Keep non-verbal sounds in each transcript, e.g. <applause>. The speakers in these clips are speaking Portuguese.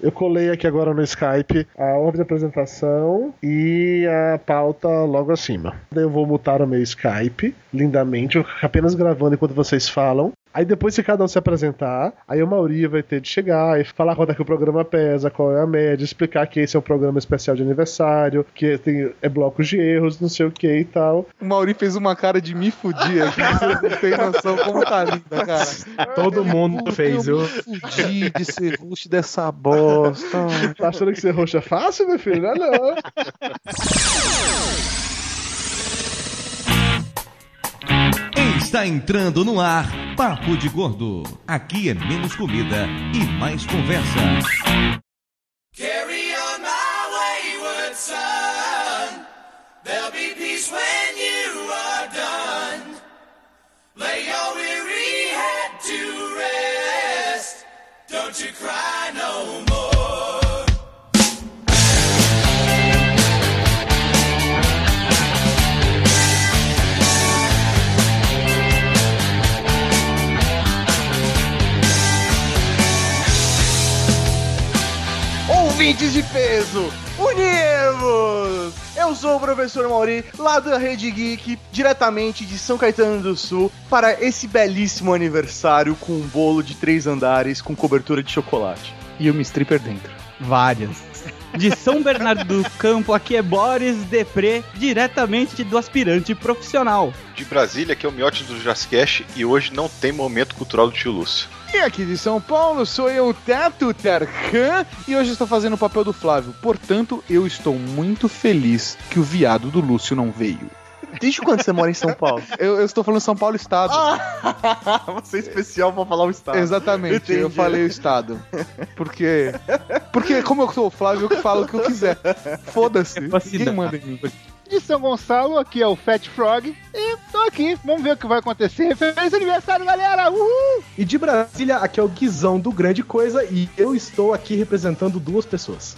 Eu colei aqui agora no Skype a ordem de apresentação e a pauta logo acima. Daí eu vou mutar o meu Skype lindamente, eu fico apenas gravando enquanto vocês falam. Aí depois, se cada um se apresentar, aí o Mauri vai ter de chegar e falar quanto é que o programa pesa, qual é a média, explicar que esse é um programa especial de aniversário, que tem, é blocos de erros, não sei o que e tal. O Mauri fez uma cara de me fudir aqui, <laughs> vocês não tem noção como tá linda, cara. Todo mundo Puta, fez, Eu eu- me fudi de ser host dessa bosta. Tá achando que ser roxo é fácil, meu filho? Não, é não. Está entrando no ar Papo de Gordo. Aqui é menos comida e mais conversa. Carry on my wayward son. There'll be peace when you are done. Lay your weary head to rest. Don't you cry no more. Ouvintes de peso, unimos! Eu sou o professor Mauri, lá da Rede Geek, diretamente de São Caetano do Sul, para esse belíssimo aniversário com um bolo de três andares com cobertura de chocolate. E uma stripper dentro. Várias. De São Bernardo do Campo, aqui é Boris Depré, diretamente do aspirante profissional. de Brasília, que é o miote do Jazzcast, e hoje não tem momento cultural do tio Lúcio. E aqui de São Paulo sou eu, Teto Tarkan, e hoje estou fazendo o papel do Flávio. Portanto, eu estou muito feliz que o viado do Lúcio não veio. Desde quando você mora em São Paulo? <laughs> Eu, eu estou falando São Paulo Estado. <laughs> Você é especial pra falar o Tá. estado. Exatamente, eu Entendi. falei o Estado. Porque. Porque, como eu sou o Flávio, eu falo o que eu quiser. Foda-se. Ninguém Capacidade. manda em mim. de São Gonçalo, aqui é o Fat Frog, e tô aqui, vamos ver o que vai acontecer. Feliz aniversário, galera! Uhul! <laughs> E de Brasília, aqui é o Guizão do Grande Coisa e eu estou aqui representando duas pessoas.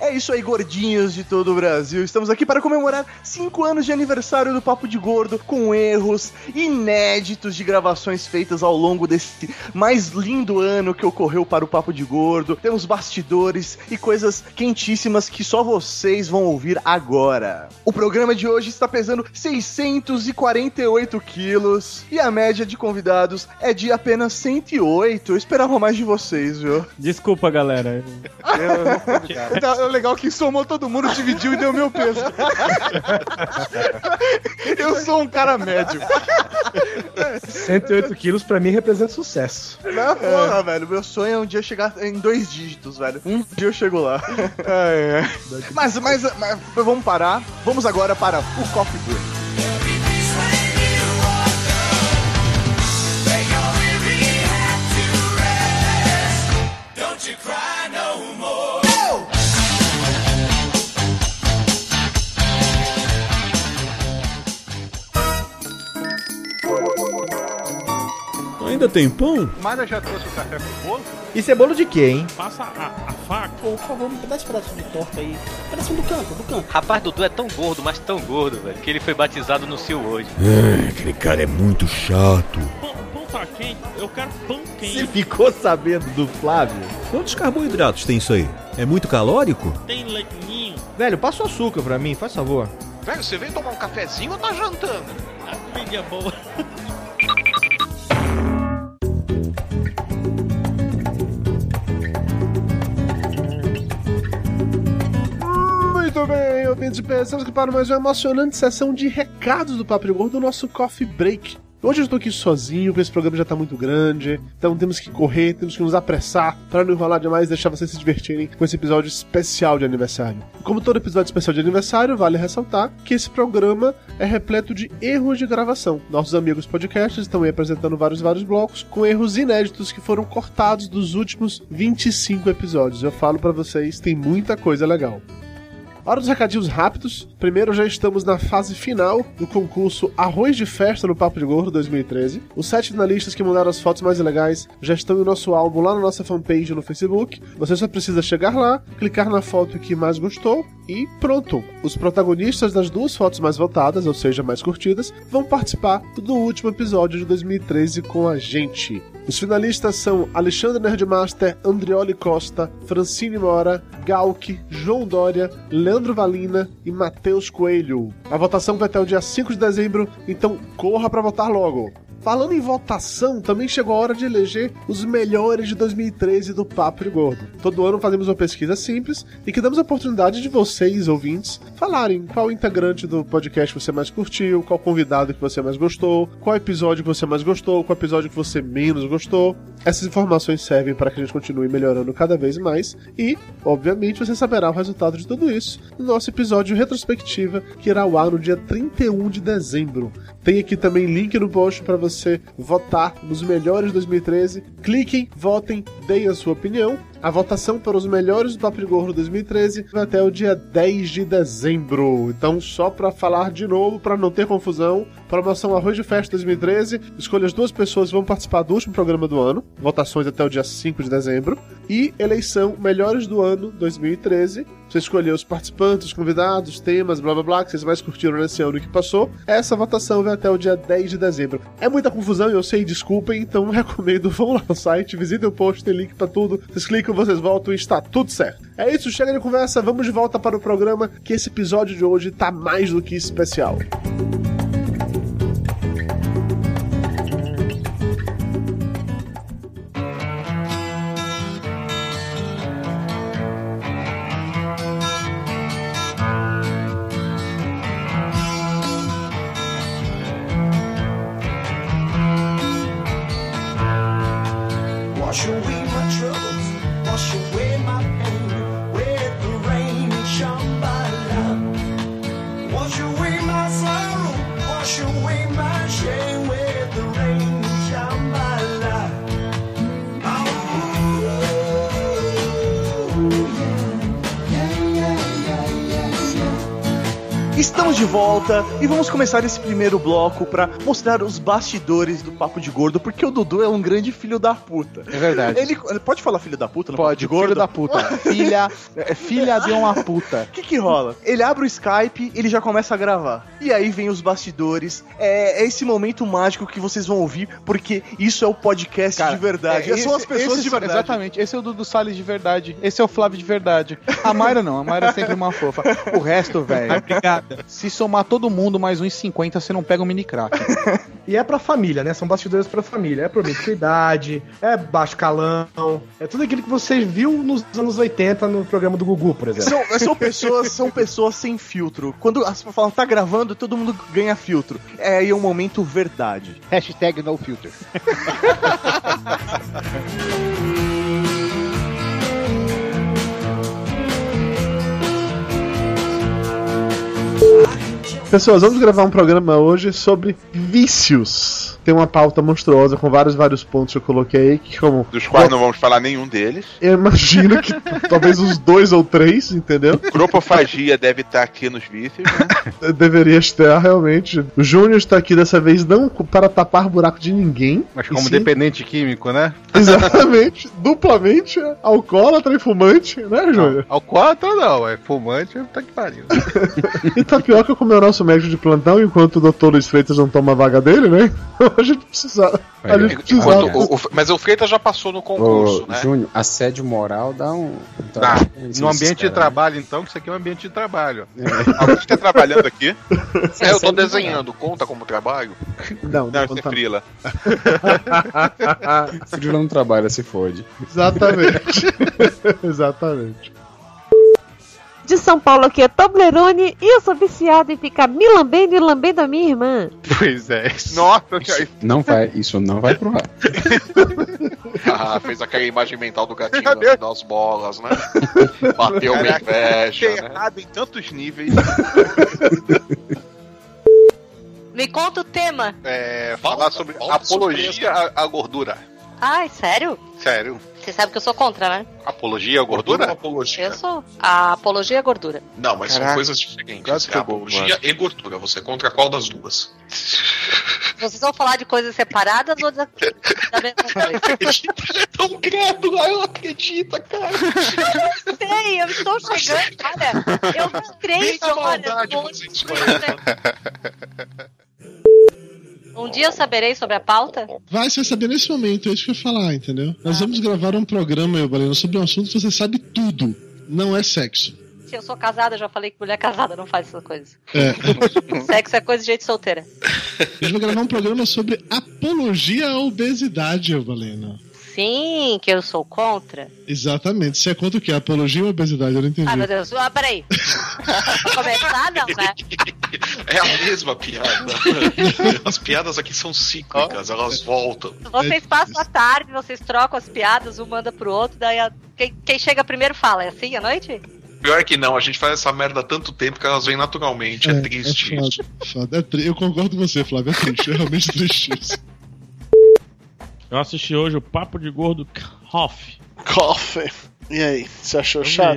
É isso aí, gordinhos de todo o Brasil. Estamos aqui para comemorar 5 anos de aniversário do Papo de Gordo, com erros inéditos de gravações feitas ao longo desse mais lindo ano que ocorreu para o Papo de Gordo. Temos bastidores e coisas quentíssimas que só vocês vão ouvir agora. O programa de hoje está pesando 648 quilos e a média de convidados é de apenas 108. Eu esperava mais de vocês, viu? Desculpa, galera. Tá, é legal que somou todo mundo, dividiu e deu meu peso. Eu sou um cara médio. 108 quilos pra mim representa sucesso. Na porra, é velho. Meu sonho é um dia chegar em dois dígitos, velho. Um dia eu chego lá. Mas, mas, mas vamos parar. Vamos agora para o Coffee Break. Be peace when you are done. Lay your weary head to rest. Don't you cry no more. Ainda tem pão? Mas eu já trouxe o café com bolo. Isso é bolo de quê, hein? Passa a, a faca. Pô, por favor, me dá esse pedaço de torta aí. Pedaço do canto, do canto. Rapaz, Dudu é tão gordo, mas tão gordo, velho, que ele foi batizado no Sil hoje. Aquele cara é muito chato. Pão, pão tá quente? Eu quero pão Você quente. ficou sabendo do Flávio? Quantos carboidratos tem isso aí? É muito calórico? Tem leitinho. Velho, passa o açúcar pra mim, faz favor. Velho, você veio tomar um cafezinho ou tá jantando? A comida é boa. Muito bem, ouvintes de peso, estamos aqui para mais uma emocionante sessão de recados do Papo de Gordo, do nosso Coffee Break. Hoje eu estou aqui sozinho, porque esse programa já tá muito grande, então temos que correr, temos que nos apressar para não enrolar demais e deixar vocês se divertirem com esse episódio especial de aniversário. Como todo episódio especial de aniversário, vale ressaltar que esse programa é repleto de erros de gravação. Nossos amigos podcasters estão aí apresentando vários vários blocos com erros inéditos que foram cortados dos últimos 25 episódios. Eu falo para vocês, tem muita coisa legal. Hora dos recadinhos rápidos. Primeiro, já estamos na fase final do concurso Arroz de Festa no Papo de Gordo 2013. Os sete finalistas que mandaram as fotos mais legais já estão no nosso álbum lá na nossa fanpage no Facebook. Você só precisa chegar lá, clicar na foto que mais gostou e pronto! Os protagonistas das duas fotos mais votadas, ou seja, mais curtidas, vão participar do último episódio de 2013 com a gente. Os finalistas são Alexandre Nerdmaster, Andrioli Costa, Francine Mora, Galk, João Dória, Leandro Valina e Matheus Coelho. A votação vai até o dia 5 de dezembro, então corra pra votar logo. Falando em votação, também chegou a hora de eleger os melhores de 2013 do Papo de Gordo. Todo ano fazemos uma pesquisa simples e que damos a oportunidade de vocês, ouvintes, falarem qual integrante do podcast você mais curtiu, qual convidado que você mais gostou, qual episódio que você mais gostou, qual episódio que você menos gostou. Essas informações servem para que a gente continue melhorando cada vez mais e, obviamente, você saberá o resultado de tudo isso no nosso episódio retrospectiva que irá ao ar no dia 31 de dezembro. Tem aqui também link no post para você votar nos melhores de 2013. Cliquem, votem, deem a sua opinião. A votação para os melhores do Papo de Gordo 2013 vai até o dia 10 de dezembro. Então, só para falar de novo, para não ter confusão, promoção Arroz de Festa 2013, escolha as duas pessoas que vão participar do último programa do ano, votações até o dia 5 de dezembro, e eleição Melhores do Ano 2013, você escolheu os participantes, os convidados, temas, blá blá blá, que vocês mais curtiram nesse ano que passou. Essa votação vai até o dia 10 de dezembro. É muita confusão, eu sei, desculpem, então <laughs> recomendo, vão lá no site, visitem o post, tem link pra tudo. Vocês clicam, vocês voltam e está tudo certo. É isso, chega de conversa, vamos de volta para o programa, que esse episódio de hoje tá mais do que especial. Wash away my troubles, wash away my pain. With the rain and shambala. Wash away my sorrow, wash away my shame. With the rain and shambala. Estamos de volta e vamos começar esse primeiro bloco pra mostrar os bastidores do Papo de Gordo, porque o Dudu é um grande filho da puta. É verdade. Ele pode falar filho da puta? Pode, gordo da puta. filha, é filha de uma puta. O <laughs> que, que rola? Ele abre o Skype, ele já começa a gravar. E aí vem os bastidores. É, é esse momento mágico que vocês vão ouvir, porque isso é o podcast de verdade. É, São esse- as pessoas esse- de verdade. Exatamente. Esse é o Dudu Salles de verdade. Esse é o Flávio de verdade. A Mayra não. A Mayra é sempre uma fofa. O resto, <laughs> velho. Obrigada. Se somar todo mundo mais uns 50, você não pega o mini crack. E é pra família, né? São bastidores pra família. É promiscuidade, é baixo calão, é tudo aquilo que você viu nos anos 80 no programa do Gugu, por exemplo. São, são pessoas, são pessoas sem filtro. Quando as pessoas falam tá gravando, todo mundo ganha filtro. É aí é um momento verdade. Hashtag no filter. Pessoas, vamos gravar um programa hoje sobre vícios. Tem uma pauta monstruosa com vários, vários pontos que eu coloquei aí, que como... Dos quais não vamos falar nenhum deles. Eu imagino <laughs> que talvez uns dois ou três, entendeu? Cropofagia <laughs> deve estar aqui nos vícios. né? Eu Deveria estar, realmente. O Júnior está aqui dessa vez não para tapar buraco de ninguém. Mas e como sim- dependente químico, né? Exatamente. duplamente alcoólatra e fumante, né, Júnior? Alcoólatra não, é fumante, tá que pariu. E tapioca, como é o nosso médico de plantão, enquanto o doutor Luiz Freitas não toma a vaga dele, né? A gente precisa. A gente precisava. Enquanto o- o- mas o Freitas já passou no concurso, Ô, né? Júnior, assédio moral dá um. Dá. No ambiente de trabalho, então, que isso aqui é um ambiente de trabalho. <laughs> Alguém tá está trabalhando aqui? É, eu tô desenhando, conta como trabalho? <laughs> Não, não, isso é frila. Frila não trabalha, se fode. Exatamente. Exatamente. De São Paulo aqui é Toblerone e eu sou viciada em ficar me lambendo e lambendo a minha irmã. Pois <laughs> é. Nossa, cara. Não vai, isso não vai pro ar. Ah, fez aquela imagem mental do gatinho das, das bolas, <laughs> né? Bateu uma Caraca, inveja, tá né? errado em tantos níveis. Me conta o tema. É, falar sobre apologia à, à gordura. Ai, sério? Sério. Você sabe que eu sou contra, né? Apologia à gordura? apologia? Eu sou. A apologia à gordura. Não, mas Caraca. são coisas diferentes. É apologia e gordura. Você é contra qual das duas? Vocês vão falar de coisas separadas ou da, da mesma <laughs> coisa? é tão credo, eu não acredito, cara. Eu sei, eu estou chegando, olha. Eu não creio, Muita olha. maldade tô- vocês fazem. Um dia eu saberei sobre a pauta? Vai, você vai saber nesse momento, é isso que eu ia falar, entendeu? Nós vamos gravar um programa, eu Baleno, sobre um assunto que você sabe tudo. Não é sexo. Se eu sou casada, eu já falei que mulher casada não faz essas <laughs> coisas. É. Sexo é coisa de gente solteira. A gente vai gravar um programa sobre apologia à obesidade, Eubalena. Sim, que eu sou contra. Exatamente. Você é contra o quê? Apologia à obesidade? Eu não Uhum. entendi. Ah, meu Deus. Ah, peraí. Pra começar, não, né? É a mesma <laughs> piada. As piadas aqui são cíclicas, elas voltam. Vocês passam a tarde, vocês trocam as piadas, um manda pro outro, daí a- quem, quem chega primeiro fala. É assim à noite? Pior que não, a gente faz essa merda há tanto tempo que elas vêm naturalmente. É, triste. É foda, foda. É tri- Eu concordo com você, Flávio. É triste. É realmente triste isso. Eu assisti hoje o Papo de Gordo Hoff. Coffee. E aí, você achou chato?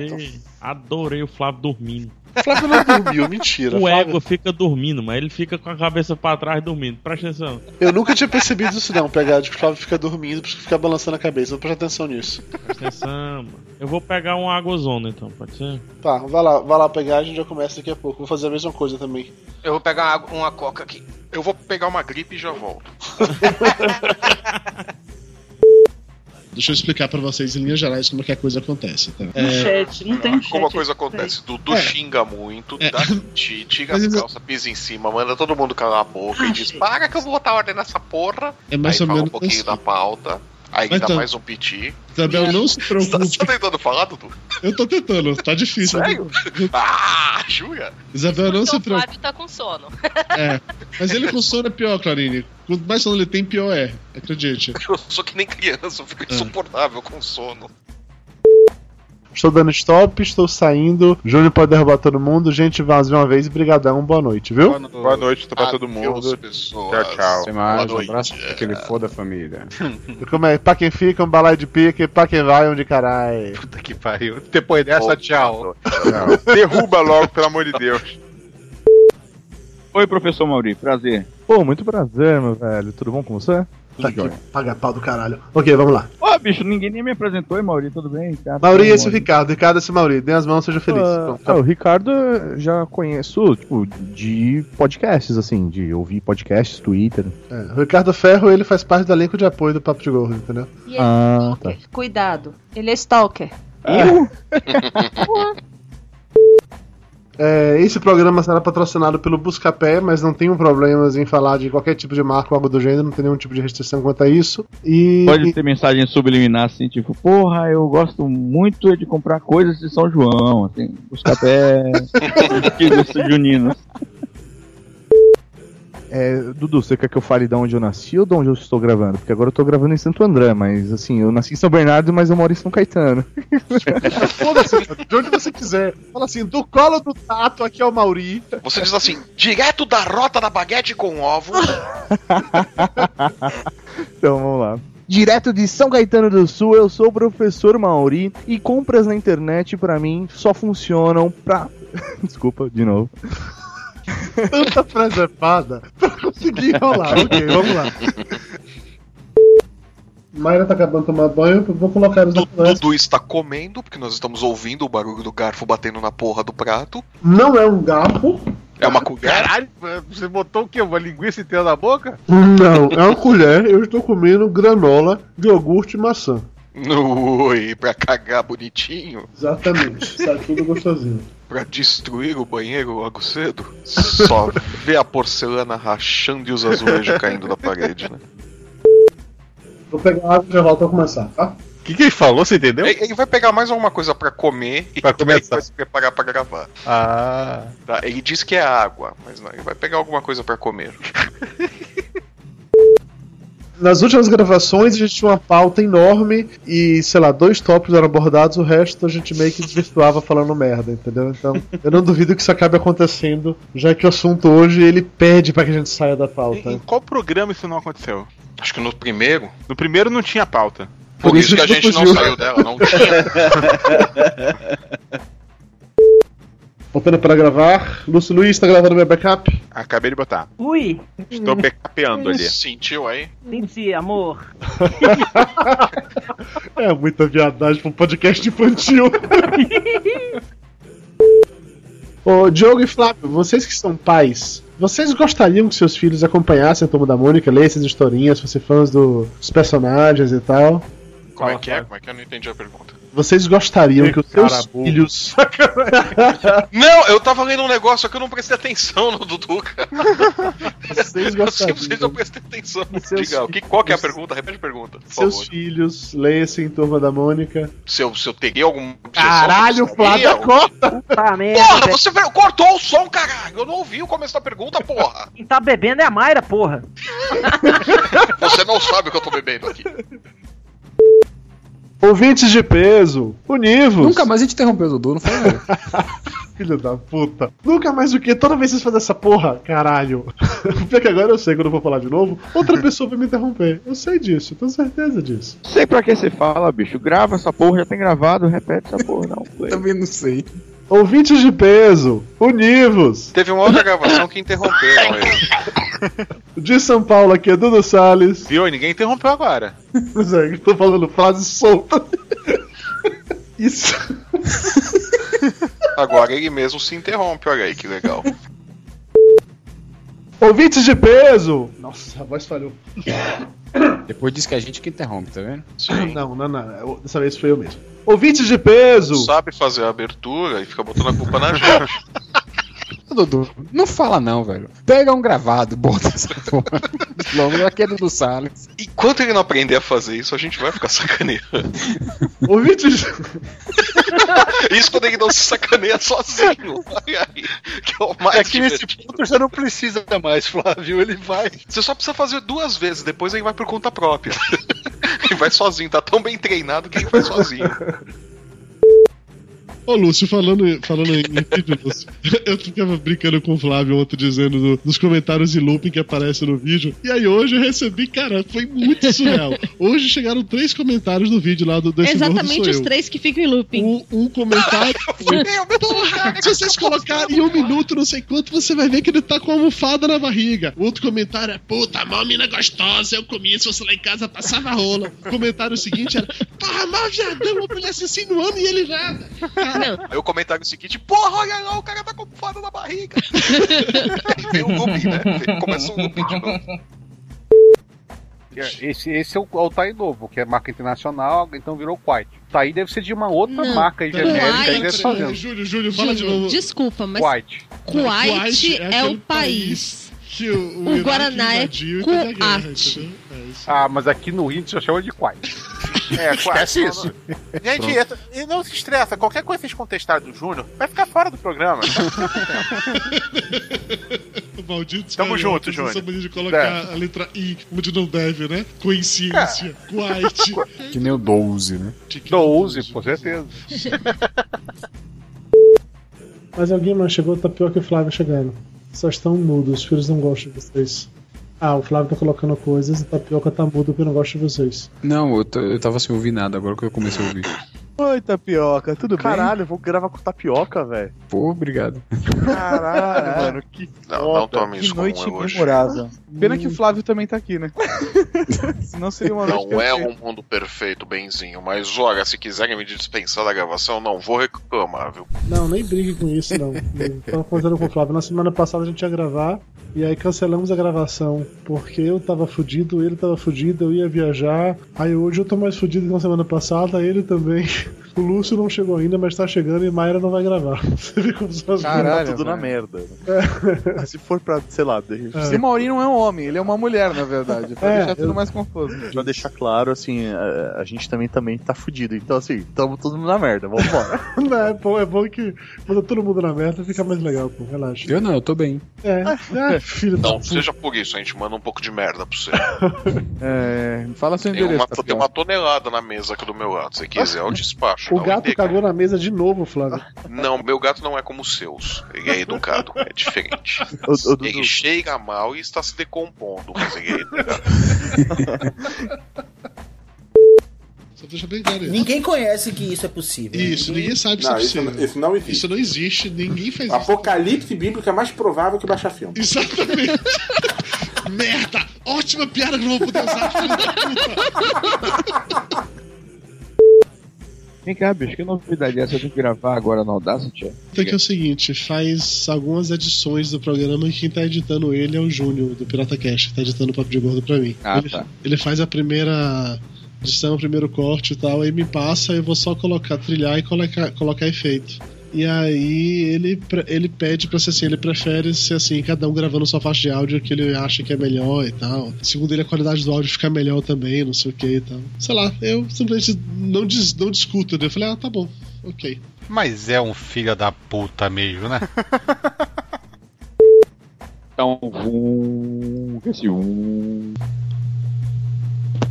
Adorei o Flávio dormindo. O Flávio não dormiu, mentira. <laughs> O Flávio- ego fica dormindo, mas ele fica com a cabeça pra trás dormindo. Presta atenção. Eu nunca tinha percebido isso não, pegar de que o Flávio fica dormindo, porque fica balançando a cabeça. Não presta atenção nisso. Presta atenção, mano. Eu vou pegar um águazona então, pode ser? Tá, vai lá, vai lá pegar, a gente já começa daqui a pouco. Vou fazer a mesma coisa também. Eu vou pegar uma, água- uma coca aqui. Eu vou pegar uma gripe e já volto. Deixa eu explicar pra vocês em linhas gerais como é que a coisa acontece, tá? No chat, não tem É, Como a coisa acontece, Dudu xinga muito, dá ti, tira as calças, pisa em cima, manda todo mundo calar a boca e diz: Para que eu vou botar ordem nessa porra. É mais aí ou fala um menos pouquinho assim. da pauta, aí Mas dá tá- mais um piti. Isabel, não se preocupe. Você tá tentando falar, Dudu? Eu tô tentando, tá difícil. Sério? Ah, jura? Isabel, não se Então, o preocupe. Flávio tá com <laughs> sono. É. Mas ele com sono é pior, Clarine. Quanto mais sono ele tem, pior é. Acredite. <laughs> Eu sou que nem criança, eu fico É. insuportável com sono. Estou dando stop, estou saindo. Júnior pode derrubar todo mundo. Gente, vamos uma vez. Brigadão, boa noite, viu? Boa noite pra todo mundo. Pessoas. Tchau, tchau. Até mais, um noite. abraço pra aquele foda família. Como é? Pra quem fica, um balai de pique. Pra quem vai, um onde carai. Puta que pariu. Depois dessa, tchau. Tchau. <laughs> Derruba logo, pelo amor de Deus. Oi, professor Mauri, prazer. <laughs> Pô, muito prazer, meu velho. Tudo bom com você? Tá aqui, paga pau do caralho. Ok, vamos lá. Ô, bicho, ninguém nem me apresentou, hein, Mauri? Tudo bem? Cara, Mauri, Tudo esse é o bom. Ricardo. Ricardo, esse é o Mauri. Dê as mãos, seja feliz. Ah, Pronto, ah, tá o bom. Ricardo eu já conheço, tipo, de podcasts, assim, de ouvir podcasts, Twitter. É, o Ricardo Ferro, ele faz parte do elenco de apoio do Papo de Gordo, entendeu? E Ah, tá. Cuidado, ele é stalker. <laughs> É, esse programa será patrocinado pelo Buscapé, mas não tenho problemas em falar de qualquer tipo de marca ou algo do gênero, não tem nenhum tipo de restrição quanto a isso. E. <laughs> Pode ter mensagem subliminar, assim, tipo, porra, eu gosto muito é de comprar coisas de São João, assim, os <laughs> café, os <laughs> juninos. É, Dudu, você quer que eu fale de onde eu nasci ou de onde eu estou gravando? Porque agora eu tô gravando em Santo André, mas assim, eu nasci em São Bernardo, mas eu moro em São Caetano. Foda-se, de onde você quiser. Fala assim, do colo do tato, aqui é o Mauri. Você diz assim, direto da rota da baguete com <laughs> ovo. <laughs> então vamos lá. Direto de São Caetano do Sul, eu sou o professor Mauri e compras na internet pra mim só funcionam pra. <laughs> Desculpa, de novo. Tanta preservada pra conseguir rolar. Ok, vamos lá. Mayra tá acabando de tomar banho, vou colocar os Dudu está tá comendo, porque nós estamos ouvindo o barulho do garfo batendo na porra do prato. Não é um garfo. É <laughs> uma colher. Caralho, você botou o quê? Uma linguiça inteira na boca? Não, é uma colher, eu estou comendo granola, iogurte e maçã. Ui, pra cagar bonitinho. Exatamente, sai tudo gostosinho. Pra destruir o banheiro logo cedo. Só vê a porcelana rachando e os azulejos caindo da parede, né? Vou pegar água e já volto a começar, tá? O que, que ele falou, você entendeu? Ele ele vai pegar mais alguma coisa pra comer e Pra também começar. vai se preparar pra gravar. Ah. Tá, ele diz que é água, mas não, ele vai pegar alguma coisa pra comer. Nas últimas gravações a gente tinha uma pauta enorme e, sei lá, dois tópicos eram abordados, o resto a gente meio que desvirtuava falando merda, entendeu? <laughs> Então, eu não duvido que isso acabe acontecendo, já que o assunto hoje ele pede pra que a gente saia da <laughs> pauta. Qual programa isso não aconteceu? Acho que no primeiro. No primeiro não tinha pauta. Por Por isso isso que que a não gente não fugiu. saiu dela, não <laughs> tinha. Voltando para gravar, Lúcio Luiz tá gravando meu backup. Acabei de botar. Ui! Estou backupeando ali. Sentiu aí? Senti, amor. É muita viadagem pra um <laughs> podcast infantil. Ô, Diogo e Flávio, vocês que são pais, Vocês gostariam que seus filhos acompanhassem o Turma da Mônica, lessem as historinhas, fossem fãs do- dos personagens e tal? Como é que é? Como é que eu não entendi a pergunta? Vocês gostariam Ih, que os seus cara burro. filhos. Não, eu tava lendo um negócio, só que eu não prestei atenção no Dudu, cara. eu Vocês gostariam. simplesmente não prestei atenção. Diga, o que, qual que é a pergunta? Repete a pergunta, por Seus favor. filhos lessem Turma da Mônica. Se eu, se eu teria alguma obsessão... Caralho, com isso aí, Flávio, eu- corta! Porra, você ver- cortou o som, caralho! Eu não ouvi o começo da pergunta, porra! Quem tá bebendo é a Mayra, porra. Você não sabe o que eu tô bebendo aqui. Ouvintes de peso, univos. Nunca mais a gente interrompeu o Dudu, não foi? né? <laughs> Filho da puta. Nunca mais o quê? Toda vez que vocês fazem essa porra, caralho. <laughs> Porque agora eu sei que eu não vou falar de novo, outra pessoa vai me interromper. Eu sei disso, eu tenho certeza disso. Sei pra que você fala, bicho. Grava essa porra, já tem gravado, repete essa porra, um não. Também não sei. Ouvintes de peso, univos. Teve uma outra gravação que interrompeu. De São Paulo aqui é <laughs> Dudu Salles. Viu? E Ninguém interrompeu agora. Pois é, eu tô falando frase solta. Isso. Agora ele mesmo se interrompe, olha aí <laughs> que legal. Ouvintes de peso. Nossa, a voz falhou. Depois diz que a gente que interrompe, tá vendo? Não, não, não. eu- Dessa vez foi eu mesmo. Ouvintes de peso. Sabe fazer a abertura e fica botando a culpa na gente. Ô, Dudu, não fala não, velho. Pega um gravado, bota essa <laughs> porra. Logo aqui é Dudu Salles. <laughs> Enquanto ele não aprender a fazer isso, a gente vai ficar sacaneando. Ouvintes de <laughs> Isso quando ele não se sacaneia sozinho. Olha aí. Que é o mais É que nesse divertido. ponto já não precisa mais, Flávio. Ele vai. Você só precisa fazer duas vezes, depois ele vai por conta própria. <laughs> ele vai sozinho, tá tão bem treinado que ele vai sozinho. Ô, Lúcio, falando, falando em em vídeo, Lúcio, <laughs> eu ficava brincando com o Flávio ontem, dizendo do- dos comentários de looping que aparece no vídeo. E aí hoje eu recebi, cara, foi muito <laughs> surreal. Hoje chegaram três comentários no vídeo lá do Desse Gordo Exatamente Sou os Eu. três que ficam em looping. Um, comentário. <laughs> Se vocês colocarem em um minuto, não sei quanto, você vai ver que ele tá com a almofada na barriga. O Outro comentário é: Puta, mó mina gostosa, eu comia, se fosse lá em casa, passava rola. O comentário seguinte era: Porra, mó viadão, uma mulher se insinuando assim e ele nada. Cara, Aí o comentário seguinte, porra, olha lá, o cara tá com foda na barriga. Tem um looping, né? Tem- Começa um looping de novo. Esse, esse é o Altair novo, que é marca internacional, então virou Quite. Tá aí deve ser de uma outra marca Um aí, é genérica. aí deve Júlio, fazer. Júlio, Júlio, fala de Júlio, novo. Desculpa, mas. Quite. Kuwait Kuwait é é, o aquele país. Que o, o Guaraná é invadiu e fez a guerra, entendeu? Kuat. Ah, mas aqui no Rio a gente só chama de Quite. É, Esquece quase. isso. Gente, Pronto. é- e não se estressa, qualquer coisa que vocês contestarem do Júnior, vai ficar fora do programa. Maldito Tamo junto, Júnior. Júnior. É. de colocar a letra I onde não deve, né? Coincidência. <laughs> Kuwait. Que nem o 12, né? é 12, com certeza. Mas alguém mais chegou, tá pior que o Flávio chegando. Só estão mudos, os filhos não gostam de vocês. Ah, o Flávio tá colocando coisas e o Tapioca tá mudo porque não gosta de vocês. Não, eu, t- eu tava sem ouvir nada, agora que eu comecei a ouvir. Oi, Tapioca, tudo Caralho, eu vou gravar com tapioca, velho. Pô, obrigado. Caralho, mano, que Não, não tome que isso como um noite elogio. memorável. Pena que o Flávio também tá aqui, né? Senão seria uma noite Não é perfeita. um mundo perfeito, benzinho, mas olha, se quiserem me dispensar da gravação, não vou reclamar, viu? Não, nem brigue com isso, não. Eu tava contando com o Flávio. Na semana passada a gente ia gravar e aí cancelamos a gravação porque eu tava fudido, ele tava fudido, eu ia viajar. Aí hoje eu tô mais fudido que na semana passada, ele também. O Lúcio não chegou ainda, mas tá chegando e Mayra não vai gravar. <laughs> Você vê como são as Caralho, coisas. tudo na merda. né? <laughs> É. Se for pra, sei lá, de- É. se Se mal- Mauri não é um homem, ele é uma mulher, na verdade. Então Pra É, deixar tudo eu- mais confuso. pra deixar claro, assim, a, a gente também, também tá fudido. Então, assim, tamo todo mundo na merda, vambora. Não, é bom, é bom que quando todo mundo na merda fica mais legal, pô, relaxa. Eu não, eu tô bem. <laughs> É, ah, filho da Não, puta. seja por isso, a gente manda um pouco de <laughs> merda pra você. É, fala seu Tem endereço. uma, tem Tapioca. uma tonelada na mesa aqui do meu lado, se <laughs> quiser eu despacho. O não, gato entende? cagou na mesa de novo, Flávio. Ah, Não, meu gato não é como os seus. Ele é educado, <laughs> é diferente. ele chega mal e está se decompondo, mas ele é educado. Só deixa bem claro isso. Ninguém conhece que isso é possível. Isso, ninguém sabe se Não, é isso possível. não- isso não existe. Isso não existe, ninguém faz Apocalipse bíblico é mais provável que baixar filme. isso. Exatamente. Merda! Ótima piada que eu não vou poder usar, filho da puta! Vem cá, bicho, que novidade é essa? Eu tenho que gravar agora no Audacity? Então que é o seguinte, faz algumas edições do programa e quem tá editando ele é o Júnior, do Pirata Cash, que tá editando o Papo de Gordo pra mim. Ah, ele, tá. ele faz a primeira edição, o primeiro corte e tal, aí me passa, eu vou só colocar, trilhar e colocar, colocar efeito. E aí ele, pre- ele pede pra ser assim, ele prefere ser assim, cada um gravando sua faixa de áudio que ele acha que é melhor e tal. Segundo ele, a qualidade do áudio fica melhor também, não sei o que e tal. Sei lá, eu simplesmente não, dis, não discuto, né? Eu falei, ah, tá bom, ok. <laughs> Mas é um filho da puta mesmo, <laughs> né? Então, um. que Esse um.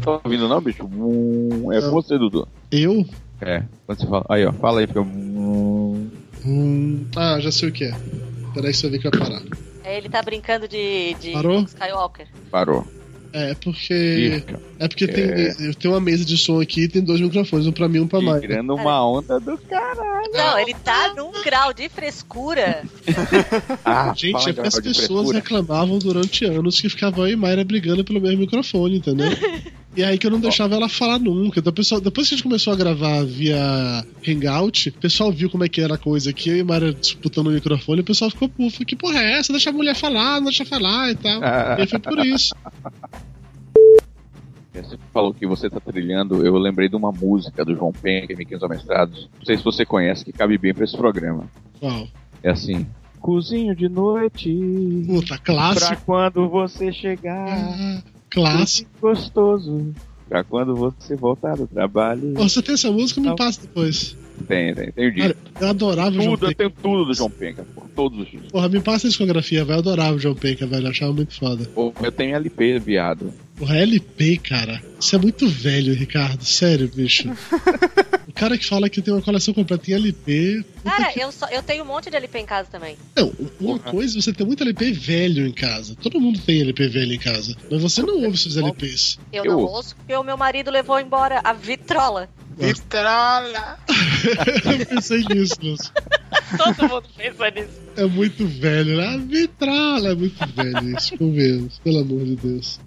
Tá ouvindo não, bicho? Um. É você, Dudu. Eu? É, quando você fala. Aí, ó, fala aí, fica. um. Hum, ah, já sei o que é. Peraí que você vê que vai parar. É, Ele tá brincando de, de Parou? Skywalker. Parou. É porque. É porque tem, É. eu tenho uma mesa de som aqui e tem dois microfones, um pra mim e um pra mais. Tá Tirando É. uma onda do. Caralho! Não, ele tá num grau de frescura. <laughs> Ah, Gente, fala é de porque as áudio de pessoas <laughs> <laughs> frescura. reclamavam durante anos que ficava eu e Mayra brigando pelo mesmo microfone, entendeu? E aí que eu não deixava ela falar nunca. Então, o pessoal, depois que a gente começou a gravar via Hangout, o pessoal viu como é que era a coisa aqui, eu e Mayra disputando o microfone, o pessoal ficou pufo, que porra é essa? Deixa a mulher falar, não deixa falar e tal. Ah. E aí foi por isso. É, Você falou que você tá trilhando, eu lembrei de uma música do João Penha, que é Miquinhos Amestrados. Não sei se você conhece, que cabe bem pra esse programa. Qual? É assim. Cozinho de noite. Puta, clássico. Ah, Pra quando você chegar. Clássico. Gostoso. Pra quando você voltar do trabalho. Ó, você tem essa música? Me passa depois. Tem, tem, tem o Cara, disco. eu adorava o João Tudo, eu Penca. tenho tudo do João Penca, pô, todos os discos. Porra, me passa a discografia, velho. Eu adorava o João Penca, velho. Eu achava muito foda. Pô, Eu tenho LP, viado. Porra, LP, cara. Isso é muito velho, Ricardo. Sério, bicho. o cara que fala que tem uma coleção completa em LP. Cara, eu, só, eu tenho um monte de LP em casa também. Não, uma coisa, é você tem muito LP velho em casa. Todo mundo tem LP velho em casa. Mas você não ouve seus LPs. Eu, não ouço porque o meu marido levou embora a vitrola. Vitrola! <laughs> Eu pensei nisso, Lúcio. Todo mundo pensa nisso. É muito velho, né? A vitrola é muito velho isso, convenhamos. Pelo amor de Deus.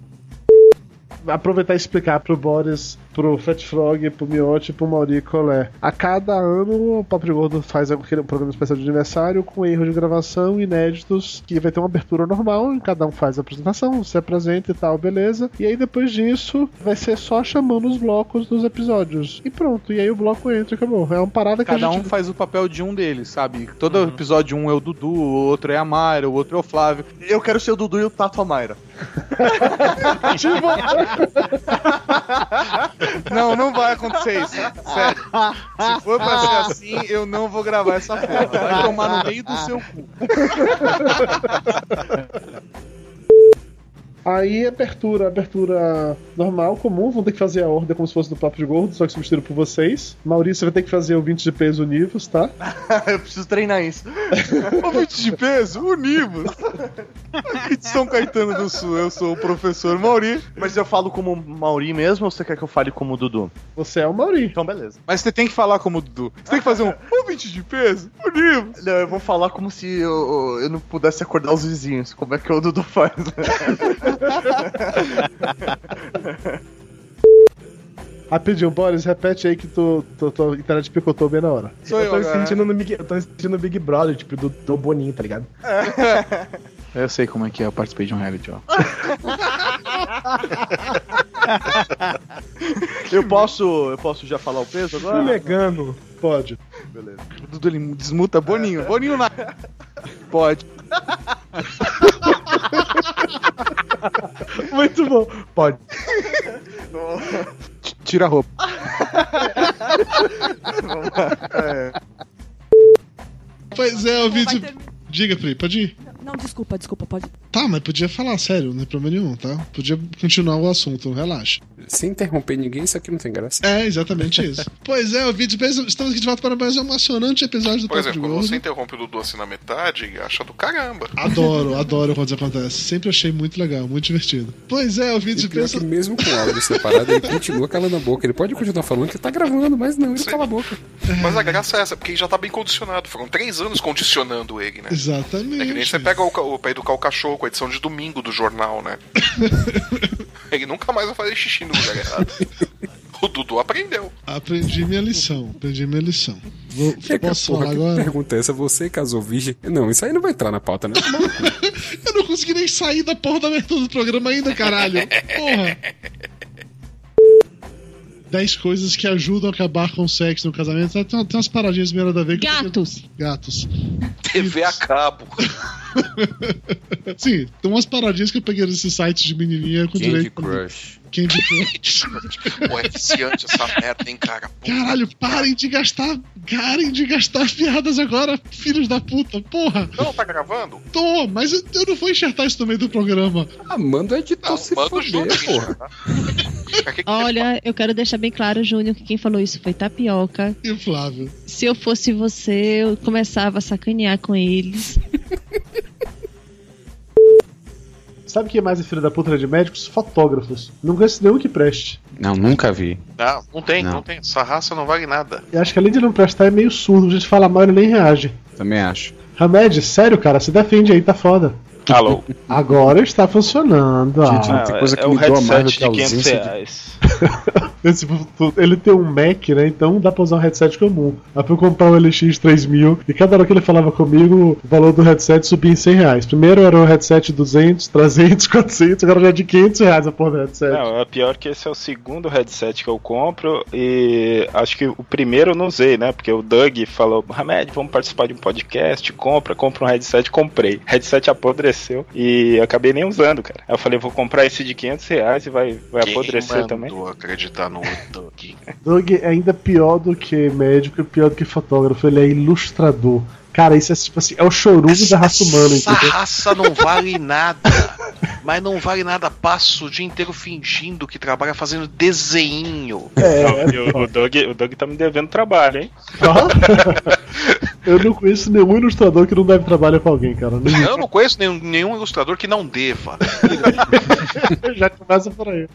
aproveitar e explicar pro Boris, pro Fat Frog, pro Miotti e pro Mauri Colé. A cada ano o Papo de Gordo faz aquele programa especial de aniversário com erros de gravação inéditos, que vai ter uma abertura normal, e cada um faz a apresentação, se apresenta e tal, beleza. E aí depois disso vai ser só chamando os blocos dos episódios. E pronto, e aí o bloco entra e acabou. É uma parada que Cada a um gente... Uhum. faz o papel de um deles, sabe? Todo episódio um é o Dudu, o outro é a Mayra, o outro é o Flávio. Eu quero ser o Dudu e eu tato a Mayra. Não, não vai acontecer isso. Sério. Se for pra ser <laughs> assim, eu não vou gravar essa porra. Vai tomar no meio do seu cu. Aí abertura, abertura normal, comum, vão ter que fazer a ordem como se fosse do Papo de Gordo, só que se mistura por vocês. Maurício vai ter que fazer o 20 de peso univos, tá? <laughs> eu preciso treinar isso. Ô, 20 de peso, unimos. Aqui de São Caetano do Sul, eu sou o professor Mauri. Mas eu falo como Mauri mesmo ou você quer que eu fale como Dudu? Você é o Mauri. Então, beleza. Mas você tem que falar como Dudu. Você tem que fazer um. Ô, 20 de peso, unimos. Não, eu vou falar como se eu, eu não pudesse acordar os vizinhos. Como é que o Dudu faz? né? <laughs> Rapidinho, Boris, repete aí que tu, tu, tua internet picotou bem na hora. eu, tô me né? sentindo no Big, eu tô me sentindo no Big Brother, tipo, do, do Boninho, tá ligado? <laughs> Eu sei como é que é, eu participei de um reality, ó. eu posso. Eu posso já falar o peso agora? negando. Pode. Beleza. Dudu, ele desmuta Boninho. Boninho <laughs> na. Pode. Muito bom. Pode. T- Tira a roupa. Vamos <laughs> lá. É. Pois é, o vídeo. Diga, Pri, pode ir? Não, desculpa, desculpa, pode. Tá, mas podia falar, sério, não é problema nenhum, tá? Podia continuar o assunto, relaxa. Sem interromper ninguém, isso aqui não tem graça. É, exatamente isso. pois é, o vídeo. peso- Estamos aqui de volta para mais um emocionante episódio do Por Papo de exemplo, é, quando você Gordo. interrompe o Dudu assim na metade, acha do caramba. Adoro, adoro quando isso acontece. Sempre achei muito legal, muito divertido. Pois é, o vídeo E pior que mesmo com o áudio separado, ele continua calando a boca. Ele pode continuar falando que tá gravando, mas não, ele cala a boca. Mas a graça é essa, porque ele já tá bem condicionado. Foram três anos condicionando ele, né? Exatamente. É que nem você pega o, ca- o- pra educar o cachorro com a edição de <laughs> domingo do jornal, né? ele nunca mais vai fazer xixi no lugar errado. O Dudu aprendeu. Aprendi minha lição, aprendi minha lição. Vou- Chega, posso porra, falar que agora? Pergunta é essa, você casou virgem? Não, isso aí não vai entrar na pauta, né? Eu não consegui nem sair da porra da abertura do programa ainda, <laughs> caralho. É, Porra. 10 coisas que ajudam a acabar com o sexo no casamento. Tem, tem umas paradinhas meio nada a ver que- Gatos. Gatos. <laughs> TV a cabo. Sim, tem umas paradinhas que eu peguei nesse site de menininha com direito. Crush. Candy Crush. <laughs> Pô, é viciante essa merda, hein, cara. Caralho, parem de gastar. Parem de gastar piadas agora, filhos da puta, porra! Não, tá gravando? Tô, mas eu, eu não vou enxertar isso no meio do programa. Ah, manda o editor se manda o né? Júnior foder, porra. Olha, eu quero deixar bem claro, Júnior, que quem falou isso foi tapioca. E o Flávio? Se eu fosse você, eu começava a sacanear com eles. Sabe quem mais é filho da puta de médicos? Fotógrafos. Não conheço nenhum que preste. Não, nunca vi. Não, não tem, não. Não. tem. Essa raça não vale nada. E acho que além de não prestar, é meio surdo. A gente fala mal e ele nem reage. Também acho. Hamed, sério, cara, se defende aí, tá foda. Alô? Agora está funcionando. Gente, ah. não tem É coisa que me doa mais do que a ausência de- <laughs> Esse, ele tem um Mac, né? Então dá pra usar um headset comum. Aí pra eu comprar um LX 3000 e cada hora que ele falava comigo, o valor do headset subia em 100 reais. Primeiro era um headset 200, 300, 400, agora já é de 500 reais a porra do headset. Não, é pior que esse é o segundo headset que eu compro e acho que o primeiro eu não usei, né? Porque o Doug falou, Hamed, vamos participar de um podcast, compra, compra um headset, comprei. Headset apodreceu e eu acabei nem usando, cara. Aí eu falei, vou comprar esse de 500 reais e vai, vai Quem apodrecer mandou também. acreditar <laughs> no Doug? Doug é ainda pior do que médico e pior do que fotógrafo. Ele é ilustrador. Cara, isso é tipo assim, é o chorume da raça humana, Essa <laughs> entendeu? raça não vale nada. Mas não vale nada. Passo o dia inteiro fingindo que trabalha fazendo desenho. É, Não, e o, o Doug, o Doug tá me devendo trabalho, hein? Eu não conheço nenhum ilustrador que não deve trabalho com alguém, cara. Nenhum. Eu não conheço nenhum, nenhum ilustrador que não deva. <laughs> Já começa por aí.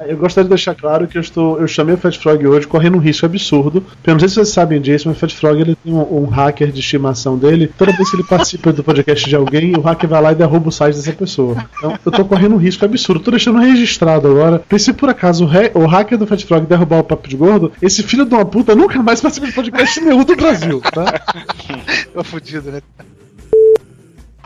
Ah, Eu gostaria de deixar claro que eu estou, eu chamei o Fat Frog hoje correndo um risco absurdo. porque Eu não sei se vocês sabem disso, mas o Fat Frog ele tem um, um hacker de estimação dele. Toda vez que ele participa do podcast de alguém, o hacker vai lá e derruba o site dessa pessoa. Então eu tô correndo um risco absurdo. Tô deixando registrado agora. Porque se por acaso o, re- o hacker do Fat Frog derrubar o papo de gordo, esse filho de uma puta nunca mais participa de podcast nenhum do Brasil, tá? Tô fudido, né?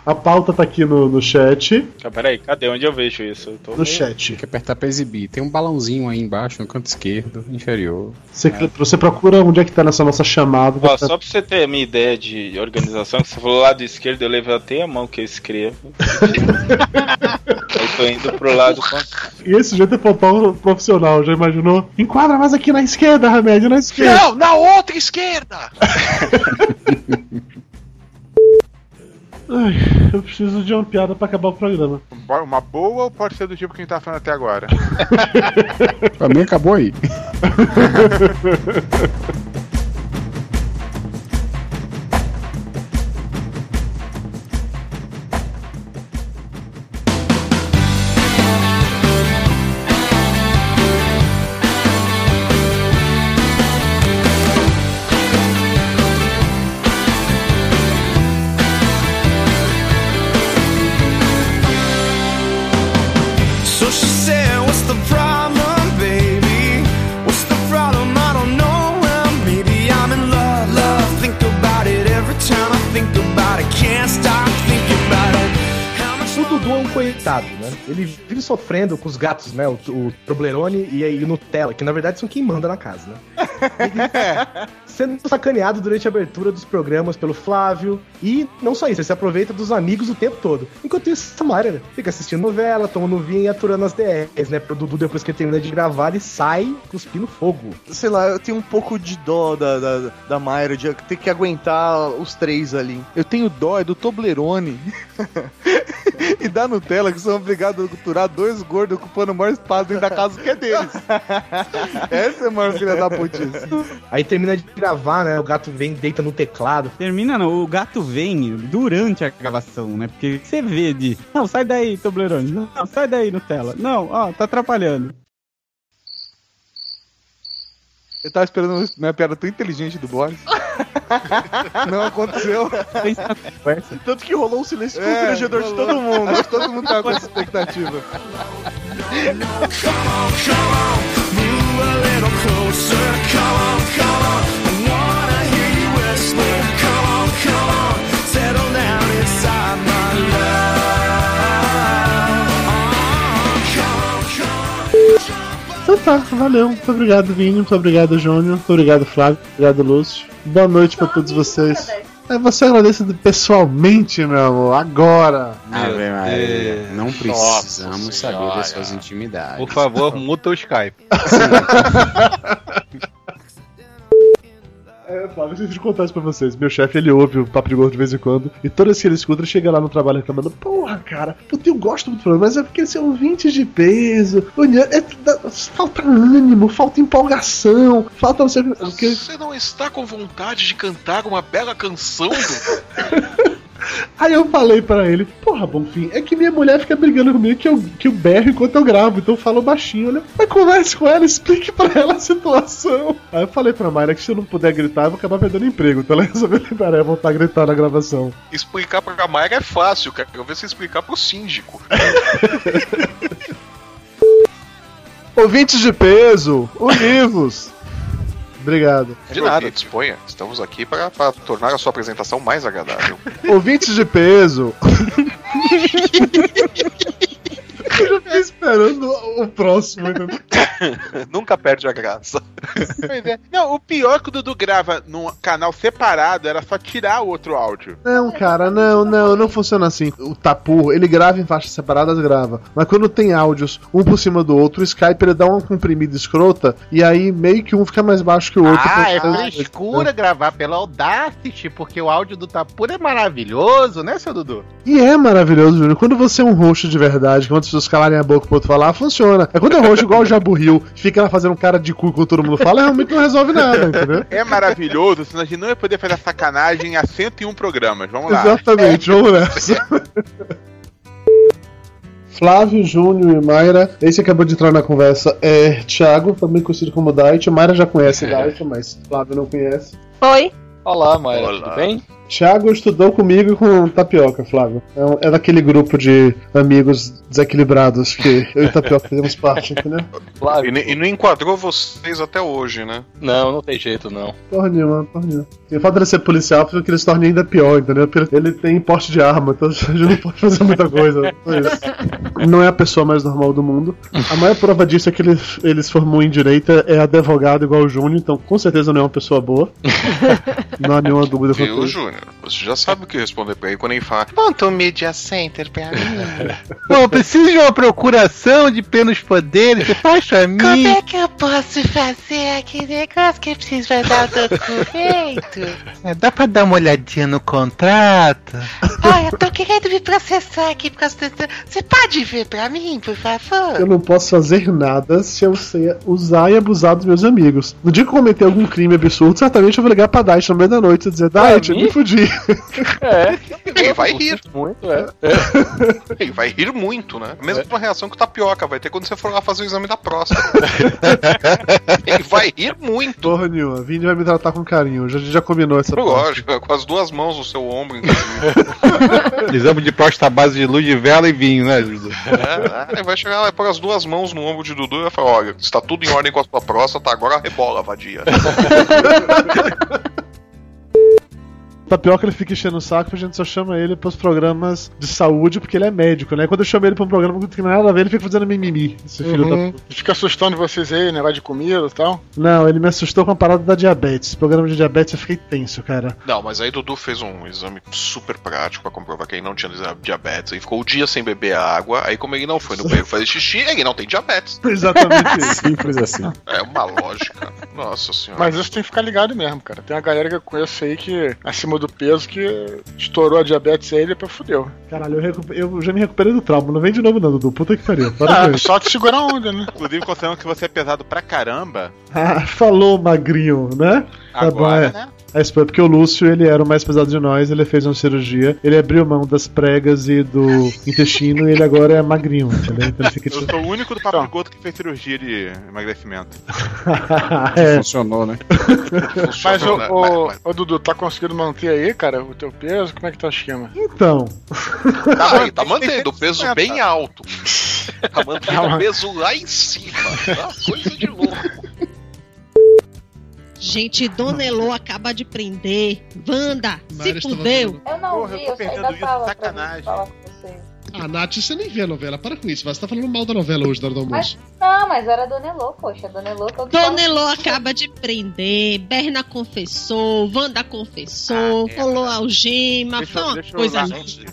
A pauta tá aqui no, no chat. Ah, peraí, cadê? Onde eu vejo isso? Eu tô No chat. Tem que apertar pra exibir. Tem um balãozinho aí embaixo, no canto esquerdo, inferior. Você, clica- você procura onde é que tá nessa nossa chamada. Ó, só pra você ter a minha ideia de organização, que você falou lado esquerdo, eu levantei a mão que eu escrevo. eu tô indo pro lado. con- E esse jeito é fotógrafo profissional, já imaginou? Enquadra mais aqui na esquerda, Remédio, na esquerda. Não, na outra esquerda! Ai, eu preciso de uma piada pra acabar o programa. Bo- Uma boa ou pode ser do tipo que a gente tá falando até <laughs> agora? Pra mim acabou aí. So she said, What's the problem, baby? What's the problem? I don't know. Well, maybe I'm in love, love. Think about it every time I think about it. Can't stop thinking about it. O Dudu é um coitado, né? Ele vive sofrendo com os gatos, né? O, o Toblerone e aí o Nutella, que na verdade são quem manda na casa, né? Ele- sendo sacaneado durante a abertura dos programas pelo Flávio. E não só isso, ele se aproveita dos amigos o tempo todo. Enquanto isso, Samara fica assistindo novela, tomando vinho e aturando as DRs, né? Pro Dudu, depois que ele termina de gravar, ele sai cuspindo fogo. Sei lá, eu tenho um pouco de dó da, da, da Mayra de ter que aguentar os três ali. Eu tenho dó, é do <laughs> Toblerone. e da Nutella, que são obrigados a culturar dois gordos ocupando o maior espaço dentro da casa que é <laughs> deles. Essa é a maior filha da putice. Aí termina de gravar, né? O gato vem, deita no teclado. Termina não, o gato vem durante a gravação, né? Porque você vê de. Não, sai daí, Toblerone. Não, sai daí, Nutella. Não, ó, tá atrapalhando. Eu tava esperando uma piada tão inteligente do <laughs> Boris. Não aconteceu. Tanto que rolou um silêncio É, constrangedor de rolou. todo mundo. tá Todo mundo tava com essa expectativa. Come on, come on, a little closer. Come on, come on. I wanna hear you whisper. Come on, come on. Settle down inside my love. Come on, come on. Então tá, valeu. Muito obrigado, Vini. Muito obrigado, Júnior. Muito obrigado, Flávio. Obrigado, Lúcio. Boa noite pra todos vocês. É, você agradece pessoalmente, meu amor, agora. Ave Maria, Deus. não precisamos saber das suas intimidades. Por favor, muta o Skype. É, Flávio, deixa eu contar isso pra vocês. Meu chefe, ele ouve o Papo de Gordo de vez em quando, e todas que ele escuta, ele chega lá no trabalho reclamando, porra, cara, eu tenho gosto muito do programa, mas é porque eles são ouvintes de peso, união- é- dá- falta ânimo, falta empolgação, falta... Você, porque- Você não está com vontade de cantar uma bela <laughs> canção? Dudu? Aí eu falei pra ele, porra, Bonfim, é que minha mulher fica brigando comigo que eu, que eu berro enquanto eu gravo, então eu falo baixinho, olha, mas converse com ela, explique pra ela a situação. Aí eu falei pra Mayra que se eu não puder gritar, eu vou acabar perdendo emprego, então ela <laughs> resolveu liberar e voltar a gritar na gravação. explicar pra Mayra é fácil, cara. Eu ver se explicar pro síndico. <laughs> <laughs> Ouvintes de peso, univos! Obrigado. De nada, disponha. Estamos aqui para, para tornar a sua apresentação mais <laughs> agradável. Ouvintes de peso. <laughs> Eu já fiquei esperando o próximo. Nunca perde a graça. <laughs> Pois é. Não, o pior que o Dudu grava num canal separado era só tirar o outro áudio. Não, cara, não, não, não funciona assim. O Tapur, ele grava em faixas separadas, grava. Mas quando tem áudios um por cima do outro, o Skype ele dá uma comprimida escrota e aí meio que um fica mais baixo que o outro. Ah, é Então, frescura gravar pela Audacity, porque o áudio do Tapura é maravilhoso, né, seu Dudu? E é maravilhoso, Júnior. Quando você é um roxo de verdade, quando as pessoas calarem a boca pro outro falar, funciona. É quando é roxo igual o Jaburril, fica lá fazendo um cara de cu quando todo mundo fala, realmente não resolve nada, entendeu? É maravilhoso, senão a gente não ia poder fazer a sacanagem a 101 programas. Vamos lá. Exatamente, vamos nessa. <laughs> Flávio, Júnior e Mayra. Esse acabou de entrar na conversa é Thiago, também conhecido como Dait. Mayra já conhece Dait, mas Flávio não conhece. Oi? Olá, Maia, tudo bem? Thiago estudou comigo e com Tapioca, Flávio. É, um- é daquele grupo de amigos desequilibrados que eu e Tapioca fazemos <laughs> parte, entendeu? E, ne- e não enquadrou vocês até hoje, né? Não, não tem jeito não. Porra nenhuma, porra nenhuma. E o fato dele ser policial faz com que ele se torne ainda é pior, entendeu? Porque ele tem porte de arma, então <laughs> a gente não pode fazer muita coisa. Só isso. Não é a pessoa mais normal do mundo. A maior prova disso é que ele, ele se formou em direito, é advogado igual o Júnior, então com certeza não é uma pessoa boa. Não há nenhuma dúvida quanto Viu, isso. Júnior? Você já sabe o que responder pra ele quando ele fala. Ponto Media Center pra mim. Bom, preciso de uma procuração de pelos poderes, você faz pra mim. é que eu posso fazer aquele negócio que precisa dar o documento? É, dá pra dar uma olhadinha no contrato? Olha, eu tô querendo me processar aqui por causa desse... Você pode ver pra mim, por favor? Eu não posso fazer nada se eu sei usar e abusar dos meus amigos. No dia que eu cometer algum crime absurdo, certamente eu vou ligar pra Diet no meio da noite e dizer: Diet, eu mim? me fudi. É. Ele vai rir. Muito, é. <laughs> Ele vai rir muito, né? A mesma reação que o tapioca vai ter quando você for lá fazer o exame <laughs> da próstata. Ele vai rir muito. Porra nenhuma, Vini vai me tratar com carinho. Já, já combinou essa Lógico, com as duas mãos no seu ombro, inclusive. <laughs> <laughs> Exame de próstata à base de luz de vela e vinho, né, Dudu? É, ele vai chegar lá e pôr as duas mãos no ombro de Dudu e vai falar: olha, está tudo em ordem com a sua próstata, agora rebola, vadia. Tapioca Tá ele fica enchendo o saco, a gente só chama ele pros programas de saúde, porque ele é médico, né? Quando eu chamo ele pra um programa que não tem nada a ver, ele fica fazendo mimimi, esse filho da Uhum. puta. Fica assustando vocês aí, negócio de comida e tal. Não, ele me assustou com a parada da diabetes. Esse programa de diabetes eu fiquei tenso, cara. <laughs> Não, mas aí Dudu fez um exame super prático pra comprovar que ele não tinha diabetes. Aí ficou o dia sem beber água. Aí, como ele não foi no banheiro fazer xixi, ele não tem diabetes. Exatamente isso. Simples assim. <laughs> É uma lógica. Nossa senhora. Mas isso tem que ficar ligado mesmo, cara. Tem uma galera que eu conheço aí que, acima do peso, que estourou a diabetes aí e depois fudeu. Caralho, eu, recu- eu já me recuperei do trauma. Não vem de novo, não, Dudu. Puta que pariu. <laughs> Para com Ah, isso. só que segura a onda, né? <laughs> Inclusive, considerando que você é pesado pra caramba, Ah, falou, magrinho, né? Agora, né? É isso, porque o Lúcio, ele era o mais pesado de nós, ele fez uma cirurgia, ele abriu mão das pregas <laughs> e do intestino e ele agora é magrinho, entendeu? Então ele fica... Eu sou o único do Papo Então. de Gordo que fez cirurgia de emagrecimento. <laughs> É. Funcionou, né? Mas, ô, né? ô, ô, Dudu, tá conseguindo manter aí, cara, o teu peso? Como é que tá o esquema? Então, Tá, aí, tá mantendo o peso bem alto. Tá mantendo o peso lá em cima. Tá? Coisa de louco. Gente, Dona Elô acaba de prender. Wanda, se fudeu. Eu não Porra, vi, eu tô eu saí perdendo da isso, sala sacanagem. pra falar com vocês. Ah, Nath, você nem vê a novela, para com isso, vai. você tá falando mal da novela hoje, da hora do Mas, almoço. não, mas era Dona Elô, poxa, Dona Elô... todo Dona Elô acaba de prender, Berna confessou, Wanda confessou, rolou algema, Ah, é, Deixa foi eu- uma deixa eu coisa lá. linda.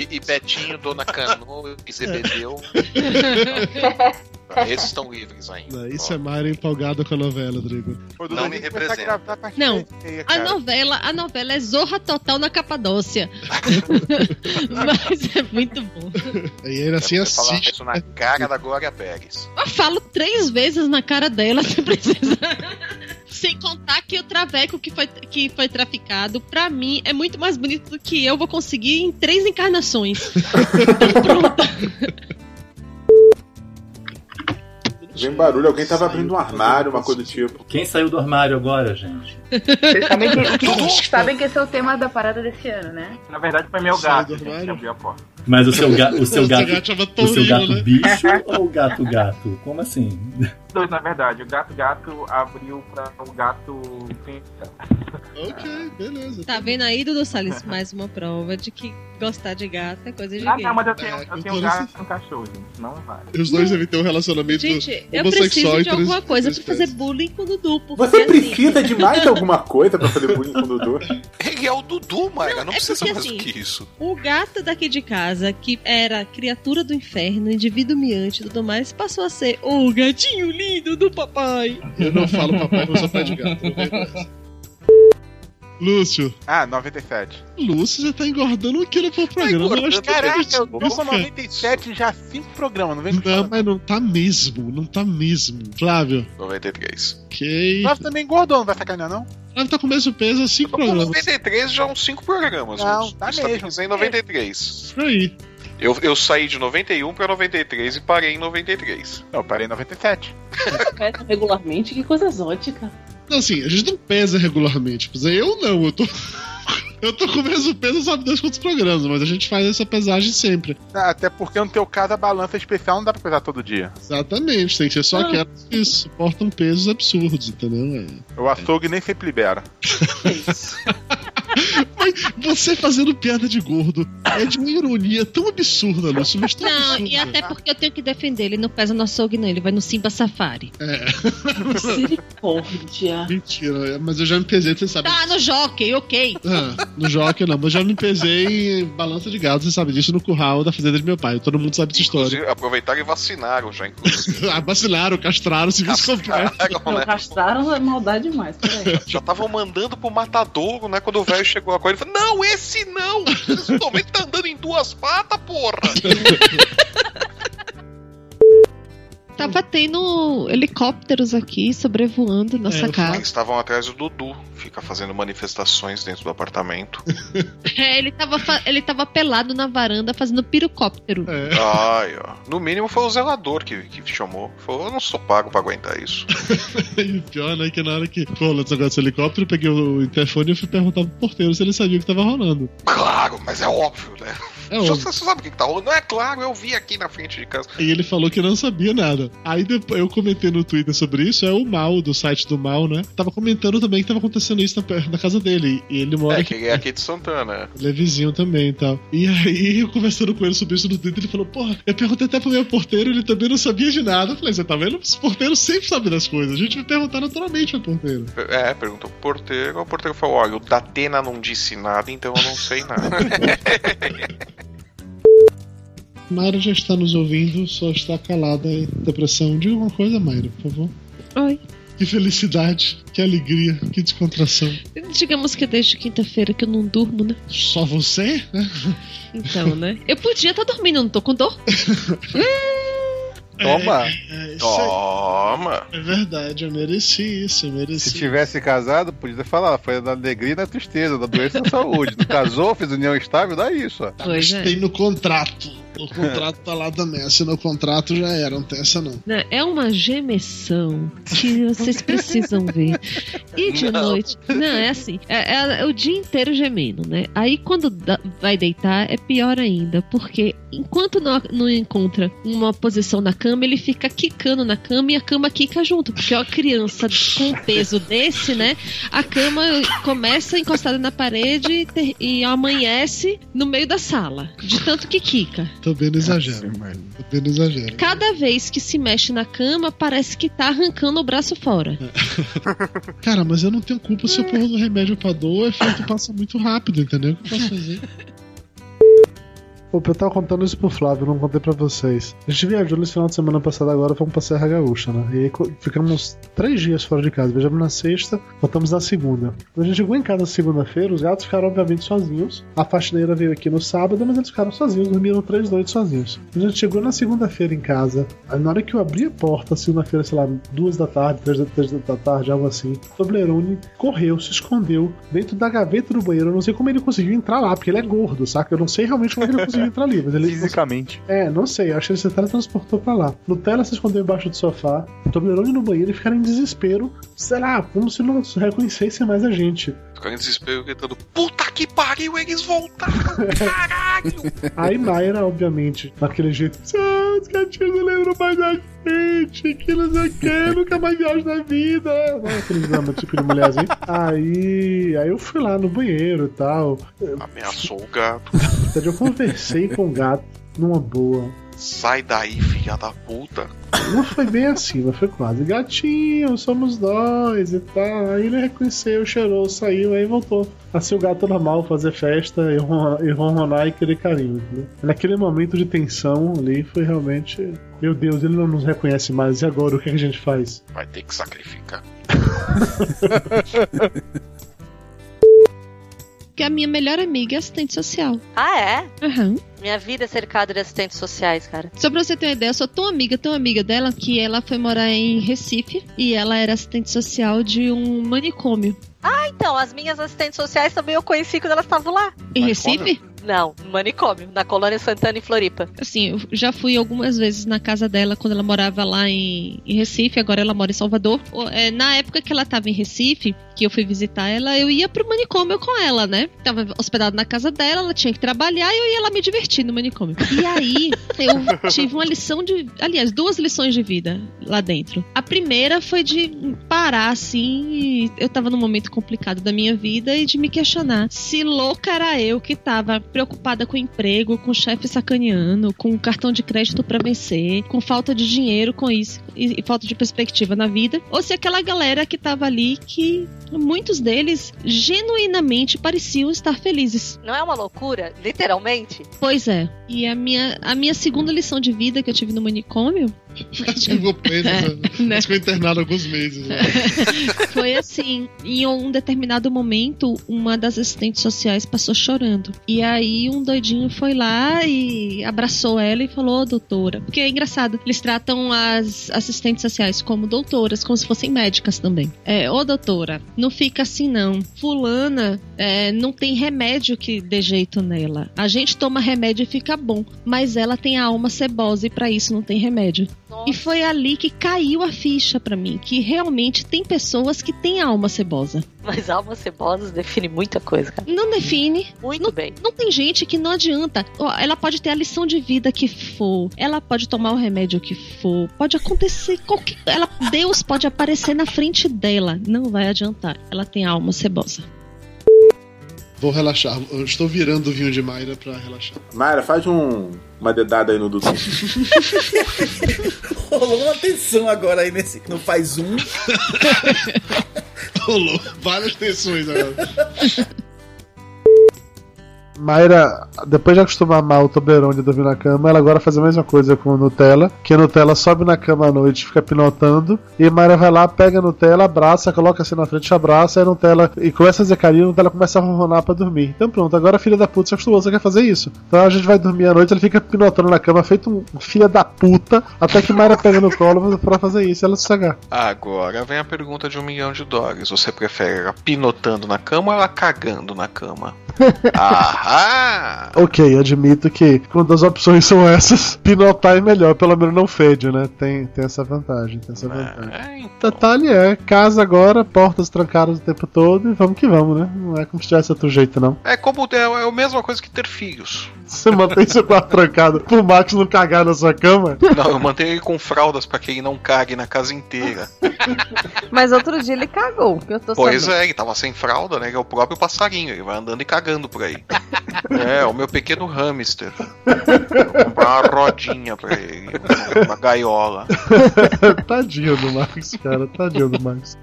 E, e Betinho, Dona Canoa <laughs> e Zebedeu. Esses estão livres ainda. Não, isso é Mário empolgado com a novela, Drigo. Não me representa. Não, a novela, a novela é Zorra Total na <laughs> Capadócia. <laughs> Mas é muito bom. E ele assim Falar assiste. isso na cara da Glória Pérez. Eu falo três vezes na cara dela, <laughs> se precisa. Sem contar que o Traveco que foi, que foi traficado, pra mim, é muito mais bonito do que eu vou conseguir em três encarnações. Vem barulho, alguém tava abrindo um armário, uma coisa do tipo. Quem saiu do armário agora, gente? Vocês sabem que, que- sabem que esse é o tema da parada desse ano, né? Na verdade, foi meu gato, gente, que abriu a porta. Mas o seu, ga o seu Seu gato. gato chama o seu Torinho, gato né? bicho ou o gato gato? Como assim? Dois, na verdade. O gato gato abriu pra o gato. Ok, beleza. Tá vendo aí, Dudu Salles? Mais uma prova de que gostar de gato é coisa de Ah, gay. não, mas eu tenho, eu tenho um tô gato e um cachorro, gente. Não vale. Os dois devem ter um relacionamento Gente, eu homossexual preciso de entre os- alguma coisa pra fazer bullying com o Dudu. porque Você assim- precisa de mais alguma coisa pra fazer bullying com o Dudu? Ele é o Dudu, Maia. Não, precisa porque, mais assim, do que isso. O gato daqui de casa, que era criatura do inferno, indivíduo miante e tudo mais, passou a ser o gatinho lindo do papai. Eu não falo papai, eu sou pai de gato. não vem com essa. Lúcio. Ah, 97. Lúcio já tá engordando aquilo pro programa. eu acho que tá Caraca, eu acreditando, tô com cara. 97 já cinco programas, não vem Não, mas não tá mesmo, não tá mesmo. Flávio, 93. ok. Flávio também engordou, não vai sacanear, não? Flávio tá com o mesmo peso há cinco programas. 93 já é uns 5 programas. Não, Os- tá os mesmo. tapetes Em 93. Por aí. Eu, eu saí de 91 pra 93 e parei em 93. Não, eu parei em 97. Pesam regularmente, que coisa exótica. Não, assim, a gente não pesa regularmente. Quer dizer, eu não, eu tô. <laughs> Eu tô com o mesmo peso, sabe Deus quantos programas, mas a gente faz essa pesagem sempre. Ah, Até porque no teu caso a balança especial não dá pra pesar todo dia. Exatamente, tem que ser só Ah. aquelas que suportam pesos absurdos, entendeu? É. O açougue nem sempre libera. Mas você fazendo piada de gordo é de uma ironia tão absurda, Lúcio, mas tão Não, absurda. e até porque eu tenho que defender, ele não pesa no açougue, não, ele vai no Simba Safari. Misericórdia. É. Mentira, mas eu já me pesei, você sabe. Tá no jockey, ok. Ah, no jockey não, mas eu já me pesei em balança de gado, você sabe disso, no curral da fazenda de meu pai. Todo mundo sabe dessa história. Inclusive, Aproveitaram e vacinaram já, <laughs> inclusive. Ah, Vacilaram, castraram, se completo. Não, castraram é maldade demais, peraí. Já estavam mandando pro matadouro, né? Quando o velho chegou agora, ele falou: Não, esse não! Esse momento tá andando em duas patas, porra! Tava tendo helicópteros aqui sobrevoando É, nossa casa. Eles estavam atrás do Dudu, fica fazendo manifestações dentro do apartamento. É, ele tava, fa- ele tava pelado na varanda fazendo pirocóptero. É. Ai, ó. No mínimo foi o zelador que, que chamou. Falou: Eu não sou pago pra aguentar isso. <laughs> E o pior, né, que na hora que rolou esse negócio do helicóptero, eu peguei o interfone e fui perguntar pro porteiro se ele sabia o que tava rolando. Claro, mas é óbvio, né? É Você- óbvio. Você sabe o que que tá rolando? É claro, eu vi aqui na frente de casa. E ele falou que não sabia nada. Aí depois eu comentei no Twitter sobre isso, é o Mal, do site do Mal, né? Tava comentando também que tava acontecendo isso na, na casa dele. E ele mora É, aqui. que é aqui de Santana. Ele é vizinho também e tal. E aí, eu conversando com ele sobre isso no Twitter, ele falou: Porra, eu perguntei até pro meu porteiro, ele também não sabia de nada. Eu falei: Você tá vendo? Os porteiros sempre sabem das coisas. A gente vai perguntar naturalmente pro porteiro. É, perguntou pro porteiro. O porteiro falou: Olha, o Datena não disse nada, então eu não sei <laughs> nada. Mayra já está nos ouvindo, só está calada em depressão. Diga alguma coisa, Mayra, por favor. Oi. Que felicidade, que alegria, que descontração. Digamos que desde quinta-feira que eu não durmo, né? Só você? <laughs> tá Então, né? Eu podia estar dormindo, não tô com dor. Toma! Toma! É verdade, eu mereci isso, é eu mereci. Se tivesse casado, podia falar, foi da alegria e da tristeza, da doença e da saúde. Não casou, fez união estável, dá isso. ó. Tá, mas tem no contrato. O contrato tá lá também. Se no contrato já era, não tem essa não. Né, É uma gemeção que vocês precisam ver. E de Não. noite. Não, é assim. É, é- é o dia inteiro gemendo, né? Aí quando dá- vai deitar, é pior ainda. Porque enquanto não, não encontra uma posição na cama, ele fica quicando na cama e a cama quica junto. Porque ó, criança com um peso desse, né? A cama começa encostada na parede e, ter- e amanhece no meio da sala. De tanto que quica. Também não exagero. Também não exagero. Cada vez que se mexe na cama, parece que tá arrancando o braço fora. Cara, mas eu não tenho culpa se eu pôr no remédio pra dor, o efeito passa muito rápido, entendeu? O que eu posso fazer? Pô, eu tava contando isso pro Flávio, eu não contei pra vocês. A gente viajou nesse final de semana passado agora, fomos pra Serra Gaúcha, né? E aí co- ficamos uns três dias fora de casa. Viajamos na sexta, voltamos na segunda. Quando a gente chegou em casa na segunda-feira, os gatos ficaram, obviamente, sozinhos. A faxineira veio aqui no sábado, mas eles ficaram sozinhos, dormiram três noites sozinhos. A gente chegou na segunda-feira em casa, aí na hora que eu abri a porta, assim, segunda-feira, sei lá, duas da tarde, três da, três da tarde, algo assim, Toblerone correu, se escondeu dentro da gaveta do banheiro. Eu não sei como ele conseguiu entrar lá, porque ele é gordo, saca? Eu não sei realmente como ele conseguiu entrar ali, mas ele Fisicamente. é, não sei, acho que ele se teletransportou pra lá. Nutella se escondeu embaixo do sofá, Toblerone no banheiro e ficaram em desespero, sei lá, como se não reconhecessem mais a gente. Ficaram em desespero gritando: Puta que pariu, eles voltaram! Aí Mayra, obviamente, naquele jeito, <laughs> Ah, os gatinhos não lembram mais da gente, que não sei o <laughs> que, nunca mais viajo na vida. né, aquele drama tipo de mulherzinha. Aí, aí eu fui lá no banheiro e tal. Ameaçou o gato. Na verdade, Eu conversei com o gato numa boa. Sai daí, filha da puta. Não foi bem assim, mas foi quase. Gatinho, somos nós e tal. Aí ele reconheceu, cheirou, saiu, aí voltou. Assim o gato normal, fazer festa e ron- e ronronar e querer carinho. entendeu? Naquele momento de tensão ali foi realmente. Meu Deus, ele não nos reconhece mais. E agora, o que, é que a gente faz? Vai ter <laughs> que sacrificar. Porque a minha melhor amiga é assistente social. Ah, é? Aham. Minha vida é cercada de assistentes sociais, cara. Só pra você ter uma ideia, eu sou tão amiga, tão amiga dela, que ela foi morar em Recife e ela era assistente social de um manicômio. Ah, então, as minhas assistentes sociais também eu conheci quando elas estavam lá. Em Recife? Não, no manicômio, na colônia Santana em Floripa. Assim, eu já fui algumas vezes na casa dela quando ela morava lá em, em Recife, agora ela mora em Salvador. O- é, na época que ela tava em Recife, que eu fui visitar ela, eu ia pro manicômio com ela, né? Tava hospedado na casa dela, ela tinha que trabalhar e eu ia lá me divertir no manicômio. E aí, eu tive uma lição de. Aliás, duas lições de vida lá dentro. A primeira foi de parar, assim. e Eu tava num momento complicado da minha vida e de me questionar se louca era eu que tava preocupada com o emprego, com o chefe sacaneando, com o cartão de crédito pra vencer, com falta de dinheiro com isso e, e falta de perspectiva na vida, ou se aquela galera que tava ali que muitos deles genuinamente pareciam estar felizes. Não é uma loucura, literalmente? Pois é. E a minha, a minha segunda lição de vida que eu tive no manicômio <laughs> Ficou preso, né? ficou internado alguns meses. né? Foi assim, em um determinado momento, uma das assistentes sociais passou chorando. E aí um doidinho foi lá e abraçou ela e falou, "Ô, doutora. Porque é engraçado, eles tratam as assistentes sociais como doutoras, como se fossem médicas também. É, ô doutora, não fica assim não. Fulana é, não tem remédio que dê jeito nela. A gente toma remédio e fica bom. Mas ela tem a alma cebosa e pra isso não tem remédio. E foi ali que caiu a ficha pra mim, que realmente tem pessoas que têm alma cebosa. Mas almas cebosas define muita coisa, cara. Não define. Muito não, bem. Não tem gente que não adianta. Ó, Ela pode ter a lição de vida que for, ela pode tomar o remédio que for, pode acontecer qualquer. Ela, Deus pode aparecer na frente dela. Não vai adiantar. Ela tem alma cebosa. Vou relaxar. Eu estou virando o vinho de Mayra pra relaxar. Mayra, faz um, uma dedada aí no Dudu. <laughs> Rolou uma tensão agora aí nesse. Não faz um. Rolou várias tensões agora. Mayra, depois de acostumar mal o Toblerone e dormir na cama, ela agora faz a mesma coisa com o Nutella, que a Nutella sobe na cama à noite, fica pinotando, e Mayra vai lá, pega a Nutella, abraça, coloca assim na frente, abraça, e a Nutella, e começa a dizer carinho, a Nutella começa a ronronar pra dormir. Então pronto, agora a filha da puta se acostumou, só quer fazer isso. Então a gente vai dormir à noite, ela fica pinotando na cama, feito um filha da puta, até que Mayra pega no colo pra fazer isso, ela sossegar. Agora vem a pergunta de um milhão de dólares. Você prefere ela pinotando na cama ou ela cagando na cama? Ah. Ahá! Ok, admito que quando as opções são essas, <laughs> pinotar é melhor, pelo menos não fede, né? Tem, tem essa vantagem, tem essa vantagem. Detalhe é, casa agora, portas trancadas o tempo todo e vamos que vamos, né? Não é como se tivesse outro jeito, não. <laughs> É como é, é a mesma coisa que ter filhos. Você mantém seu quarto trancado pro Max não cagar na sua cama? Não, eu mantenho ele com fraldas pra que ele não cague na casa inteira. Mas outro dia ele cagou, que eu tô Pois sabendo. é, ele tava sem fralda, né? Ele é o próprio passarinho, ele vai andando e cagando por <laughs> aí. É, o meu pequeno hamster. Vou comprar uma rodinha pra ele, uma gaiola. <laughs> tadinho do Max, cara, tadinho do Max.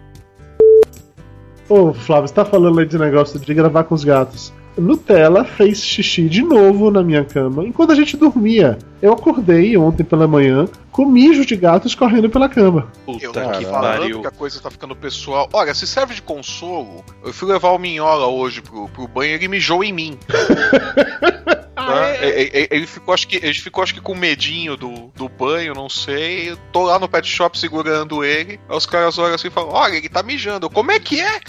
Ô, Flávio, você tá falando aí de negócio de gravar com os gatos. Nutella fez xixi de novo na minha cama enquanto a gente dormia. Eu acordei ontem pela manhã com mijo de gatos correndo pela cama. eu tô aqui falando que a coisa tá ficando pessoal. Olha, se serve de consolo, eu fui levar o Minhola hoje pro, pro banho e ele mijou em mim. Tá? E- e- e- Ele ficou, acho que, ele ficou acho que com medinho do, do banho, não sei. Eu tô lá no pet shop segurando ele. Aí os caras olham assim e falam: Olha, ele tá mijando. Eu, Como é que é?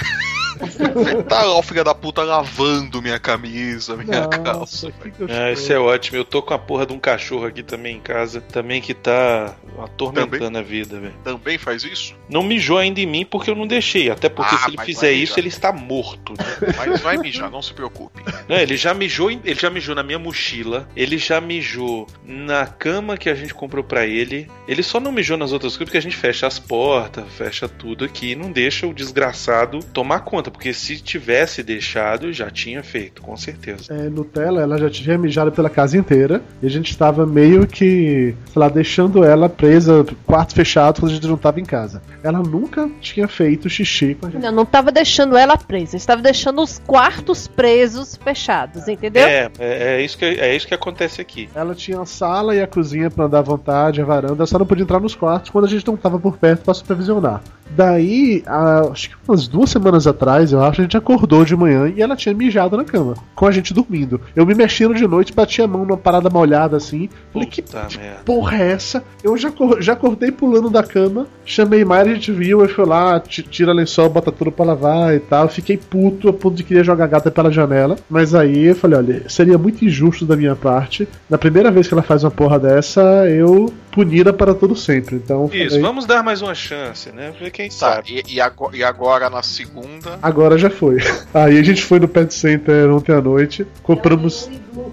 tá lá o filho da puta lavando minha camisa, minha calça. Ah, isso é ótimo. Eu tô com a porra de um cachorro aqui também em casa, também que tá atormentando a vida, velho. Também faz isso? Não mijou ainda em mim porque eu não deixei. Até porque Ah, se ele mas fizer vai isso, mijar. ele está morto. né? <laughs> Mas vai mijar, não se preocupe. Não, ele já mijou, em- ele já mijou na minha mochila, ele já mijou na cama que a gente comprou pra ele. Ele só não mijou nas outras coisas porque a gente fecha as portas, fecha tudo aqui, e não deixa o desgraçado tomar conta, porque se tivesse deixado, já tinha feito, com certeza. É, Nutella, ela já tinha mijado pela casa inteira. E a gente estava meio que, sei lá, deixando ela presa, quarto fechado, quando a gente não tava em casa. Ela nunca tinha feito xixi com a gente. Não, não tava deixando ela presa, estava deixando os quartos presos fechados, entendeu? É, é, é isso que é isso que acontece aqui. Ela tinha a sala e a cozinha pra andar à vontade, a varanda, ela só não podia entrar nos quartos quando a gente não tava por perto pra supervisionar. Daí, a- acho que umas duas semanas atrás, eu acho, a gente acordou de manhã e ela tinha mijado na cama, com a gente dormindo. Eu me mexendo de noite, bati a mão numa parada molhada assim, falei, que Tá merda. porra é essa? Eu já, acor- já acordei pulando da cama, chamei Mayra, a gente viu, eu fui lá, ti- tira lençol, bota tudo pra lavar e tal. Fiquei puto a ponto de querer jogar a gata pela janela. Mas aí eu falei, olha, seria muito injusto da minha parte. Na primeira vez que ela faz uma porra dessa, eu punira para todo sempre. Então, Isso, falei, vamos dar mais uma chance, né? Ver quem Tá, e, e ago- e agora na segunda. Agora já foi. Aí a gente foi no Pet Center ontem à noite, compramos.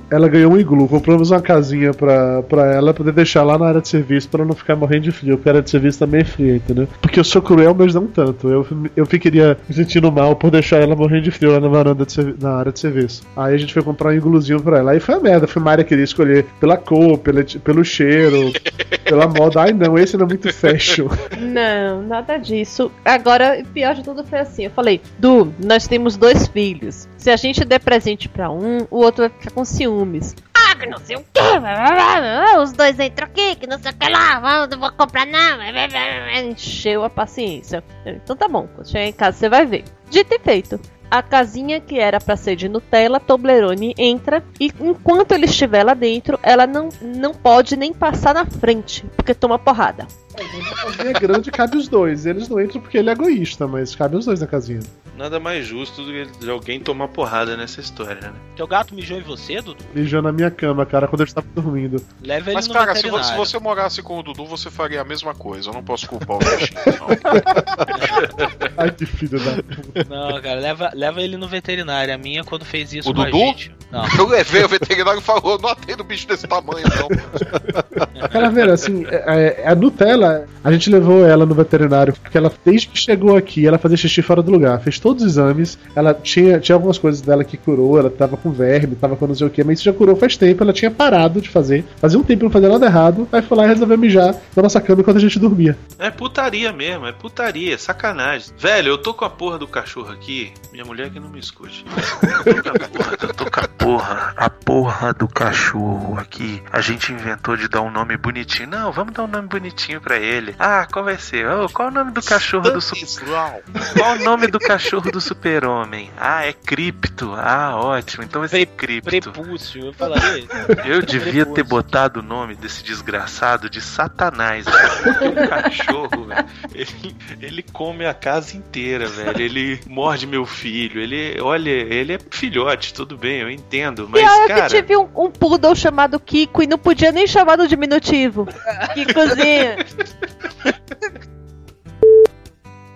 Ela ganhou um iglu, compramos uma casinha pra, pra ela poder deixar lá na área de serviço pra ela não ficar morrendo de frio, porque a área de serviço também é fria, entendeu? Porque eu sou cruel, mas não tanto. Eu, eu ficaria me sentindo mal por deixar ela morrendo de frio lá na varanda de servi- na área de serviço. Aí a gente foi comprar um igluzinho pra ela. Aí foi a merda, foi uma área que queria escolher pela cor, pela, pelo cheiro, pela moda. Ai não, esse não é muito <laughs> fashion. Não, nada disso. Agora, o pior de tudo foi assim: eu falei, Du, nós temos dois filhos. Se a gente der presente pra um, o outro vai ficar com ciúmes. <laughs> Ah, que não sei o que, os dois entram aqui, que não sei o que lá, vamos, não vou comprar não. Encheu a paciência. Então tá bom, quando chegar em casa você vai ver. Dito e feito. A casinha que era pra ser de Nutella, Toblerone entra e enquanto ele estiver lá dentro, ela não, não pode nem passar na frente, porque toma porrada. A casinha é grande cabe os dois. Eles não entram porque ele é egoísta, mas cabe os dois na casinha. Nada mais justo do que de alguém tomar porrada nessa história, né? Teu gato mijou em você, Dudu? Mijou na minha cama, cara, quando eu estava dormindo. Leva ele Mas, no cara, se vo- se você, veterinário. morasse com o Dudu, você faria a mesma coisa. Eu não posso culpar o bichinho, Ai, que filho da puta. Não, cara, leva, leva ele no veterinário. A minha, quando fez isso O com Dudu? a gente... Não. <laughs> Eu levei o <laughs> veterinário e falou: não atendo bicho desse tamanho, não. Cara, velho, assim, é- é- a Nutella lá, a gente levou ela no veterinário, porque ela, desde que chegou aqui, ela fazia xixi fora do lugar. Fez todos os exames, ela tinha, tinha algumas coisas dela que curou, ela tava com verme, tava com não sei o que, mas isso já curou faz tempo, ela tinha parado de fazer. Fazia um tempo que não fazia nada errado, aí foi lá e resolveu mijar na nossa cama enquanto a gente dormia. É putaria mesmo, é putaria, é sacanagem. Velho, eu tô com a porra do cachorro aqui, minha mulher que não <laughs> me escute. Eu tô com a porra, a porra do cachorro aqui. A gente inventou de dar um nome bonitinho. Não, vamos dar um nome bonitinho pra ele. Ah, qual vai ser? Ô, qual é o nome <laughs> do cachorro do super... Qual é o nome do cachorro do super-homem? Ah, é Cripto. Ah, ótimo. Então vai ser Cripto. Prepúcio, eu falaria isso. Eu devia ter botado o nome desse desgraçado de Satanás. O cachorro, velho. Ele, ele come a casa inteira, velho. Ele morde meu filho. Ele, olha, ele é filhote, tudo bem, eu entendo. Mas, Pior cara. é que tive um, um poodle chamado Kiko e não podia nem chamar no diminutivo. Kikozinho.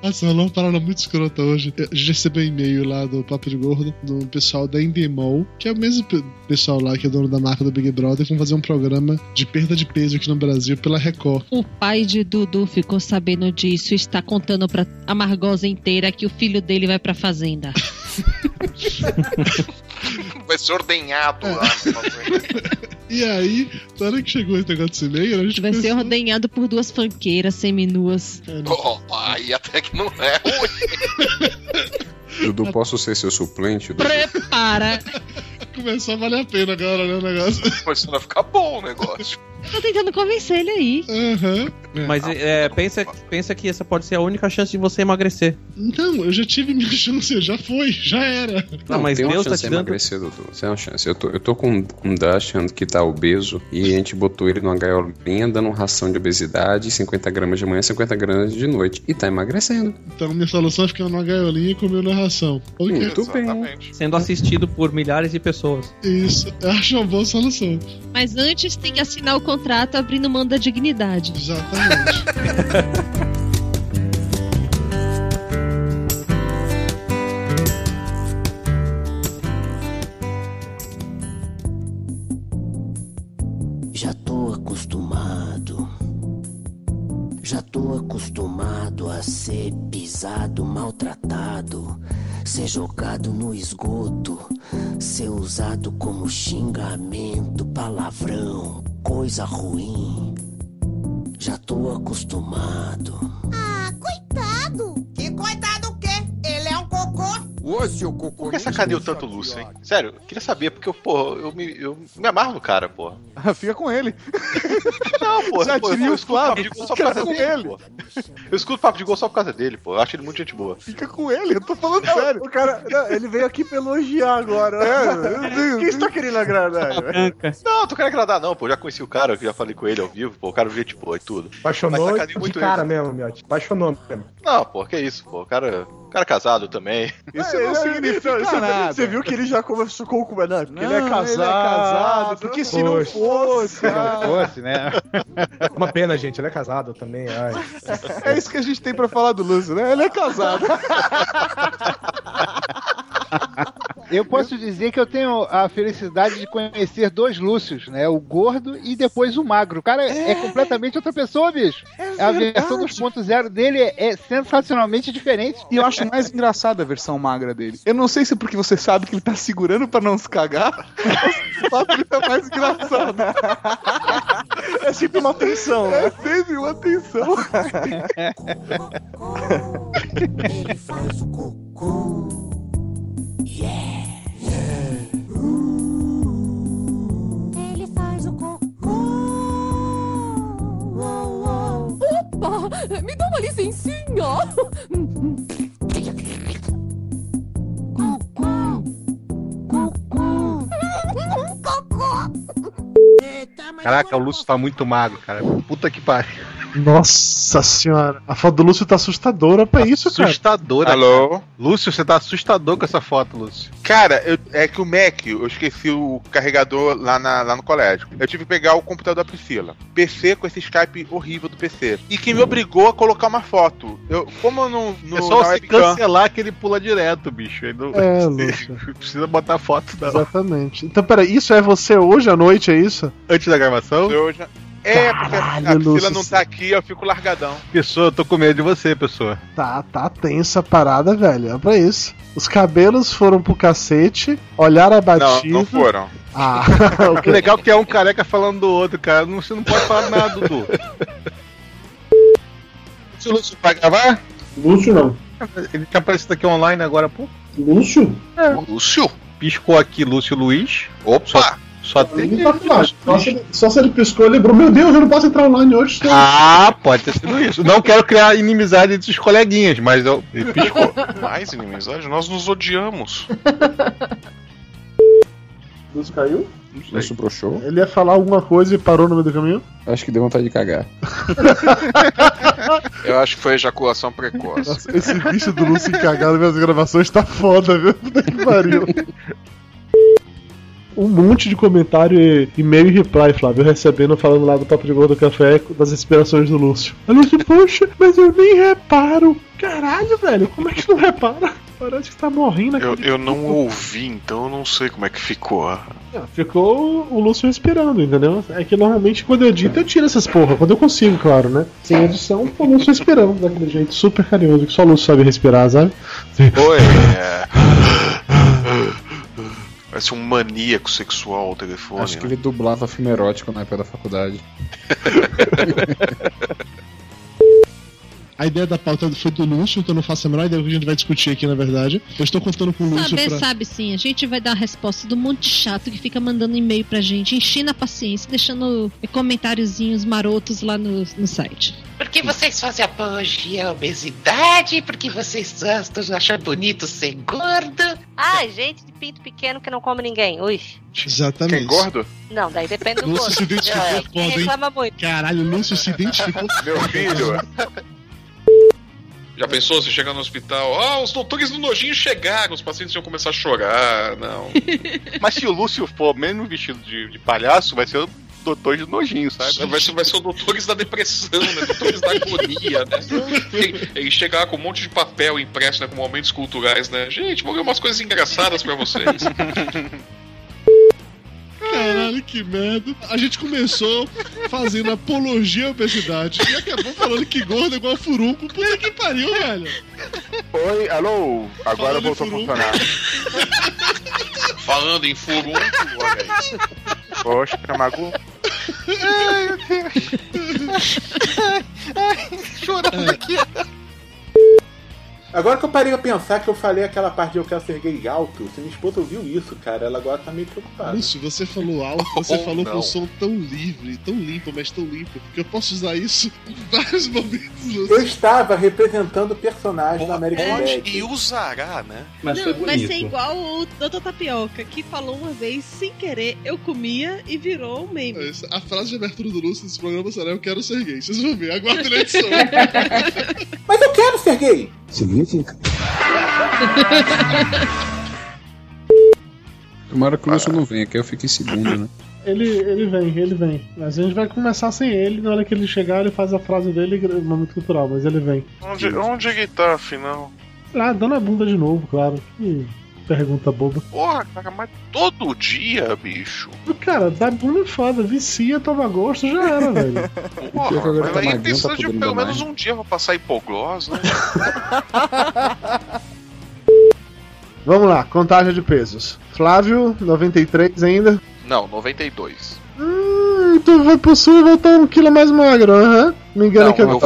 Nossa, rolou uma parada muito escrota hoje. A gente recebeu um e-mail lá do Papo de Gordo, do pessoal da Endemol, que é o mesmo pe- pessoal lá que é dono da marca do Big Brother, que vão fazer um programa de perda de peso aqui no Brasil pela Record. O pai de Dudu ficou sabendo disso e está contando pra Amargosa inteira que o filho dele vai pra fazenda. Vai ser <laughs> ordenhado lá. E aí, na hora que chegou esse negócio desse e-mail, a É. gente Vai ser pensou- ordenhado por duas fanqueiras seminuas. Ó, aí até que não é Dudu, posso ser seu suplente? Dudu? Prepara! <laughs> Começou a valer a pena agora, né, o negócio. Começou a ficar <laughs> bom o negócio. Tô tentando convencer ele aí. Aham. Mas é, pensa, pensa que essa pode ser a única chance de você emagrecer. Então, eu já tive minha <laughs> chance, já foi, já era. Não, mas tá tem uma tá chance de emagrecer, Dudu. Tem uma chance. Eu tô, eu tô com um Dash que tá obeso e a gente botou ele numa gaiolinha dando um ração de obesidade, 50 gramas de manhã, 50 gramas de noite. E tá emagrecendo. Então, minha solução é ficar numa gaiolinha e comer na ração. Ok. Sendo assistido por milhares de pessoas. Isso, eu acho uma boa solução. Mas antes tem que assinar o contrato abrindo mão da dignidade. Exatamente. Já tô acostumado. Já tô acostumado a ser pisado, maltratado, ser jogado no esgoto, ser usado como xingamento, palavrão, coisa ruim. Já tô acostumado. Ah, coitado! Que coitado o quê? Ele é um cocô? <laughs> Ô, seu cocô. Por que sacaneou tanto o Lúcio, hein? Sério, eu queria saber, porque, eu, pô, eu me, eu me amarro no cara, pô. <laughs> Fica com ele. <laughs> Não, pô, Já pô, eu, diria eu o escuto o papo Flávio, de gol só por fica causa com dele, ele. pô. Eu escuto o papo de gol só por causa dele, pô. Eu acho ele muito gente boa. Fica <laughs> com ele, eu tô falando sério. O cara, ele veio aqui pra elogiar agora. É, <laughs> Quem está querendo agradar? Não, eu tô querendo agradar, não, pô. Já conheci o cara, eu já falei com ele ao vivo, pô. O cara é gente boa e tudo. Mas Apaixonou sacaneei de muito cara mesmo, Miotti. Apaixonou mesmo. Não, pô, que isso, pô. O cara, o cara é casado também. Isso É, não significa isso- nada. Você viu que ele já conversou com o Kubernetes? Porque ele é Não, casado. ele é casado, porque se não fosse. ah. né? <laughs> Uma pena, gente, ele é casado também. Ai. É isso que a gente tem pra falar do Lúcio, né? Ele é casado. Eu posso dizer que eu tenho a felicidade de conhecer dois Lúcios, né? O gordo e depois o magro. O cara é, completamente outra pessoa, bicho. É a versão 2.0 dele é, é sensacionalmente diferente. E eu acho mais engraçada a versão magra dele. Eu não sei se é porque você sabe que ele tá segurando pra não se cagar, mas só que ele tá mais engraçado. É sempre uma tensão. É sempre uma tensão. Ele faz o cocô. Yeah. Ele <laughs> faz o cocô. Opa! <laughs> Me dá uma licencinha! Caraca, o Lúcio tá muito magro, cara. Puta que pariu. Nossa senhora, a foto do Lúcio tá assustadora pra isso, cara. Assustadora. Alô? né, cara. Lúcio, você tá assustador com essa foto, Lúcio. Cara, eu- é que o Mac, eu esqueci o carregador lá, na- lá no colégio. Eu tive que pegar o computador da Priscila. PC com esse Skype horrível do PC. E que me obrigou a colocar uma foto. Eu, como eu não. No, é só na você webcam- cancelar que ele pula direto, bicho. Ele não É, Lúcio. <laughs> precisa botar foto, não. Exatamente. Então, peraí, isso é você hoje à noite, é isso? Antes da gravação? Eu já- É, porque a, a Caralho, Priscila Lúcio. não tá aqui, eu fico largadão. Pessoa, eu tô com medo de você, pessoa. Tá, tá tensa a parada, velho. É pra isso. Os cabelos foram pro cacete, olhar abatido. Não, não foram. Ah, <laughs> O ok. legal que é um careca falando do outro, cara. Não, você não pode falar nada, Dudu. é Lúcio, Lúcio, vai gravar? Lúcio não. Ele tá aparecendo aqui online agora, pô. Lúcio? É. Lúcio? Piscou aqui Lúcio Luiz. Opa! Só, só tem. Ele tá lá. Só se ele- Só se ele piscou e lembrou: Meu Deus, eu não posso entrar online hoje. tá?" Ah, pode ter sido isso. Não quero criar inimizade entre os coleguinhas, mas eu. Ele piscou. Mais inimizade, nós nos odiamos. Lúcio caiu? Isso broxou? Ele ia falar alguma coisa e parou no meio do caminho? Acho que deu vontade de cagar. Eu acho que foi ejaculação precoce. Nossa, esse bicho do Lúcio cagado nas gravações tá foda, viu? Puta que pariu. Um monte de comentário e e-mail e reply, Flávio, recebendo, falando lá do Papo de Gordo Café, das inspirações do Lúcio. Aí o Lúcio, poxa, mas eu nem reparo. Caralho, velho, como é que não repara? Parece que tá morrendo Eu, aqui. eu não ouvi, então eu não sei como é que ficou. Ficou o Lúcio respirando, entendeu? É que normalmente quando eu edito eu tiro essas porra, quando eu consigo, claro, né? Sem edição, o Lúcio respirando daquele jeito super carinhoso que só o Lúcio sabe respirar, sabe? <laughs> Oi. É... Parece um maníaco sexual o telefone. né? Acho que ele dublava filme erótico na época da faculdade. A ideia da pauta foi do Lúcio, então eu não faço a menor ideia do que a gente vai discutir aqui, na verdade. Eu estou contando com o Lúcio Saber pra... sabe sim, a gente vai dar a resposta do monte chato que fica mandando e-mail pra gente, enchendo a paciência, deixando comentáriozinhos marotos lá no, no site. Por que vocês fazem apologia à obesidade? Por que vocês gostam de achar bonito ser gordo? Ai, gente de pinto pequeno que não come ninguém. Ui. Exatamente. Quem gordo? Não, daí depende do Lúcio gosto. se identificou É, com quem gordo, hein? reclama muito. Caralho, o Lúcio se identificou. Meu filho. Já pensou se chegar no hospital? Ah, os doutores do nojinho chegaram, os pacientes iam começar a chorar. Não. <laughs> Mas se o Lúcio for mesmo vestido de, de palhaço, vai ser o doutor de nojinho, sabe? Vai ser, vai ser o doutores da depressão, né? Doutores da agonia, né? Ele, ele chegar com um monte de papel impresso, né? Com momentos culturais, né? Gente, vou ver umas coisas engraçadas pra vocês. Caralho, que merda. A gente começou fazendo apologia à obesidade e acabou falando que gordo é igual furunco. Puta que pariu, velho. <laughs> Oi, alô? Agora voltou a funcionar. Falando em fogo, olha aí. Poxa, Magu. Ai, meu Deus. Ai, ai, chorando aqui. Agora que eu parei a pensar que eu falei aquela parte de eu quero ser gay alto, se minha esposa ouviu isso, cara, ela agora tá meio preocupada. Lúcio, você falou alto, você Ou falou com <laughs> não. um som tão livre, tão limpo, mas tão limpo, que eu posso usar isso em vários momentos, Lúcio. Eu estava representando o personagem da American Pode Dad. e usará, né? Mas não, foi vai bonito. ser igual o Doutor Tapioca, que falou uma vez, sem querer, eu comia e virou um meme. A frase de abertura do Lúcio nesse programa será Eu quero ser gay. Vocês vão ver, aguardem na edição. <laughs> Mas eu quero ser gay! Significa? Tomara que o Lúcio não venha, que aí eu fique em segundo, né? Ele, ele vem, ele vem. Mas a gente vai começar sem ele. Na hora que ele chegar, ele faz a frase dele no momento cultural, mas ele vem. Onde, onde ele tá, afinal? Ah, dando a bunda de novo, claro. Que pergunta boba. Porra, cara, mas todo dia, bicho. Cara, dar bunda é foda, vicia, toma gosto, já era, velho. Porra, agora mas tá aí magrinho, precisa tá de podendo pelo dar menos mais. um dia pra passar hipoglós, <laughs> né? <laughs> Vamos lá, contagem de pesos. Flávio, 93 ainda. Não, 92. Hum, então vai pro sul e voltar um quilo mais magro, aham. Me engana Não, que é eu- eu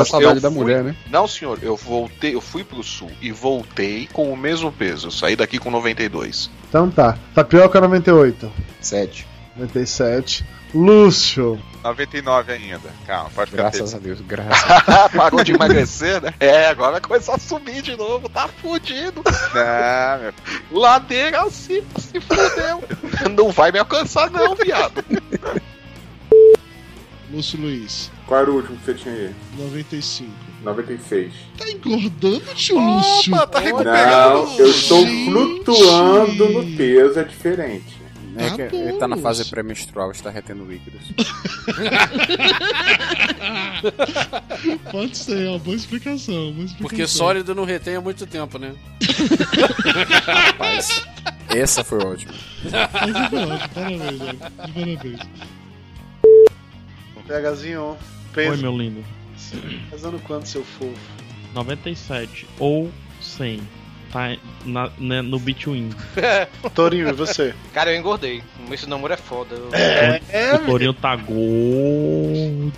fui- né? Não, senhor, eu voltei, eu fui pro sul e voltei com o mesmo peso. Eu saí daqui com 92. Então tá. Tapioca, 98. 7. 97. Lúcio. 99 ainda. Calma, pode ficar. Graças a Deus, graças. <laughs> Parou de emagrecer, né? É, agora vai começar a subir de novo, tá fudido. Ah, meu filho. Ladeira assim, se fudeu. Não vai me alcançar, não, viado. Lúcio Luiz, Qual era o último que você tinha aí? 95. 96. Tá engordando, tio Lúcio? Opa, tá Não, eu estou flutuando no peso, é diferente. É Ah, que ele tá na fase pré-menstrual, está retendo líquidos. <laughs> Pode ser, é uma boa explicação. uma boa explicação. Porque sólido não retém há muito tempo, né? Rapaz, essa foi <laughs> ótima. né? Mas é verdade, parabéns, velho. De parabéns. Pegazinho, Oi, peso. meu lindo. Pesando quanto, seu fofo? 97 ou 100. Tá na, né, no between. É. Torinho, e você? Cara, eu engordei. Esse namoro é foda. Eu- É, o Torinho tá gordo.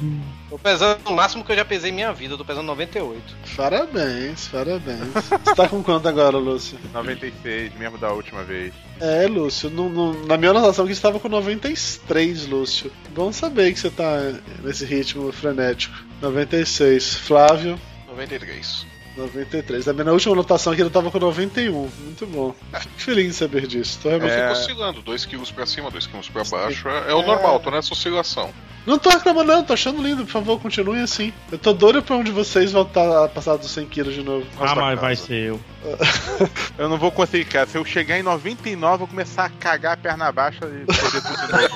Tô pesando o máximo que eu já pesei em minha vida. Eu tô pesando 98. Parabéns, parabéns. Você tá com quanto agora, Lúcio? 96, mesmo da última vez. É, Lúcio, no- no- na minha anotação que estava com 93, Lúcio. Bom saber que você tá nesse ritmo frenético. 96. Flávio, 93. 93. Também na última anotação aqui ele tava com 91. Muito bom. Fico feliz em saber disso. tá? Tô Eu É. É. realmente- fico oscilando, 2 quilos pra cima, 2 quilos pra baixo. É, é o normal, tô nessa oscilação. Não tô reclamando, não, tô achando lindo, por favor, continuem assim. Eu tô doido pra um de vocês voltar a passar dos 100 quilos de novo. Ah, mas vai ser eu. <laughs> Eu não vou conseguir, cara. Se eu chegar em 99, eu vou começar a cagar a perna baixa e perder tudo de novo.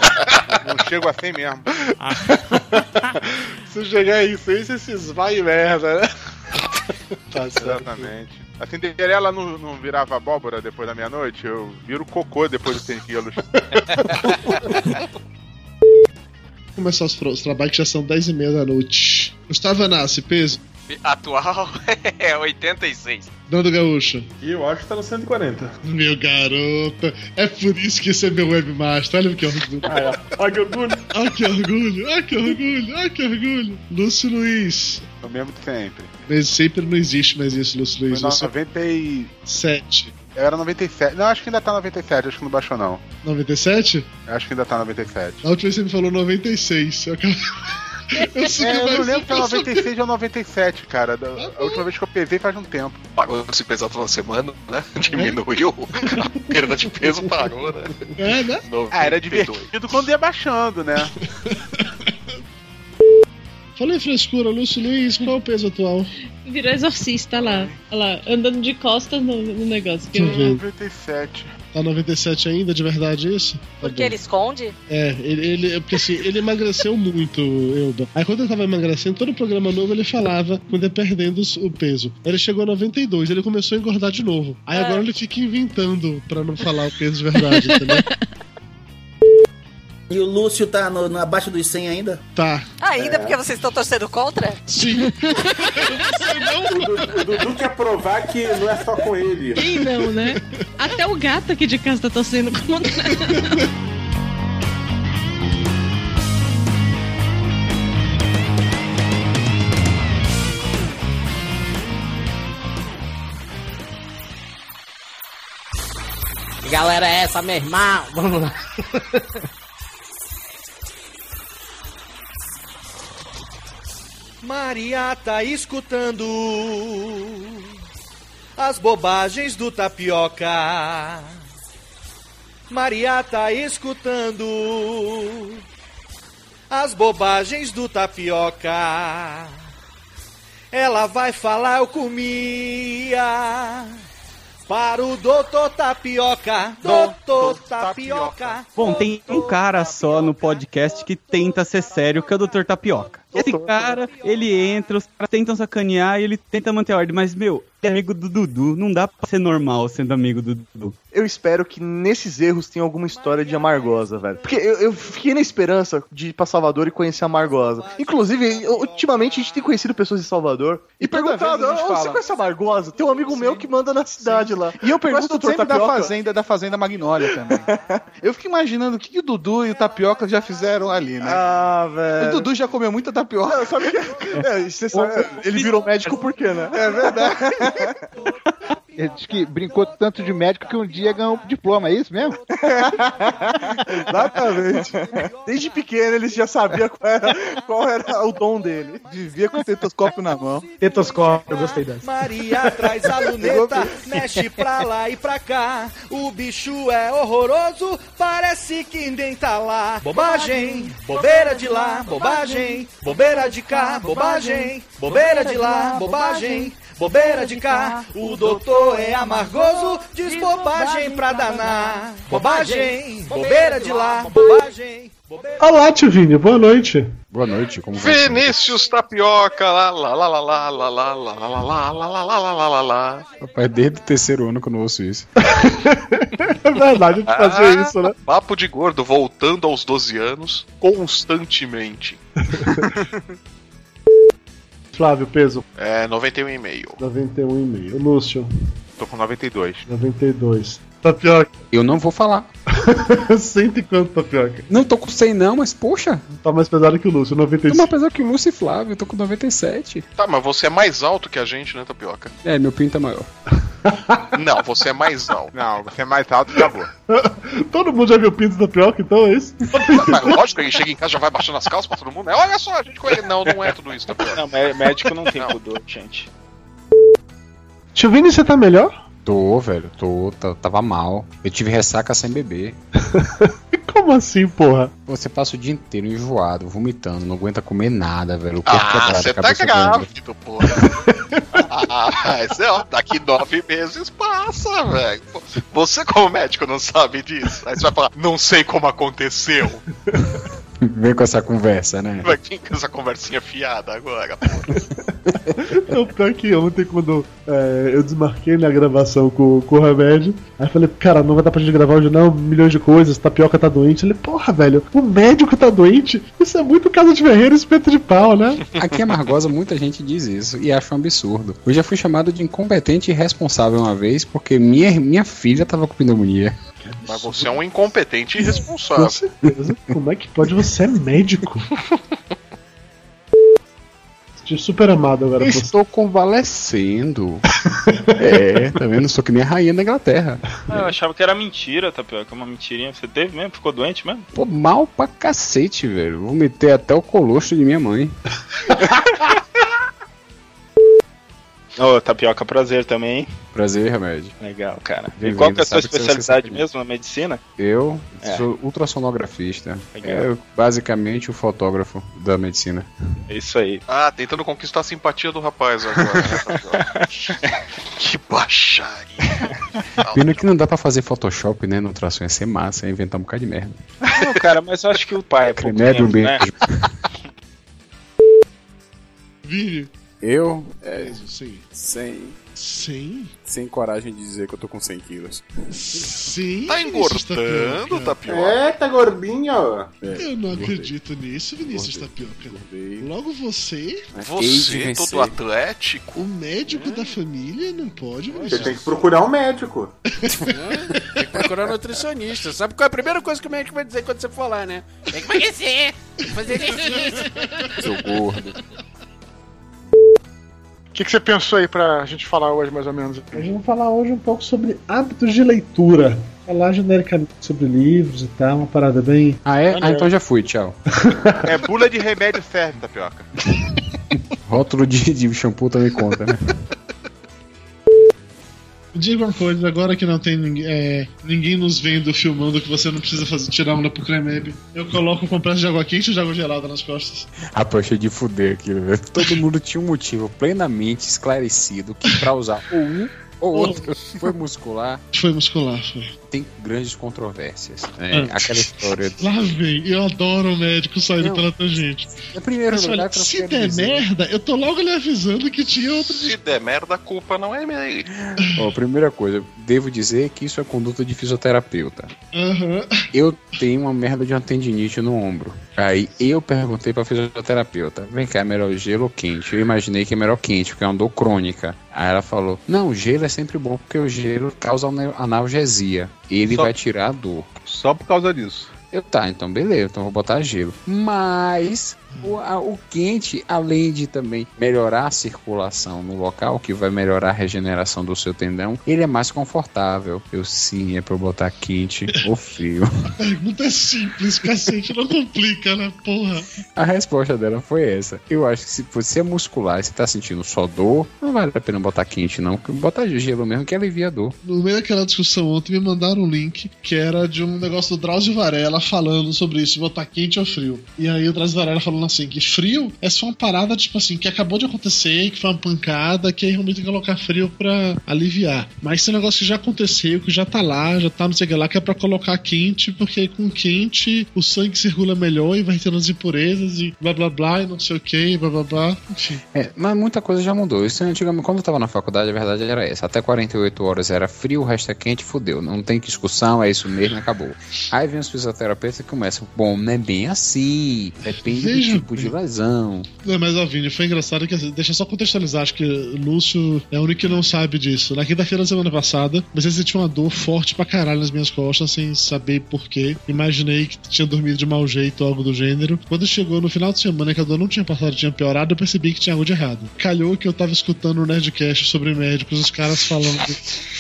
não chego assim mesmo. <laughs> Se chegar isso aí, você se esvai merda, né? <laughs> tá certo. Exatamente. A Cinderela não, não virava abóbora depois da meia-noite? Eu viro cocô depois dos 100 quilos. Começar os, tra- os trabalhos que já são 10 e meia da noite. Gustavo Anassi, peso. <laughs> Atual <laughs> é 86. Nando Gaúcho. E eu acho que tá no 140. Meu garoto, é por isso que você é meu webmaster. Olha que orgulho. Ah, é. Olha que orgulho. Olha que orgulho, olha que orgulho, olha que orgulho. Lúcio Luiz. Eu mesmo de sempre. Mas sempre não existe mais isso, Lúcio Luiz. Foi Lúcio 97. Eu era 97. Não, acho que ainda tá 97, acho que não baixou não. 97? Eu acho que ainda tá 97. A última vez você me falou 96. Eu acabei- <laughs> Eu subi é, eu mais não um lembro se é pra saber. 96 ou 97, cara. Da- a última vez que eu pesei faz um tempo. Parou de se pesar toda semana, né? Diminuiu. A perda de peso parou, né? É, né? Ah, era 92. divertido quando ia baixando, né? <laughs> Falei frescura, Lúcio Luiz, qual é o peso atual? Virou exorcista lá. Olha lá, andando de costas no, no negócio. Que Deixa eu ver. 97. Tá 97 ainda, de verdade isso? Tá Porque ele esconde? É, ele, ele, é porque assim, ele emagreceu muito, Euba. Aí quando ele tava emagrecendo, todo programa novo ele falava quando é perdendo os- o peso. Ele chegou a 92, ele começou a engordar de novo. Aí É. agora ele fica inventando pra não falar o peso de verdade, entendeu? E o Lúcio tá no, no- abaixo dos 100 ainda? Tá. Ah, Ainda É. porque vocês estão torcendo contra? <laughs> Sim. O Dudu- o Dudu quer provar que não é só com ele. Quem não, né? Até o gato aqui de casa tá torcendo contra. <laughs> Galera, é essa, meu irmão. Vamos lá. Maria tá escutando as bobagens do tapioca. Maria tá escutando as bobagens do tapioca. Ela vai falar eu comia para o doutor tapioca, doutor tapioca. Bom, tem um cara só no podcast que tenta ser sério, que é o Dr. Tapioca. Esse cara, ele entra, os caras tentam sacanear e ele tenta manter a ordem, mas, meu, ele é amigo do Dudu, não dá pra ser normal sendo amigo do Dudu. Eu espero que nesses erros tenha alguma história de Amargosa, velho. Porque eu, eu fiquei na esperança de ir pra Salvador e conhecer a Amargosa. Inclusive, eu- ultimamente a gente tem conhecido pessoas em Salvador e, perguntado: vez Então, tá a gente "Ah, você fala." conhece a Amargosa? Tem um amigo meu que manda na cidade lá. E eu pergunto Gosto sempre da tapioca. fazenda, da fazenda Magnólia também. eu fico imaginando o que, que o Dudu e o Tapioca já fizeram ali, né? Ah, É, velho. O Dudu já comeu muita tapioca. sabe que... você sabe, ele virou médico por quê, né? É verdade. Ele disse que brincou tanto de médico que um dia ganhou um diploma, é isso mesmo? Exatamente. Desde pequeno ele já sabia qual era, qual era o dom dele. Vivia com o estetoscópio na mão. Tetoscópio, eu gostei dessa. Maria traz a luneta, mexe pra lá e pra cá. O bicho é horroroso, parece que nem tá lá. Bobagem, bobeira de lá, bobagem, bobeira de cá, bobagem, bobeira de lá, bobagem, bobeira de cá. O doutor é amargoso, diz bobagem pra danar. Bobagem, bobeira de lá, bobagem, <laughs> Olá, tio Vini, boa noite. Boa noite, como vai? Vinícius Tapioca, lá, lá, lá, lá, lá, lá, lá, lá, lá, lá, lá, lá, lá, lá, lá, lá, lá. Rapaz, desde o terceiro ano que eu não ouço <laughs> isso. É verdade, de Ah. fazer isso, né? Ah, Papo de gordo, voltando aos 12 anos, constantemente. Flávio, peso. É, 91,5. 91,5. Lúcio, Tô com 92. 92. Tapioca. Eu não vou falar. <laughs> Cento e quanto, Tapioca? Não tô com 100 não, mas poxa, Tá mais pesado que o Lúcio, tô 95. mais pesado que o Lúcio e Flávio, eu tô com 97. Tá, mas você é mais alto que a gente, <laughs> né, Tapioca? É, meu pinto é maior. Não, você é mais alto. Não, você é mais alto, acabou. <laughs> Todo mundo já viu o pinto da Tapioca, então é <laughs> isso? Mas lógico, ele chega em casa já vai baixando as calças pra todo mundo. né? Olha só, a gente com ele. Não, não é tudo isso, Tapioca. Não, mé- médico não tem pudor, gente. Tio Vini, você tá melhor? Tô, velho, tô, tá- tava mal. Eu tive ressaca sem beber. <laughs> Como assim, porra? Você passa o dia inteiro enjoado, vomitando, não aguenta comer nada, velho. O corpo Ah, é quebrado, você a tá cabeça doendo. grávido, porra. Ah, <laughs> esse é, ó, daqui nove meses passa, velho. Pô, Você, como médico, não sabe disso. Aí você vai falar, não sei como aconteceu. Vem com essa conversa, né? Vai vir com essa conversinha fiada agora, porra. Não, Então, pior que ontem, quando é, eu desmarquei na gravação com, com o remédio, aí eu falei, cara, não vai dar pra gente gravar hoje não, milhões de coisas, tapioca tá doente. Ele, porra, velho, o médico tá doente? Isso é muito casa de ferreiro e espeto de pau, né? Aqui em Amargosa muita gente diz isso e acha um absurdo. Eu já fui chamado de incompetente e irresponsável uma vez porque minha, minha filha tava com pneumonia. Mas você é um incompetente e irresponsável. Com certeza. <laughs> Como é que pode você <laughs> é médico? Estou super amado agora por você. Estou <laughs> convalescendo. é, tá vendo? Sou que nem a rainha da Inglaterra. Ah, eu achava que era mentira, Tapioca. é Uma mentirinha. Você teve mesmo? Ficou doente mesmo? Pô, mal pra cacete, velho. Vou meter até o colostro de minha mãe. Ô, Tapioca, prazer também, hein? Prazer, remédio. Legal, cara. E Bem-vindo, qual que é a sua sabe que você especialidade sempre- mesmo? A medicina? Eu É. sou ultrassonografista. Legal. É basicamente o fotógrafo da medicina. É isso aí. Ah, tentando conquistar a simpatia do rapaz agora. <laughs> né? que baixaria. <laughs> Pena que não dá pra fazer Photoshop, né? No traço ia ser massa, ia inventar um bocado de merda. Não, cara, mas eu acho que o pai é pouco Remédio, um tempo, né? beijo. Vini, Eu? É. peso, sim. Sem. Sim? Sem coragem de dizer que eu tô com 100 quilos. Sim. Tá engordando, Tapioca. É, tá gordinho. Eu não acredito nisso, Vinícius Tapioca. Logo você, É Você, é todo atlético. o médico da família, não pode, Você Vinícius. tem que procurar um médico. Tem que procurar um nutricionista. Sabe qual é a primeira coisa que o médico vai dizer quando você for lá, né? Tem que emagrecer, fazer exercício. Seu gordo. O que, que você pensou aí pra gente falar hoje, mais ou menos? A gente vai falar hoje um pouco sobre hábitos de leitura. Falar genericamente sobre livros e tal, uma parada bem. Ah, é? Ah, então já fui, tchau. É bula de remédio serve, Tapioca. Rótulo de, de shampoo também conta, <laughs> né? Diga uma coisa, agora que não tem ningu- é, ninguém nos vendo filmando, que você não precisa fazer, tirar onda pro Cremeb, eu coloco um compressa de água quente e de água gelada nas costas. Rapaz, achei Ah, de fuder aquilo, velho. Todo mundo tinha um motivo plenamente esclarecido que pra usar ou Uhum. um ou outro foi muscular. Foi muscular, foi. Tem grandes controvérsias. É. É, Aquela história. Lá vem, eu adoro o médico saindo Não. pela tangente. É primeiro Mas lugar olha, que eu se quero der dizer. merda, eu tô logo lhe avisando que tinha outro. Se der merda, a culpa não é minha. Ó, primeira coisa, devo dizer que isso é conduta de fisioterapeuta. Aham. Eu tenho uma merda de uma tendinite no ombro. Aí eu perguntei pra fisioterapeuta: vem cá, é melhor gelo ou quente? Eu imaginei que é melhor quente, porque é uma dor crônica. Aí ela falou: não, gelo é sempre bom, porque o gelo causa ana- analgesia. Ele Só- vai tirar a dor. Só por causa disso. Eu tá, então beleza, então vou botar gelo. Mas o, a- o quente, além de também melhorar a circulação no local, que vai melhorar a regeneração do seu tendão, ele é mais confortável. Eu sim, é pra eu botar quente ou frio. <laughs> A pergunta é simples, cacete, não complica, né? Porra. A resposta dela foi essa. Eu acho que se você é muscular e você tá sentindo só dor, não vale a pena botar quente, não. Porque botar gelo mesmo que alivia a dor. No meio daquela discussão ontem, me mandaram um link que tá era de um negócio do Drauzio Varela falando sobre isso, botar quente ou frio. E aí o Drauzio Varela falou: assim, que frio é só uma parada, tipo assim, que acabou de acontecer, que foi uma pancada, que aí realmente tem que colocar frio pra aliviar. Mas esse negócio que já aconteceu, que já tá lá, já tá não sei o que lá, que é pra colocar quente, porque aí com quente o sangue circula melhor e vai tendo as impurezas e blá blá blá e não sei o que, e blá blá blá. Enfim. É, mas muita coisa já mudou. Isso é antigamente, quando eu tava na faculdade, a verdade era essa. Até 48 horas era frio, o resto é quente, fudeu. Não tem discussão, é isso mesmo, acabou. Aí vem os fisioterapeutas e começam, bom, não é bem assim, depende Veja do tipo de lesão. É, mas, ó, Vini, foi engraçado que. assim, Deixa eu só contextualizar, acho que o Lúcio é o único que não sabe disso. Na quinta-feira da semana passada, comecei a sentir uma dor forte pra caralho nas minhas costas, sem saber porquê. Imaginei que tinha dormido de mau jeito ou algo do gênero. Quando chegou no final de semana que a dor não tinha passado, tinha piorado, eu percebi que tinha algo de errado. Calhou que eu tava escutando o Nerdcast sobre médicos, os caras falando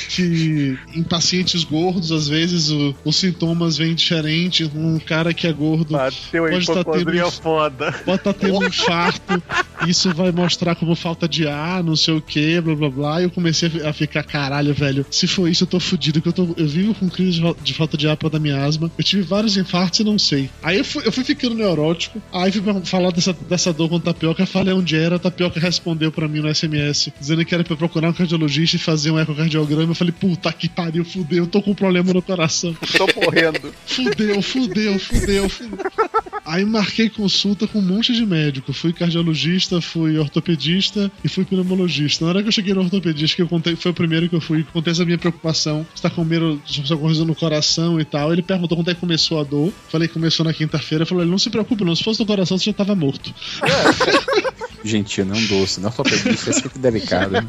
que em pacientes gordos, às vezes, o- os sintomas vêm diferentes. Um cara que é gordo pode estar tendo é foda. pode estar tendo um infarto, isso vai mostrar como falta de ar, não sei o que, blá blá blá. E eu comecei a fi- a ficar, caralho, velho, se for isso, eu tô fudido, que eu, tô, eu vivo com crise de fa- de falta de ar pra dar minha asma. Eu tive vários infartos e não sei. Aí eu fui, eu fui ficando neurótico, aí fui pra falar dessa, dessa dor com tapioca, falei onde era, a tapioca respondeu pra mim no SMS, dizendo que era pra eu procurar um cardiologista e fazer um ecocardiograma. Eu falei, puta que pariu, fudeu, eu tô com um problema no coração. Tô morrendo. Fudeu, fudeu, fudeu, fudeu. Aí marquei consulta com um monte de médico. Fui cardiologista, fui ortopedista e fui pneumologista. Na hora que eu cheguei no ortopedista, que eu contei, foi o primeiro que eu fui, contei essa minha preocupação. Você tá com medo de alguma coisa no coração e tal. Ele perguntou quando é que começou a dor. Falei que começou na quinta-feira. Falou: "Olha, não se preocupe, não. Se fosse no coração, você já tava morto. Gente, não doce, não só pedista, é sempre delicado. hein?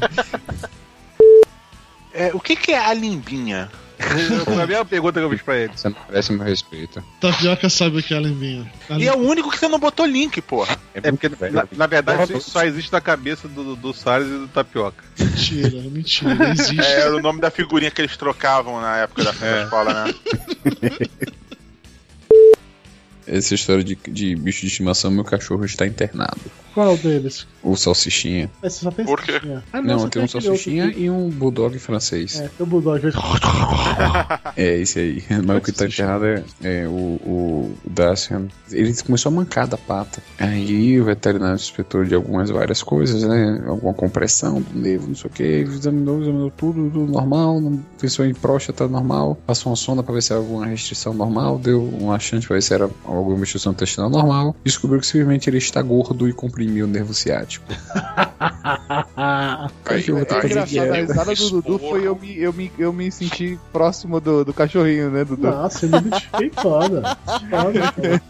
É, o que, que é a limbinha? Foi É a mesma pergunta que eu fiz pra ele. Você não merece meu respeito. Tapioca sabe o que é a limbinha. E é o único que você não botou link, porra. É porque, Na, na verdade, isso só existe na cabeça do, do, do Salles e do Tapioca. Mentira, mentira. Existe. É, era o nome da figurinha que eles trocavam na época da escola, né? <laughs> Essa história de, de bicho de estimação, meu cachorro está internado. Qual deles? O salsichinha. É, você só tem Por quê? Ah, não, só tem um aquele salsichinha outro que- e um bulldog francês. É, tem o Bulldog. É, esse aí. <laughs> Mas o que tá enterrado é, é o, o Dacian. Ele começou a mancar da pata. Aí o veterinário suspeitou de algumas várias coisas, né? Alguma compressão do nervo, não sei o que. Examinou, examinou tudo, tudo normal. não- Pensou em próstata normal. Passou uma sonda pra ver se era alguma restrição normal. Deu um laxante pra ver se era alguma restrição intestinal normal. Descobriu que simplesmente ele está gordo e comprimiu o nervo <laughs> ciático. Ah, Aí eu vou ter que fazer engraçado, a dieta. né? risada do Dudu foi eu me, eu me, eu me senti próximo do, do cachorrinho, né, Dudu? Nossa, eu <laughs> me identifiquei foda. Foda, cara.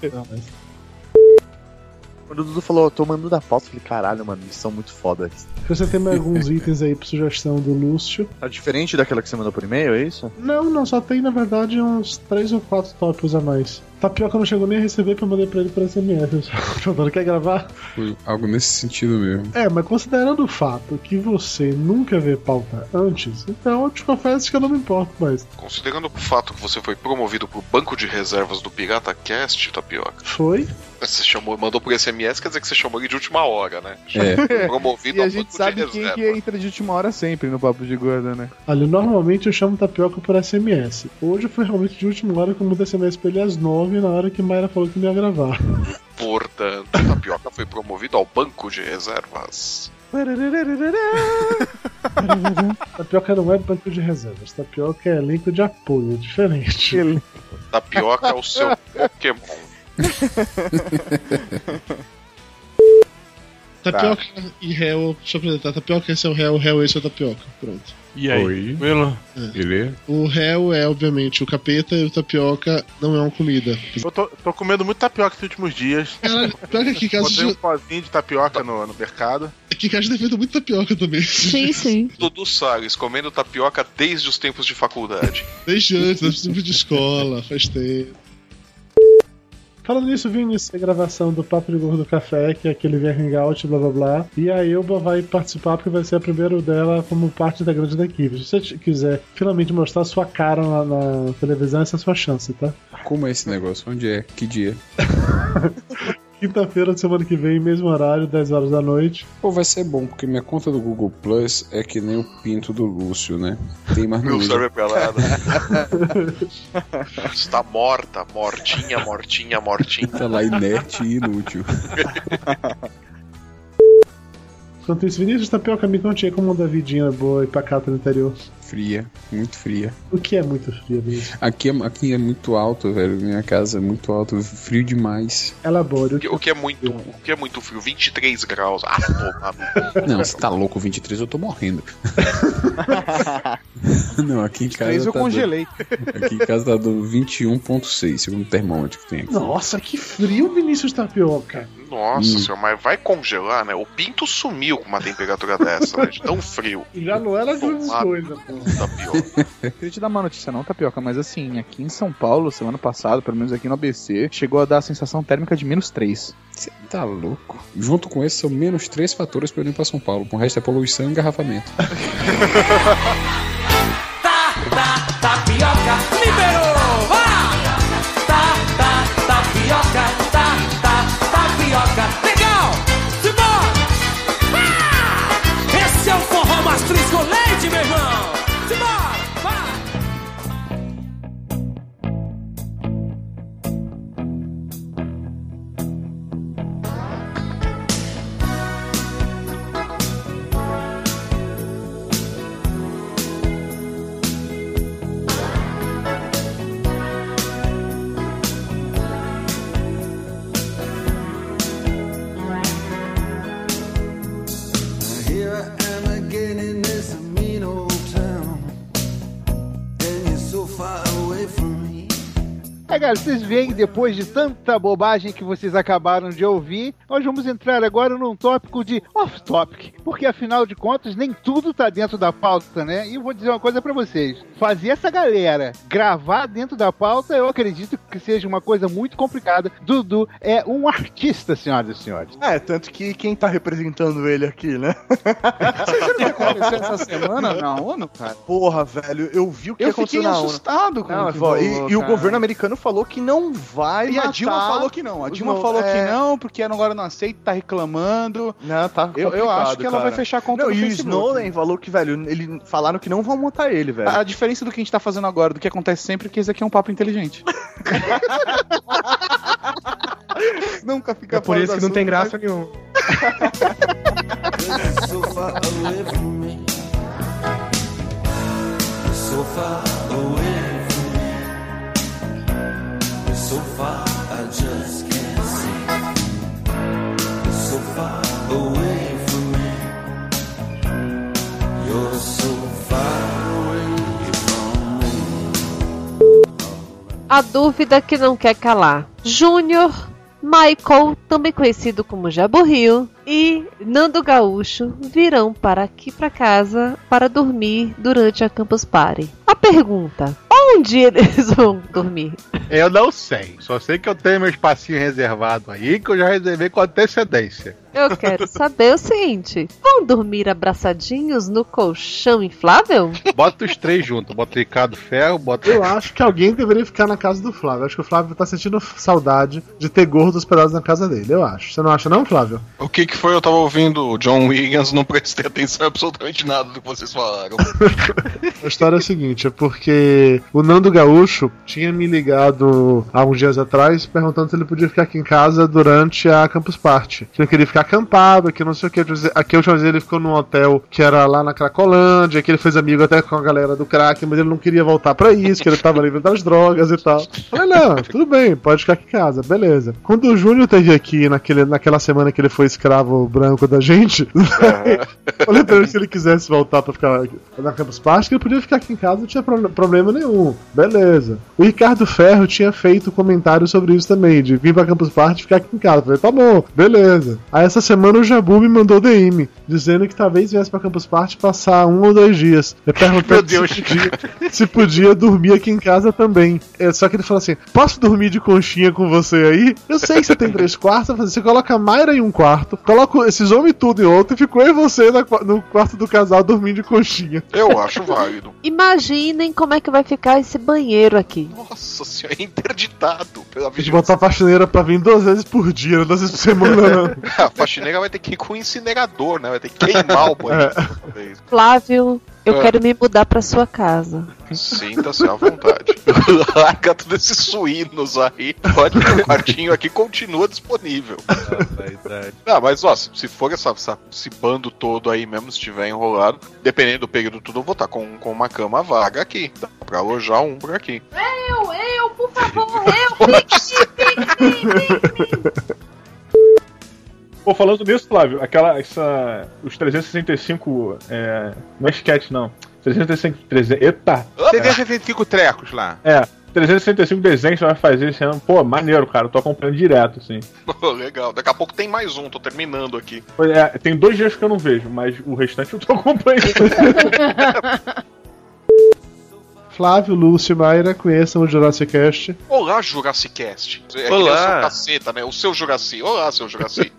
Quando o Dudu falou, eu tô mandando a pauta, eu falei, caralho, mano, eles são muito fodas. Se você tem mais alguns itens aí pra sugestão do Lúcio. Tá diferente daquela que você mandou por e-mail, é isso? Não, não, só tem na verdade uns 3 ou 4 tópicos a mais. Tapioca não chegou nem a receber que eu mandei pra ele por SMS. <laughs> Perguntando, quer gravar? Foi algo nesse sentido mesmo. É, mas considerando o fato que você nunca vê pauta antes, então eu te confesso que eu não me importo mais. Considerando o fato que você foi promovido pro banco de reservas do Pirata Cast, Tapioca, Foi? você chamou, mandou por SMS, quer dizer que você chamou ele de última hora, né? É. Promovido E a ao gente banco de sabe quem reserva. que entra de última hora sempre no papo de gorda, né? Olha, normalmente eu chamo tapioca por SMS. Hoje foi realmente de última hora que eu mudei SMS pra ele às 9 na hora que Mayra falou que não ia gravar. Portanto, Tapioca foi promovido ao banco de reservas. tapioca não é banco de reservas, tapioca é elenco de apoio, é diferente. Tapioca é o seu Pokémon. <laughs> Tapioca e réu, deixa eu apresentar. Tapioca, esse é o réu, o réu, esse é o tapioca. Pronto. E aí? Oi. Beleza? O réu é, obviamente, o capeta e o tapioca não é uma comida. Eu tô, tô comendo muito tapioca esses últimos dias. Caralho, pior É, que casa Botei um pozinho de tapioca no, no mercado. Aqui É que a gente defende muito tapioca também. Sim, sim. Dudu Salles comendo tapioca desde os tempos de faculdade. Desde antes, nós precisamos de escola, faz tempo. Falando nisso, Vini, essa é a gravação do Papo de Gordo Café, que é aquele vem hangout, blá blá blá. E a Elba vai participar porque vai ser a primeira dela como parte da grande da equipe. Se você t- quiser finalmente mostrar sua cara na, na televisão, essa é a sua chance, tá? Como é esse negócio? Onde é? Que dia? Quinta-feira de semana que vem, mesmo horário, 10 horas da noite. Pô, vai ser bom, porque minha conta do Google Plus é que nem o pinto do Lúcio, né? Tem mais Meu nada. serve pelado. <laughs> Está morta, mortinha, mortinha, mortinha. Tá lá inerte e inútil. Enquanto isso, Vinícius Tapioca me conte aí como anda a vidinha boa e pacata no interior. Fria, muito fria. O que é muito fria, Vinícius? Aqui é, aqui é muito alto, velho. Minha casa é muito alto, frio demais. Ela bora. O que, o que é muito, o que é muito frio, 23 graus. Ah, porra. Não, você tá louco, 23 eu tô <laughs> morrendo. Não, aqui em casa. 23 eu tá congelei. dando- <laughs> aqui em casa tá dando 21,6, segundo o termômetro que tem aqui. Nossa, que frio, Vinícius Tapioca. Nossa Hum. senhora, mas vai congelar, né? O pinto sumiu com uma temperatura dessa, né? De tão frio. Já não era grandes Tomado. coisas, <laughs> pô. Não queria te dar uma notícia não, Tapioca, mas assim, aqui em São Paulo, semana passada, pelo menos aqui no ABC, chegou a dar a sensação térmica de menos 3. Você tá louco? Junto com esse são menos três fatores pra eu ir pra São Paulo. O resto é poluição e engarrafamento. Tá, Tapioca liberou! Vá! Tá, tá, tapioca, tá, tá, tapioca. Legal! Simbora! Ah! Esse é o forró mastriz com leite, meu irmão! Simbora! Vá! Here I am again in this mean old town. And you're so far away from me. É, galera, vocês veem, depois de tanta bobagem que vocês acabaram de ouvir, nós vamos entrar agora num tópico de off-topic. Porque, afinal de contas, nem tudo tá dentro da pauta, né? E eu vou dizer uma coisa pra vocês. Fazer essa galera gravar dentro da pauta, eu acredito que seja uma coisa muito complicada. Dudu é um artista, senhoras e senhores. É, tanto que quem tá representando ele aqui, <laughs> né? Aconteceu essa semana na ONU, cara? Porra, velho, eu vi o que Eu aconteceu fiquei na ONU. assustado com Não, o que é foda. E- rolou, e, o cara. governo americano falou que não vai E a matar Dilma falou que não. A os Dilma mo- falou é. que não, porque agora não aceita, tá reclamando. Não, tá Eu, eu acho que ela vai fechar a conta não, do E o Facebook. Snowden falou que, velho, ele, falaram que não vão montar ele, velho. A a diferença do que a gente tá fazendo agora, do que acontece sempre, é que esse aqui é um papo inteligente. Nunca <laughs> fica É por fora isso do que não tem assunto, graça nenhuma. mas- So far away from me. So far away from me. So far I just can't see. So far away from me. You're so far away from me. A dúvida que não quer calar. Júnior, Michael, também conhecido como Jabo Rio, e Nando Gaúcho virão para aqui para casa para dormir durante a Campus Party. A pergunta: onde eles <laughs> vão dormir? Eu não sei. Só sei que eu tenho meu espacinho reservado aí, que eu já reservei com antecedência. Eu quero saber o seguinte: vão dormir abraçadinhos no colchão inflável? Bota os três juntos. Bota o Ricardo Ferro, bota. Eu acho que alguém deveria ficar na casa do Flávio. Acho que o Flávio tá sentindo saudade de ter gordos pedaços na casa dele, eu acho. Você não acha, não, Flávio? O que que foi? Eu tava ouvindo o John Williams, não prestei atenção em absolutamente nada do que vocês falaram. A história é a seguinte, é porque o Nando Gaúcho tinha me ligado há uns dias atrás perguntando se ele podia ficar aqui em casa durante a Campus Party. Que ele queria ficar acampado, que não sei o que. Aqui a última vez ele ficou num hotel que era lá na Cracolândia, que ele fez amigo até com a galera do crack, mas ele não queria voltar pra isso, que ele tava livre das drogas e tal. Falei, não, tudo bem, pode ficar aqui em casa, beleza. Quando o Júnior teve aqui naquele, naquela semana que ele foi escravo branco da gente, <laughs> Falei pra ele que se ele quisesse voltar pra ficar na Campus Party, que ele podia ficar aqui em casa, não tinha pro- problema nenhum. Beleza. O Ricardo Ferro tinha feito comentário sobre isso também, de vir pra Campus Party e ficar aqui em casa. Falei, tá bom, beleza. Aí Essa semana o Jabu me mandou DM, dizendo que talvez viesse pra Campus Party passar um ou dois dias. Eu perguntei Meu <laughs> Deus. Se, podia, se podia dormir aqui em casa também. É, só que ele falou assim: posso dormir de conchinha com você aí? Eu sei que você tem três quartos, eu falei, você coloca a Mayra em um quarto, coloca esses homens tudo em outro, e ficou eu e você na qua- no quarto do casal dormindo de conchinha. Eu acho válido. Imaginem como é que vai ficar esse banheiro aqui. Nossa senhora, é interditado pela A gente botar a faxineira pra vir duas vezes por dia, não <laughs> duas vezes por semana, né? não. A faxineira vai ter que ir com um incinerador, né? Vai ter que queimar o banheiro. talvez. Flávio, eu Ah. quero me mudar pra sua casa. Sinta-se à vontade. <laughs> Larga todos esses suínos aí. Pode o quartinho aqui continua disponível. Não, Ah, mas ó, se, se for essa, essa- esse bando todo aí mesmo, se estiver enrolado, dependendo do período tudo, eu vou estar com, com uma cama vaga aqui. Dá pra alojar um por aqui. Eu, eu, por favor, eu, Pô, falando nisso, Flávio, aquela, essa, os 365, é, não é sketch, não. 365, 300, eita! 365 trecos lá. É, 365 desenhos que você vai fazer esse ano. Pô, maneiro, cara, eu tô acompanhando direto, assim. <laughs> Legal. Daqui a pouco tem mais um, tô terminando aqui. Pois É, tem dois dias que eu não vejo, mas o restante eu tô acompanhando. Flávio, Lúcio e Mayra conheçam o Jurassic Cast. <laughs> Olá, Jurassicast. É que nem Olá. o seu caceta, né? O seu Juraci. Olá, <laughs> seu Juraci.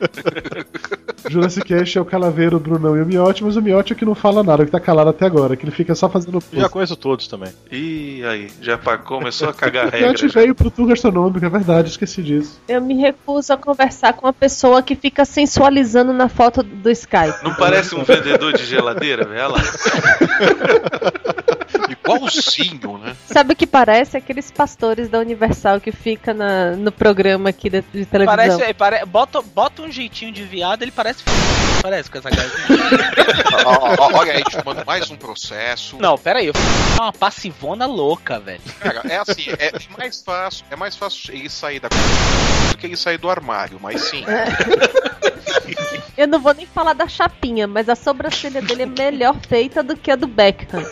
Jurassic Cast é o Calaveiro, o Brunão e o Miotti, mas o Miotti é que não fala nada, que tá calado até agora, que ele fica só fazendo Já pose. conheço todos também. Ih, aí, já pá, começou a cagar <laughs> O Miotti veio pro tour gastronômico, é verdade, esqueci <laughs> disso. eu me recuso a conversar com uma pessoa que fica sensualizando na foto do <laughs> Skype. Não parece um vendedor de geladeira, velho? Olha <laughs> lá. Igualzinho, né? Sabe o que parece? Aqueles pastores da Universal que fica na- no programa aqui de, de televisão. Parece, é, pare- bota, bota um jeitinho de viado, ele parece. f- Parece com essa cara. <laughs> Ó, ó, Olha aí, te mando mais um processo. Não, pera aí. eu f- É uma passivona louca, velho. Cara, é assim, é, é mais fácil, é mais fácil ele sair da do que ele sair do armário, mas sim. Eu não vou nem falar da chapinha, mas a sobrancelha dele é melhor feita do que a do Beckham.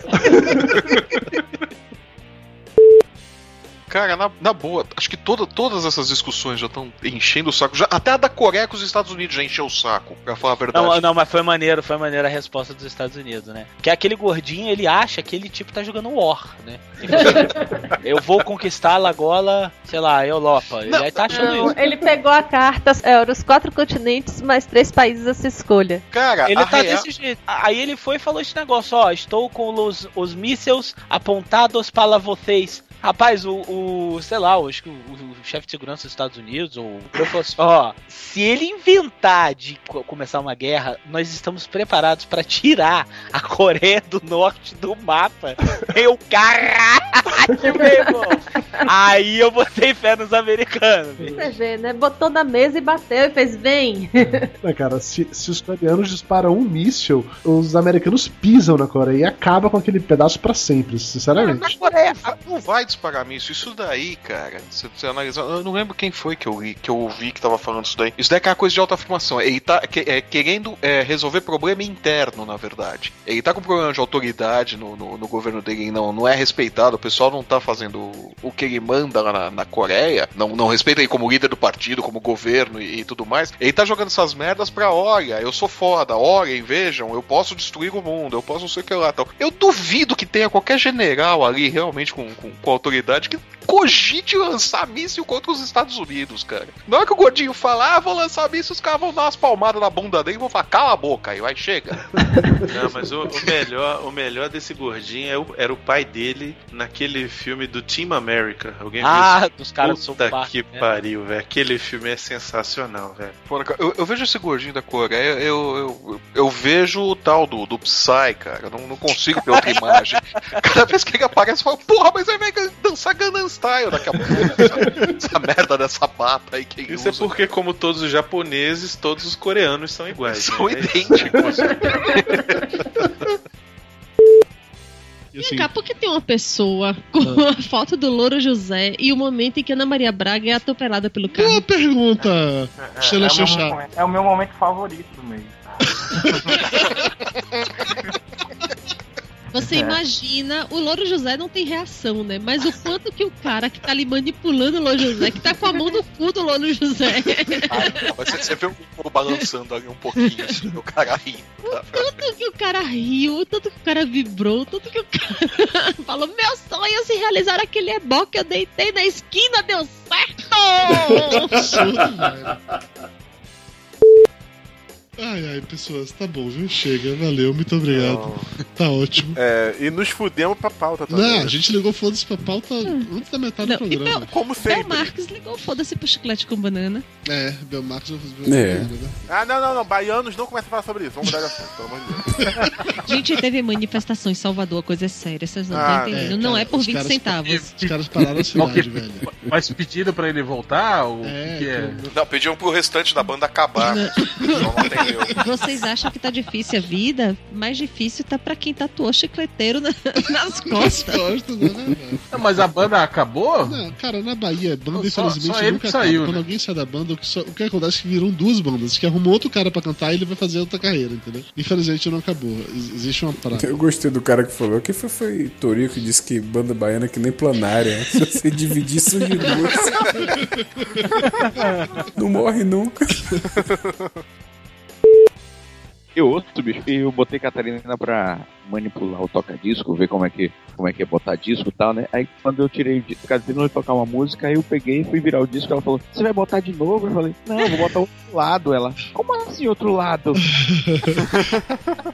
Cara, na, na boa, acho que toda- todas essas discussões já estão enchendo o saco. Já, até a da Coreia com os Estados Unidos já encheu o saco, pra falar a verdade. <laughs> Não, não, mas foi maneiro, foi maneiro a resposta dos Estados Unidos, né? Que aquele gordinho, ele acha que ele, tipo, tá jogando War, né? assim, <laughs> eu vou conquistar a Lagola, sei lá, Europa. <laughs> Ele aí tá achando Não, isso. ele pegou a carta, era os quatro continentes, mais três países a se escolha. Cara, Ele tá desse jeito. A- Aí ele foi e falou esse negócio, ó, estou com os, os mísseis apontados para vocês. Rapaz, o, o- sei lá, eu acho que o, o- o chefe de segurança dos Estados Unidos, ou eu falou assim, ó, se ele inventar de co- começar uma guerra, nós estamos preparados para tirar a Coreia do Norte do mapa. <laughs> Eu, caralho, meu irmão. Aí eu botei fé nos americanos. velho. Você vê, né? Botou na mesa e bateu e fez, vem. Não, Né, cara, se, se os coreanos disparam um míssil, os americanos pisam na Coreia e acaba com aquele pedaço pra sempre, sinceramente. Ah, Não vai disparar míssil. Isso daí, cara, se você analisar. Eu não lembro quem foi que eu, li, que eu ouvi que tava falando isso daí. Isso daí é aquela coisa de autoafirmação. Ele tá que- é, querendo é, resolver problema interno, na verdade. Ele tá com problema de autoridade no, no- no governo dele, e não, não é respeitado. O pessoal não tá fazendo o- o que ele manda lá na, na Coreia. Não, não respeita ele como líder do partido, como governo e, e tudo mais. Ele tá jogando essas merdas pra olha, eu sou foda, olhem, vejam, eu posso destruir o mundo, eu posso não sei o que lá tal. Eu duvido que tenha qualquer general ali realmente com, com, com autoridade que cogite lançar míssil contra os Estados Unidos, cara. Não é que o gordinho fala, ah, vou lançar míssil, os caras vão dar umas palmadas na bunda dele e vão falar, cala a boca, aí vai, chega. <laughs> Não, mas o, o melhor, o melhor desse gordinho é o- era o pai dele naquele filme do Team America. Alguém viu Ah, isso? dos caras né? Puta que pariu, velho. Aquele filme é sensacional, velho. Pô, cara, eu, eu vejo esse gordinho da Coreia, eu, eu, eu, eu vejo o tal do, do Psy, cara. Eu não, não consigo ter outra imagem. Cada vez que ele aparece, eu falo, porra, mas é aí vai dançar Gangnam Style daqui a pouco. <laughs> sabe? Essa merda dessa bata aí que ele Isso é usa. porque, como todos os japoneses, todos os coreanos são iguais. <laughs> São né? É isso. idênticos. E, Vem cá, por que tem uma pessoa com a foto do Louro José e o momento em que Ana Maria Braga é atropelada pelo <laughs> carro? Boa pergunta, Sheila é, o meu, Xuxa. momento- é o meu momento favorito do mês. Você É. imagina, o Louro José não tem reação, né? Mas o quanto que o cara que tá ali manipulando o Louro José, que tá com a mão no cu do Louro José, Ah, Mas você, você vê o corpo balançando ali um pouquinho, assim, o cara rindo. tá? tanto que o cara riu, tanto que o cara vibrou, tanto que o cara <laughs> falou: Meu sonho se realizar aquele ebó que eu deitei na esquina, deu <laughs> certo! Ai, ai, pessoas, tá bom, viu? Chega, valeu, muito obrigado. Tá ótimo. É, e nos fudemos pra pauta tá também. Não, a gente ligou foda-se pra pauta antes da metade do Não, e programa. Bel- Bel Marques ligou, foda-se pro chiclete com banana. É, Belmarx não fez É. né? Ah, não, não, não. Baianos não começam a falar sobre isso. Vamos mudar de assunto, pelo amor de Deus. Gente, teve manifestação em Salvador, a coisa é séria, vocês não estão Ah, entendendo. é, não cara, é por os 20 caras- centavos. Os caras pararam a cidade, velho. então, né? Mas pediram pra ele voltar? O que é? Não, pediam pro restante da banda acabar. <laughs> né? Não, não tem eu. Vocês acham que tá difícil a vida? Mais difícil tá pra quem tatuou chicleteiro na- <laughs> nas costas. né? Ah, Não, mas a banda acabou? né, Não, cara, na Bahia, banda, Só- infelizmente, só ele nunca que saiu, acaba. Quando né? alguém sai da banda, o que, só- o que acontece é que viram duas bandas, que arrumou outro cara pra cantar e ele vai fazer outra carreira, entendeu? Infelizmente não acabou. Ex- Existe uma <laughs> praga. Eu gostei do cara que falou. Que foi, foi Torinho que disse que banda baiana é que nem planária. <laughs> Se você dividir, surge duas. <laughs> Não morre nunca. Eu outro, bicho, e eu botei Catarina pra manipular o toca-disco, ver como é que, como é, que é botar disco e tal, né? Aí quando eu tirei o disco, Catarina ia tocar uma música, aí eu peguei e fui virar o disco, ela falou, você vai botar de novo? Eu falei, não, eu vou botar outro lado. Ela, como assim outro lado? <laughs>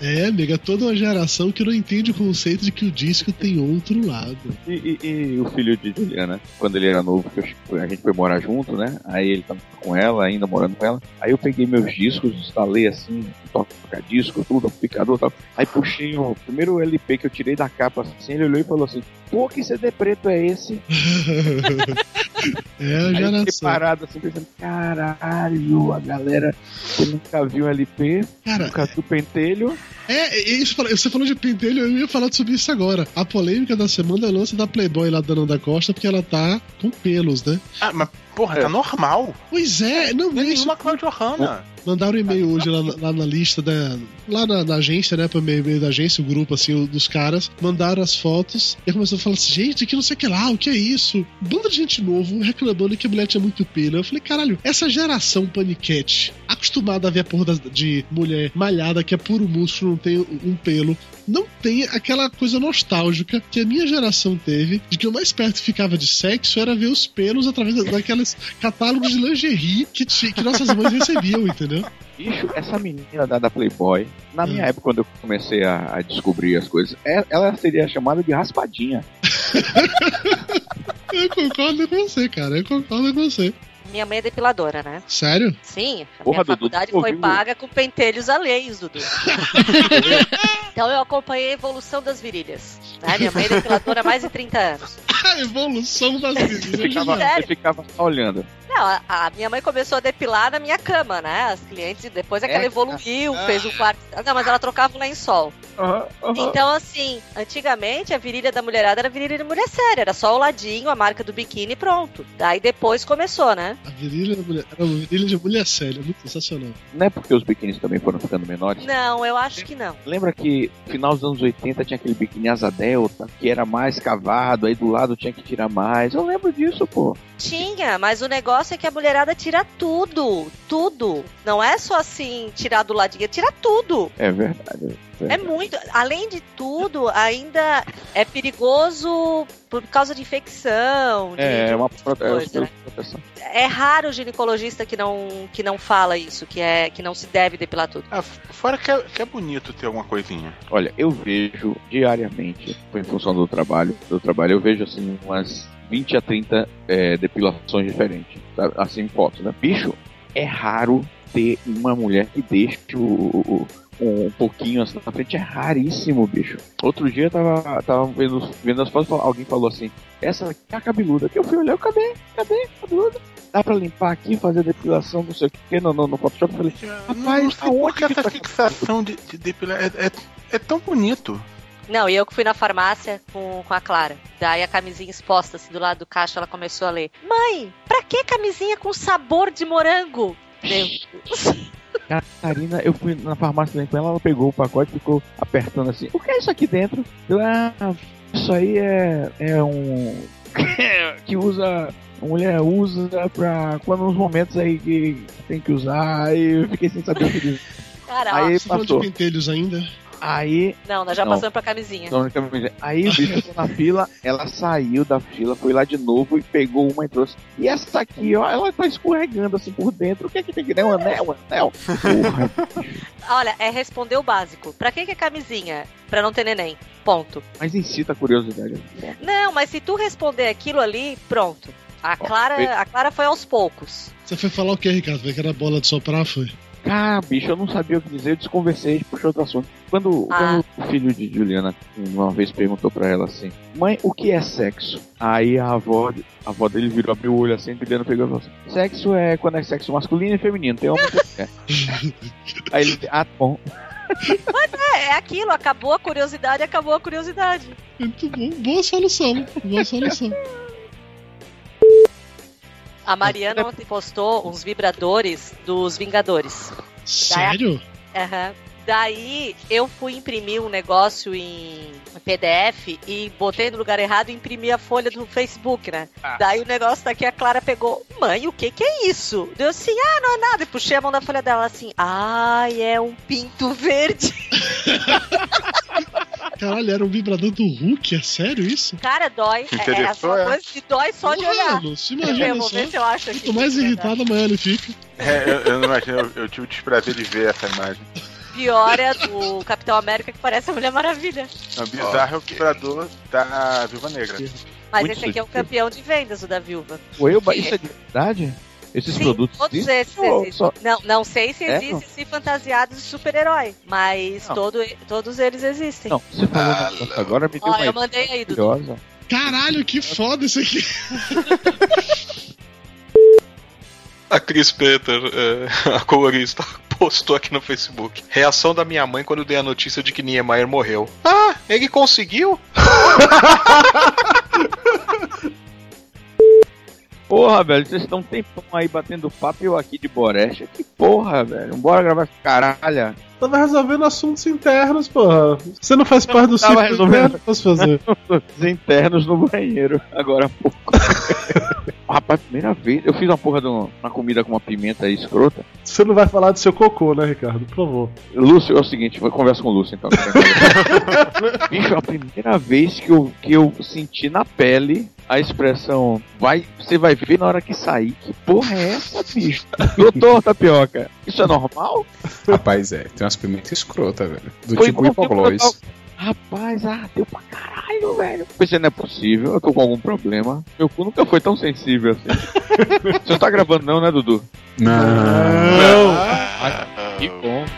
É, nega, toda uma geração que não entende o conceito de que o disco tem outro lado. E, e- e o filho de Juliana, quando ele era novo, que eu acho que a gente foi morar junto, né? Aí ele tava com ela, ainda morando com ela. Aí eu peguei meus discos, instalei assim, toca disco, tudo, amplificador e tal. Aí puxei o primeiro LP que eu tirei da capa assim, ele olhou e falou assim: Pô, que CD preto é esse? É, a Aí eu fiquei geração. parado assim, pensando, caralho, a galera que nunca viu um LP, nunca viu pentelho. É, e- e isso, fala- você falou de pentelho, eu ia falar sobre isso agora. A polêmica da semana é o lance da Playboy lá da Ana da Costa, porque ela tá com pelos, né? Ah, mas porra, É. tá normal. Pois é, não, não é nenhuma Claudio Hanna. Mandaram um e-mail hoje lá, na- lá na lista da. Lá na, na agência, né? Pro e-mail e-mail da agência, o grupo, assim, o- dos caras. Mandaram as fotos e aí começou a falar assim: gente, que não sei o que lá, o que é isso? Banda de gente novo reclamando que a mulher tinha muito pelo. Eu falei: caralho, essa geração paniquete, acostumada a ver a porra das- de mulher malhada, que é puro músculo, não tem um pelo, não tem aquela coisa nostálgica que a minha geração teve, de que o mais perto que ficava de sexo era ver os pelos através da- daqueles catálogos de lingerie que, ti- que nossas mães recebiam, entendeu? Bicho, essa menina da, da Playboy, na minha época, quando eu comecei a, a descobrir as coisas, é- ela seria chamada de raspadinha. Eu concordo com você, cara. Eu concordo com você. Minha mãe é depiladora, né? Sério? Sim, a Porra, minha Dudu, faculdade tu tá foi ouviu? paga com pentelhos alheios, <laughs> Dudu. então eu acompanhei a evolução das virilhas. né? Minha mãe é depiladora há mais de 30 anos. <laughs> A evolução das Eu ficava, eu Sério? ficava só olhando. Não, a, a minha mãe começou a depilar na minha cama, né? As clientes, depois é que ela É, evoluiu, Ah. cara. fez o quarto. Não, mas ela trocava o lençol. Então, assim, antigamente a virilha da mulherada era virilha de mulher séria, era só o ladinho, a marca do biquíni e pronto. Daí depois começou, né? A virilha da mulher. Era uma virilha de mulher séria, muito sensacional. Não é porque os biquínis também foram ficando menores. Não, eu acho que não. Lembra que no final dos anos 80 tinha aquele biquíni asa delta, que era mais cavado, aí do lado tinha que tirar mais. Eu lembro disso, pô. Tinha, mas o negócio é que a mulherada tira tudo, tudo. Não é só assim, tirar do ladinho, tira tudo. É verdade. É muito. Além de tudo, ainda é perigoso por causa de infecção. de- É, é uma coisa, proteção. né? É raro o ginecologista que não, que não fala isso, que, é, que não se deve depilar tudo. Fora que é, que é bonito ter alguma coisinha. Olha, eu vejo diariamente, em função do trabalho, do trabalho, eu vejo assim umas 20 a 30 é, depilações diferentes, sabe? assim fotos, né? Bicho, é raro ter uma mulher que deixe o, o- o- um pouquinho assim na frente, é raríssimo, bicho. Outro dia eu tava, tava vendo, vendo as fotos, alguém falou assim, essa aqui é a cabeluda, que eu fui olhar, cadê? Cadê? a Cabeluda? Dá pra limpar aqui, fazer depilação, não sei o que, não, não, no Photoshop, eu falei, Não sei por que tá essa fixação de, de depilar é, é, é tão bonito. Não, e eu que fui na farmácia com, com a Clara. Daí a camisinha exposta assim do lado do caixa, ela começou a ler: Mãe, pra que camisinha com sabor de morango? Deu. Catarina, eu fui na farmácia né, com ela, ela pegou o pacote e ficou apertando assim. O que é isso aqui dentro? Eu, ah, isso aí é, é um. <laughs> que usa. A mulher É, usa pra. Quando nos momentos aí que tem que usar. Aí eu fiquei sem saber o que dizer. Caraca. Aí Você falou de passou. pentelhos ainda? Aí. Não, nós já Não. passamos pra camisinha. Então, Aí o bicho entrou na fila, ela saiu da fila, foi lá de novo e pegou uma e trouxe. E essa aqui, ó, ela tá escorregando assim por dentro. O que é que tem que dar? Um anel, um anel. Porra. Olha, é responder o básico. Pra que, que é camisinha? Pra não ter neném. Ponto. Mas incita a curiosidade. Não, mas se tu responder aquilo ali, pronto. A Clara, a Clara foi aos <laughs> poucos. Você foi falar o que, Ricardo? Foi que era bola de soprar, foi? Ah, bicho, eu não sabia o que dizer, eu desconversei, a gente puxou outro assunto. Quando, Ah. quando o filho de Juliana uma vez perguntou pra ela assim: Mãe, o que é sexo? Aí a avó, a avó dele virou, abriu o olho assim, Juliana pegou e falou assim: Sexo é quando é sexo masculino e feminino, tem homem e mulher. Aí ele, ah, bom. Mas é, é aquilo, acabou a curiosidade, acabou a curiosidade. Muito bom. Boa solução. Boa solução. A <laughs> Mariana ontem postou uns vibradores dos Vingadores. Sério? Aham. Daí eu fui imprimir um negócio em PDF e botei no lugar errado e imprimi a folha do Facebook, né? Ah. Daí o negócio daqui, a Clara pegou, mãe, o que que é isso? Deu assim, ah, não é nada. E puxei a mão da folha dela assim, ai, é um pinto <laughs> verde. Caralho, era um vibrador do Hulk? É sério isso? Cara, dói. É, é, é Interessou, é? coisa que dói só de olhar. Mano, se Eu imagina vou só. ver se eu acho aqui. é Quanto mais irritado, amanhã ele fica. É, eu, eu não imagino, eu, eu tive o desprazer de ver essa imagem. Pior é a do Capitão América que parece a Mulher Maravilha. O bizarro é o quebrador da Viva Negra. Mas esse aqui é o campeão de vendas, o da viúva. Oi, oba, isso é de verdade? Esses produtos. Todos existem? esses Ou existem. só- Não, não sei se É, existe não? esse fantasiado de super-herói, mas Não. todo, todos eles existem. Não, você falou um negócio agora, me deu Ó, uma eu mandei aí, Dudu. curiosa. Caralho, que foda isso aqui. A Cris Peter, é, <laughs> a colorista, postou aqui no Facebook. Reação da minha mãe quando eu dei a notícia de que Niemeyer morreu. Ah, ele conseguiu? Porra, velho, vocês estão um tempão aí batendo papo e eu aqui de Boreste. Que porra, velho. Bora gravar essa caralha. Tava resolvendo assuntos internos, porra. Você não faz parte do Tava círculo interno, resolvendo não posso fazer. <laughs> os internos no banheiro agora há pouco. <laughs> Rapaz, primeira vez. Eu fiz uma porra de um- uma comida com uma pimenta aí escrota. Você não vai falar do seu cocô, né, Ricardo? Por favor. Lúcio, é o seguinte, eu converso com o Lúcio então. <laughs> Bicho, é a primeira vez que eu, que eu senti na pele a expressão vai, você vai ver na hora que sair. Que porra é essa, bicho? Doutor Tapioca, isso é normal? Rapaz, é, tem umas pimentas escrotas, velho. Do Foi tipo bom, foi bom, hipoglós. foi Rapaz, ah, deu pra caralho, velho. Pensei, não é possível, eu tô com algum problema. Meu cu nunca foi tão sensível assim. Você não tá gravando não, né, Dudu? Não. Ah, que bom. <laughs>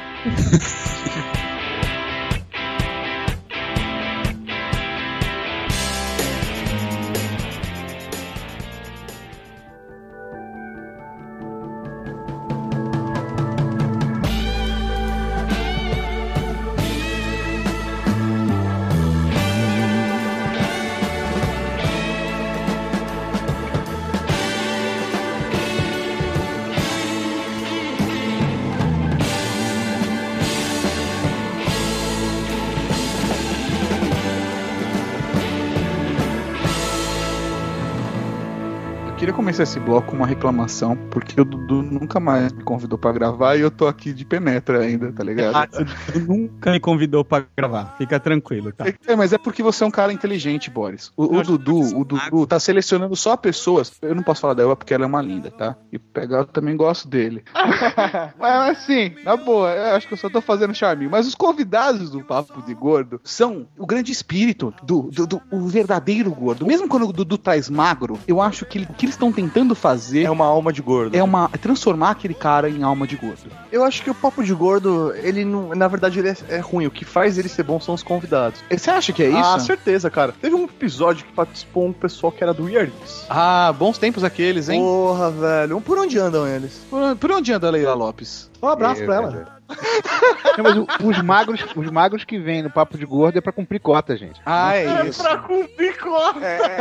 Eu queria começar esse bloco com uma reclamação, porque o Dudu nunca mais me convidou pra gravar e eu tô aqui de penetra ainda, tá Ah, ligado? você nunca me convidou pra gravar. Fica tranquilo, tá? É, mas é porque você é um cara inteligente, Boris. O, o Dudu, o Dudu tá selecionando só pessoas. Eu não posso falar dela porque ela é uma linda, tá? E pegar eu também gosto dele. <laughs> mas assim, na boa, eu acho que eu só tô fazendo charminho. Mas os convidados do Papo de Gordo são o grande espírito do, do, do- o verdadeiro gordo. Mesmo quando o Dudu traz magro, eu acho que ele- o que eles estão tentando fazer é uma alma de gordo. É uma é transformar aquele cara em alma de gordo. Eu acho que o papo de gordo, ele não, na verdade ele é, é ruim. O que faz ele ser bom são os convidados. Você acha que é Ah, isso? certeza, cara. Teve um episódio que participou um pessoal que era do Weirds. Ah, bons tempos aqueles, hein? Porra, velho. Por onde andam eles? Por, por onde anda a Leila Lopes? Um abraço Eu, pra velho. ela. É Não, mas o- os magros, os magros que vêm no papo de gordo é pra cumprir cota, gente. Ah, é isso. pra cumprir cota. É,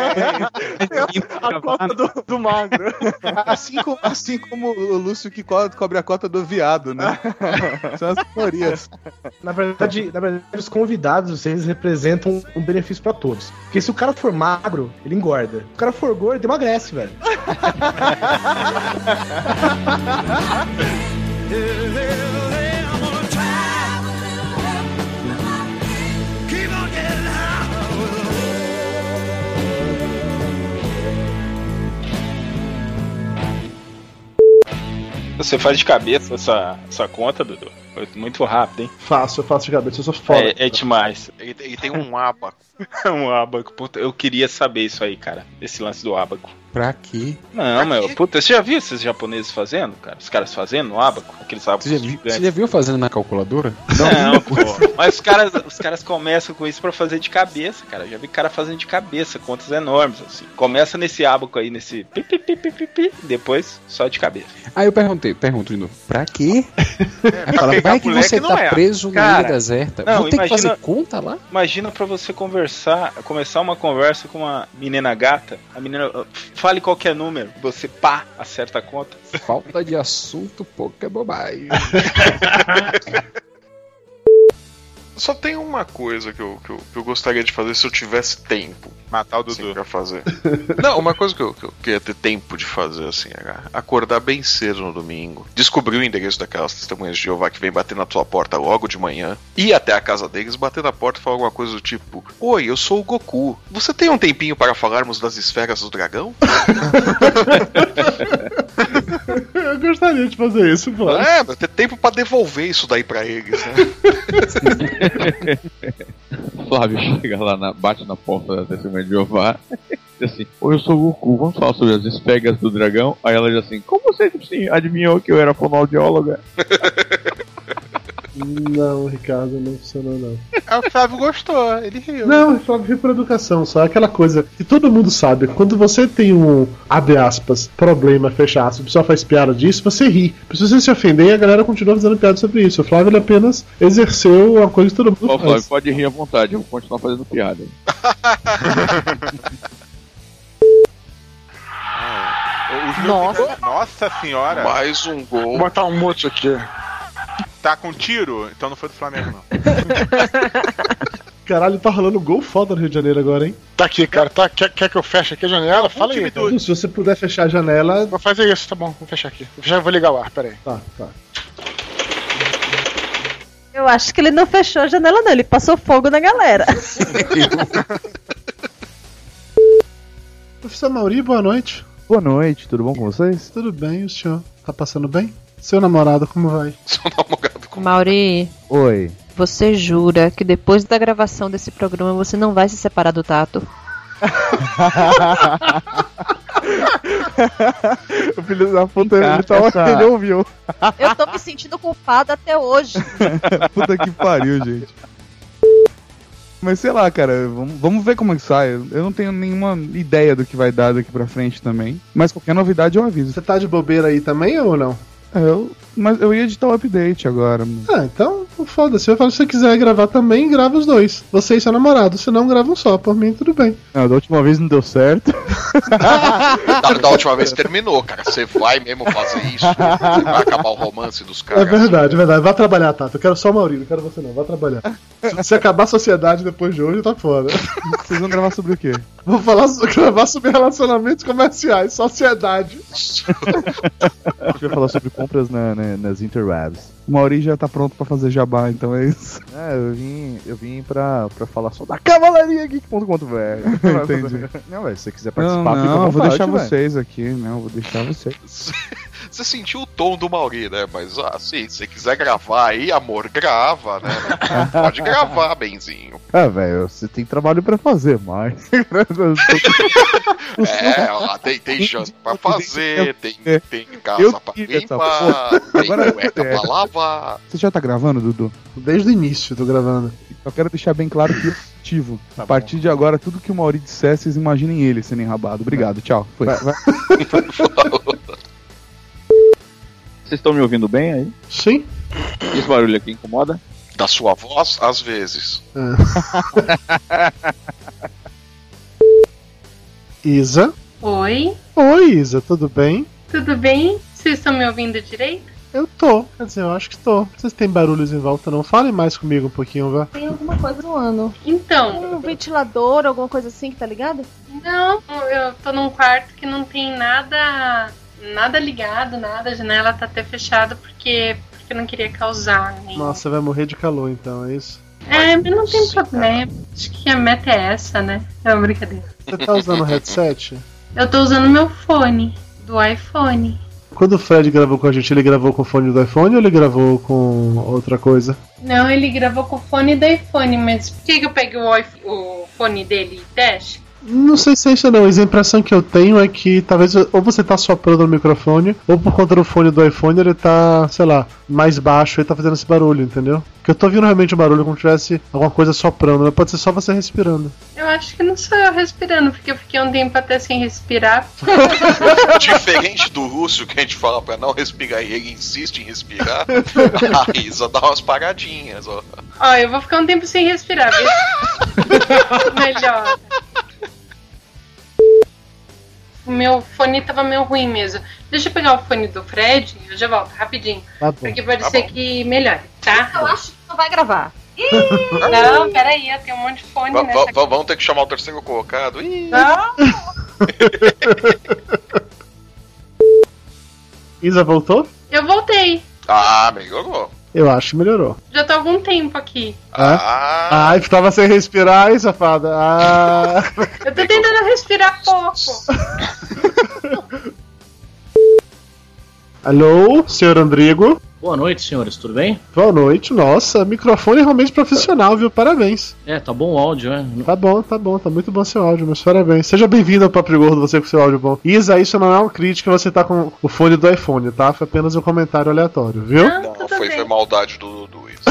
<laughs> a cota do, do magro. Assim como, assim como o Lúcio que co- cobre a cota do viado, <laughs> né? São as teorias. <laughs> Na verdade, na verdade, os convidados, eles representam um benefício pra todos. Porque se o cara for magro, ele engorda. Se o cara for gordo, ele emagrece, velho. <laughs> Você faz de cabeça essa, essa conta, Dudu? Foi muito rápido, hein? Faço, eu faço de cabeça, eu sou foda. É, é demais. Ele, ele tem um abaco. <laughs> um abaco. Puta, eu queria saber isso aí, cara. Esse lance do abaco. Pra quê? Não, meu. Puta, você já viu esses japoneses fazendo, cara? Os caras fazendo o abaco? Aqueles abacos Você já, viu, você já viu fazendo na calculadora? Não, pô. Mas os caras, os caras começam com isso pra fazer de cabeça, cara. Eu já vi cara fazendo de cabeça, contas enormes, assim. Começa nesse abaco aí, nesse pi, pi, pi, pi, pi, pi, depois só de cabeça. Aí eu perguntei, pergunto de novo, pra quê? Aí pra fala, pegar vai que É, moleque você não tá é. preso na Cara, ilha deserta. não, Vou ter que imagina- fazer conta lá? Imagina pra você conversar, começar uma conversa com uma menina gata, a menina uh, fale qualquer número, você pá, acerta a conta. Falta de assunto, pouca bobagem. Só tem uma coisa que eu, que, eu, que eu gostaria de fazer se eu tivesse tempo. Matar o Dudu. Assim, pra <laughs> fazer. Não, uma coisa que eu, que eu queria ter tempo de fazer, assim, era acordar bem cedo no domingo, descobrir o endereço daquelas testemunhas de Jeová que vem bater na tua porta logo de manhã, ir até a casa deles, bater na porta e falar alguma coisa do tipo: Oi, eu sou o Goku. Você tem um tempinho para falarmos das esferas do dragão? <laughs> Eu gostaria de fazer isso, pô. É, mas ter tempo pra devolver isso daí pra eles, né? Flávio chega lá, na, bate na porta da testemunha de Jeová. Diz assim: Oi, eu sou o Goku, vamos falar sobre as espegas do dragão. Aí ela diz assim: Como você assim, adivinhou que eu era fonoaudióloga? Não, Ricardo, não funcionou, não. Ah, o Flávio gostou, ele riu. Não, Flávio, rir por educação, só aquela coisa que todo mundo sabe. Quando você tem um, abre aspas, problema, fecha aspas, o pessoal faz piada disso, você ri. Se você se ofender, a galera continua fazendo piada sobre isso. O Flávio ele apenas exerceu uma coisa que todo mundo Ó, assim, Flávio, faz. pode rir à vontade, eu vou continuar fazendo piada. Nossa. Nossa senhora. Mais um gol. Vou botar um moço aqui. Tá com tiro? Então não foi do Flamengo, não. Caralho, tá rolando gol foda no Rio de Janeiro agora, hein? Tá aqui, cara. Tá, quer, quer que eu feche aqui a janela? Fala aí. cara. Se você puder fechar a janela. Vou fazer isso, tá bom. Vou fechar aqui. Vou fechar, vou ligar o ar, peraí. Tá, tá. Eu acho que ele não fechou a janela, não. Ele passou fogo na galera. Professor Mauri, boa noite. Boa noite, tudo bom com vocês? Tudo bem, o senhor? Tá passando bem? Seu namorado, como vai? <laughs> Mauri, Oi. você jura que depois da gravação desse programa você não vai se separar do <laughs> Tato? <laughs> o filho da puta, ele, tá, essa- ele ouviu. Eu tô me sentindo culpada até <laughs> hoje. <laughs> puta que pariu, gente. Mas sei lá, cara, vamos, vamos ver como é que sai. Eu não tenho nenhuma ideia do que vai dar daqui pra frente também. Mas qualquer novidade eu aviso. É, Você tá de bobeira aí também ou não? Eu. Mas eu ia editar o update agora. mano. Ah, então foda-se. Eu falo, se você quiser gravar também, grava os dois. Você e seu namorado. Se não, grava um só. Por mim, tudo bem. Não, da última vez não deu certo. <laughs> Da, da última vez terminou, cara. Você vai mesmo fazer isso? Vai acabar o romance dos É caras? verdade, é verdade. Vá trabalhar, Tato. Eu quero só o Maurílio, não quero você não. Vá trabalhar. Se, se acabar a sociedade depois de hoje, tá fora. <laughs> Vocês vão gravar sobre o quê? Vou falar, so- gravar sobre relacionamentos comerciais, sociedade. A gente vai falar sobre compras na- né, na- nas interwebs. O Mauri já tá pronto pra fazer jabá, então é isso. É, eu vim, eu vim pra, pra falar só da Cavalaria Geek.com.br. <laughs> Entendi. Não, velho, se você quiser Não, participar, fica à não, eu vou vontade, deixar velho. vocês aqui, não, vou deixar vocês. Você sentiu o tom do Mauri, né? Mas assim, se você quiser gravar aí, amor, grava, né? Pode gravar, benzinho. Ah, velho, você tem trabalho pra fazer, <laughs> mas. É, ó lá, tem, tem chance pra fazer, tem, tem casa Eu pra tive essa limpar, porra. tem Agora- é cueca pra lavar. Você já tá gravando, Dudu? Desde o início tô gravando. Eu quero deixar bem claro que eu ativo. a partir de agora, tudo que o Mauri disser, vocês imaginem ele sendo enrabado. Obrigado, tchau. Foi. Vocês estão me ouvindo bem aí? Sim. Esse barulho aqui incomoda? Da sua voz, às vezes. É. Isa? Oi, Oi, Isa, tudo bem? tudo bem? Vocês estão me ouvindo direito? Eu tô, quer dizer, eu acho que tô. Vocês têm barulhos em volta, não? Falem mais comigo um pouquinho, vá. Tem alguma coisa no ano. Então. Um ventilador, alguma coisa assim que tá ligado? Não, eu tô num quarto que não tem nada nada ligado, nada, a janela tá até fechada porque, porque eu não queria causar. Né? Nossa, vai morrer de calor então, é isso? É, mas não tem problema. Acho que a meta é essa, né? É uma brincadeira. Você tá usando o headset? Eu tô usando meu fone, do iPhone. Quando o Fred gravou com a gente, ele gravou com o fone do iPhone ou ele gravou com outra coisa? Não, ele gravou com o fone do iPhone, mas por que, que eu peguei o, iPh- o fone dele e teste? Não sei se é isso não, mas a impressão que eu tenho é que talvez ou você tá soprando no microfone, ou por conta do fone do iPhone ele tá, sei lá, mais baixo e tá fazendo esse barulho, entendeu? Que eu tô ouvindo realmente o barulho como se tivesse alguma coisa soprando, mas pode ser só você respirando. Eu acho que não sou eu respirando, porque eu fiquei um tempo até sem <laughs> respirar. <laughs> Diferente do russo que a gente fala pra não respirar e ele insiste <laughs> em respirar, a Isa dá umas paradinhas, ó. Ó, eu vou ficar um tempo sem respirar, <laughs> viu? Melhor. O meu fone tava meio ruim mesmo. Deixa eu pegar o fone do Fred, eu já volto, rapidinho. Tá bom. Porque pode ser que melhore, tá? Eu acho que não vai gravar. Tá não, bom. peraí, eu tenho um monte de fone Va- nessa va- va- Vamos ter que chamar o terceiro colocado. Ih. Não. Isa voltou? Eu voltei. <laughs> Ah, melhorou. Eu acho que melhorou. Já tô há algum tempo aqui. Ah, Ai, tava sem respirar, hein, safada? Ah. Eu tô tentando respirar pouco. Alô, senhor Andrigo? Boa noite, senhores, tudo bem? Boa noite, nossa, microfone realmente profissional, viu? Parabéns. É, tá bom o áudio, né? Tá bom, tá bom, tá muito bom seu áudio, meus parabéns. Seja bem-vindo ao Papo de Gordo, você com seu áudio bom. Isa, isso não é uma crítica, você tá com o fone do iPhone, tá? Foi apenas um comentário aleatório, viu? Não, foi, foi maldade do Dudu. isso.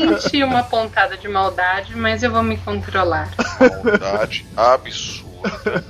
Eu senti uma pontada de maldade, mas eu vou me controlar. Tá. Maldade absurda.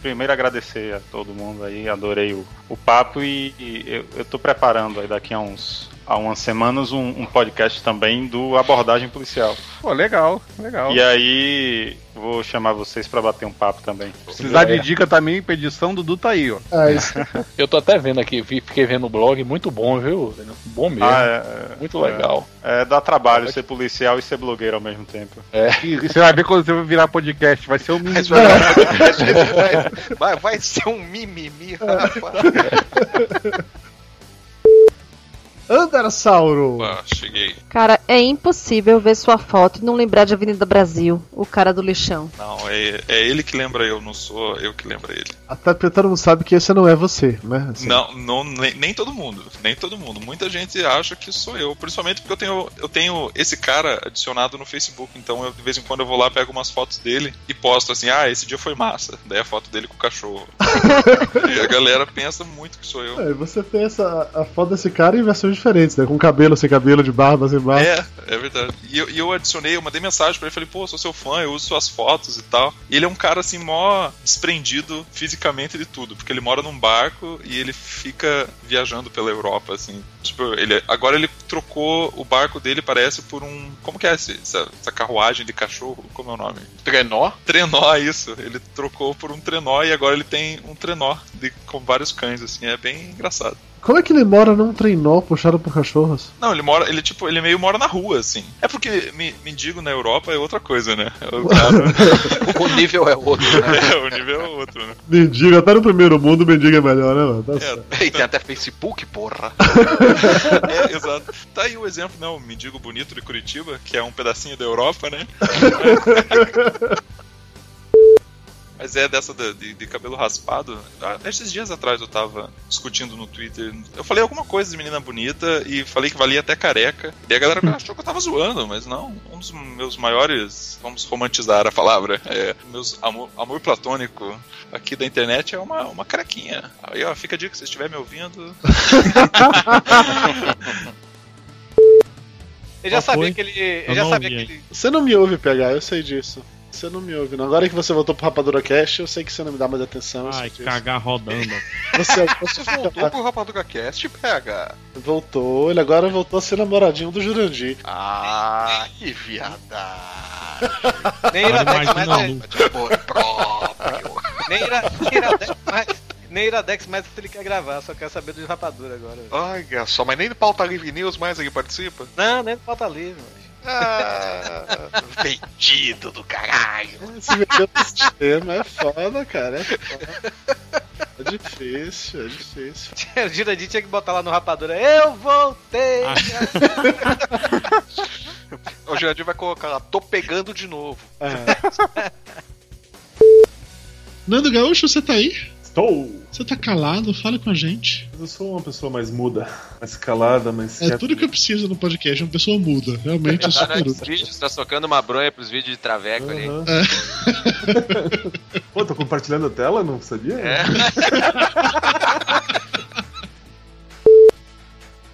Primeiro agradecer a todo mundo aí, adorei o, o papo e, e eu, eu tô preparando aí daqui a uns a umas semanas um, um podcast também do abordagem policial. <laughs> Pô, legal, legal. E aí vou chamar vocês pra bater um papo também. Precisar É. de dica também, pedição, Dudu tá aí, ó. É isso. É. Eu tô até vendo aqui, vi- fiquei vendo o blog, muito bom, viu? Bom mesmo. Ah, é, muito é. legal. É, dá trabalho ser policial e ser blogueiro ao mesmo tempo. É. E você vai ver quando você virar podcast, vai ser um mini. Vai, vai ser um mimimi, rapaz. Andersauro! cheguei. Cara, é impossível ver sua foto e não lembrar de Avenida Brasil, o cara do lixão. Não, é, é ele que lembra eu, não sou eu que lembra ele. Até Ah, tá, porque todo mundo sabe que esse não é você, né? Assim, Não, não nem, nem todo mundo, nem todo mundo. Muita gente acha que sou eu, principalmente porque eu tenho, eu tenho esse cara adicionado no Facebook, então eu, de vez em quando eu vou lá, pego umas fotos dele e posto assim, ah, esse dia foi massa. Daí a foto dele com o cachorro. e a galera pensa muito que sou eu. É, você tem essa, a foto desse cara em versões diferentes, né? Com cabelo, sem cabelo, de barba, sem barba. É, é verdade. E eu, e eu adicionei, eu mandei mensagem pra ele, falei, pô, sou seu fã, eu uso suas fotos e tal. E ele é um cara, assim, mó desprendido fisicamente de tudo, porque ele mora num barco e ele fica viajando pela Europa, assim. Tipo, ele, agora ele trocou o barco dele, parece, por um... Como que é esse- essa, essa carruagem de cachorro? Como é o nome? Trenó? Trenó, isso. Ele trocou por um trenó e agora ele tem um trenó de, com vários cães, assim. É bem engraçado. Como é que ele mora num treinó puxado por cachorros? Não, ele mora, ele tipo, ele meio mora na rua, assim. É porque me, me digo na Europa é outra coisa, né? O, <laughs> cara- o nível é outro, né? <laughs> É, o nível é outro, né? Mendigo, até no primeiro mundo, mendigo é melhor, né, mano? Tá certo. E tem até Facebook, porra. é, exato. Tá aí o exemplo, né? O Mendigo Bonito de Curitiba, que é um pedacinho da Europa, né? Mas é dessa da- de, de cabelo raspado. Ah, esses dias atrás eu tava discutindo no Twitter. Eu falei alguma coisa de menina bonita e falei que valia até careca. Daí a galera achou que eu tava zoando, mas não. Um dos meus maiores. Vamos romantizar a palavra. É, meus amor, amor platônico aqui da internet é uma, uma carequinha. Aí, ó, fica a dica se você estiver me ouvindo. Eu já Qual sabia foi? que ele. Eu, Eu já não sabia que ouvi ele. Você não me ouve, PH, eu sei disso. Você não me ouve, não. Agora que você voltou pro Rapadura Cast, eu sei que você não me dá mais atenção. eu Ai, sei disso. cagar rodando. Você, é um Você voltou pro Rapadura Cast, pega. Voltou, ele agora voltou a ser namoradinho do Jurandir. Ah, que viada. Nem Iradex mais é tipo, próprio. Nem Ira- nem Iradex mais. Nem Iradex mais ele quer gravar, só quer saber do rapadura agora. Olha só, mas nem do Pauta Livre News mais ele participa. Não, nem falta livre. Ah, <laughs> vendido do caralho. Se meter no <laughs> sistema é foda, cara. É foda. É difícil, é <laughs> difícil. O Jurandir tinha que botar lá no rapadura. Eu voltei! Ah. <laughs> O Geraldinho vai colocar lá, tô pegando de novo. É. <laughs> Nando Gaúcho, você tá aí? Estou! Você tá calado? Fala com a gente. Eu sou uma pessoa mais muda, mais calada, mais. É tudo que eu preciso no podcast, uma pessoa muda. Realmente é eu Caralho, superou. os vídeos, tá socando uma bronha pros vídeos de traveco ali. É. <laughs> Pô, tô compartilhando a tela, não sabia? É.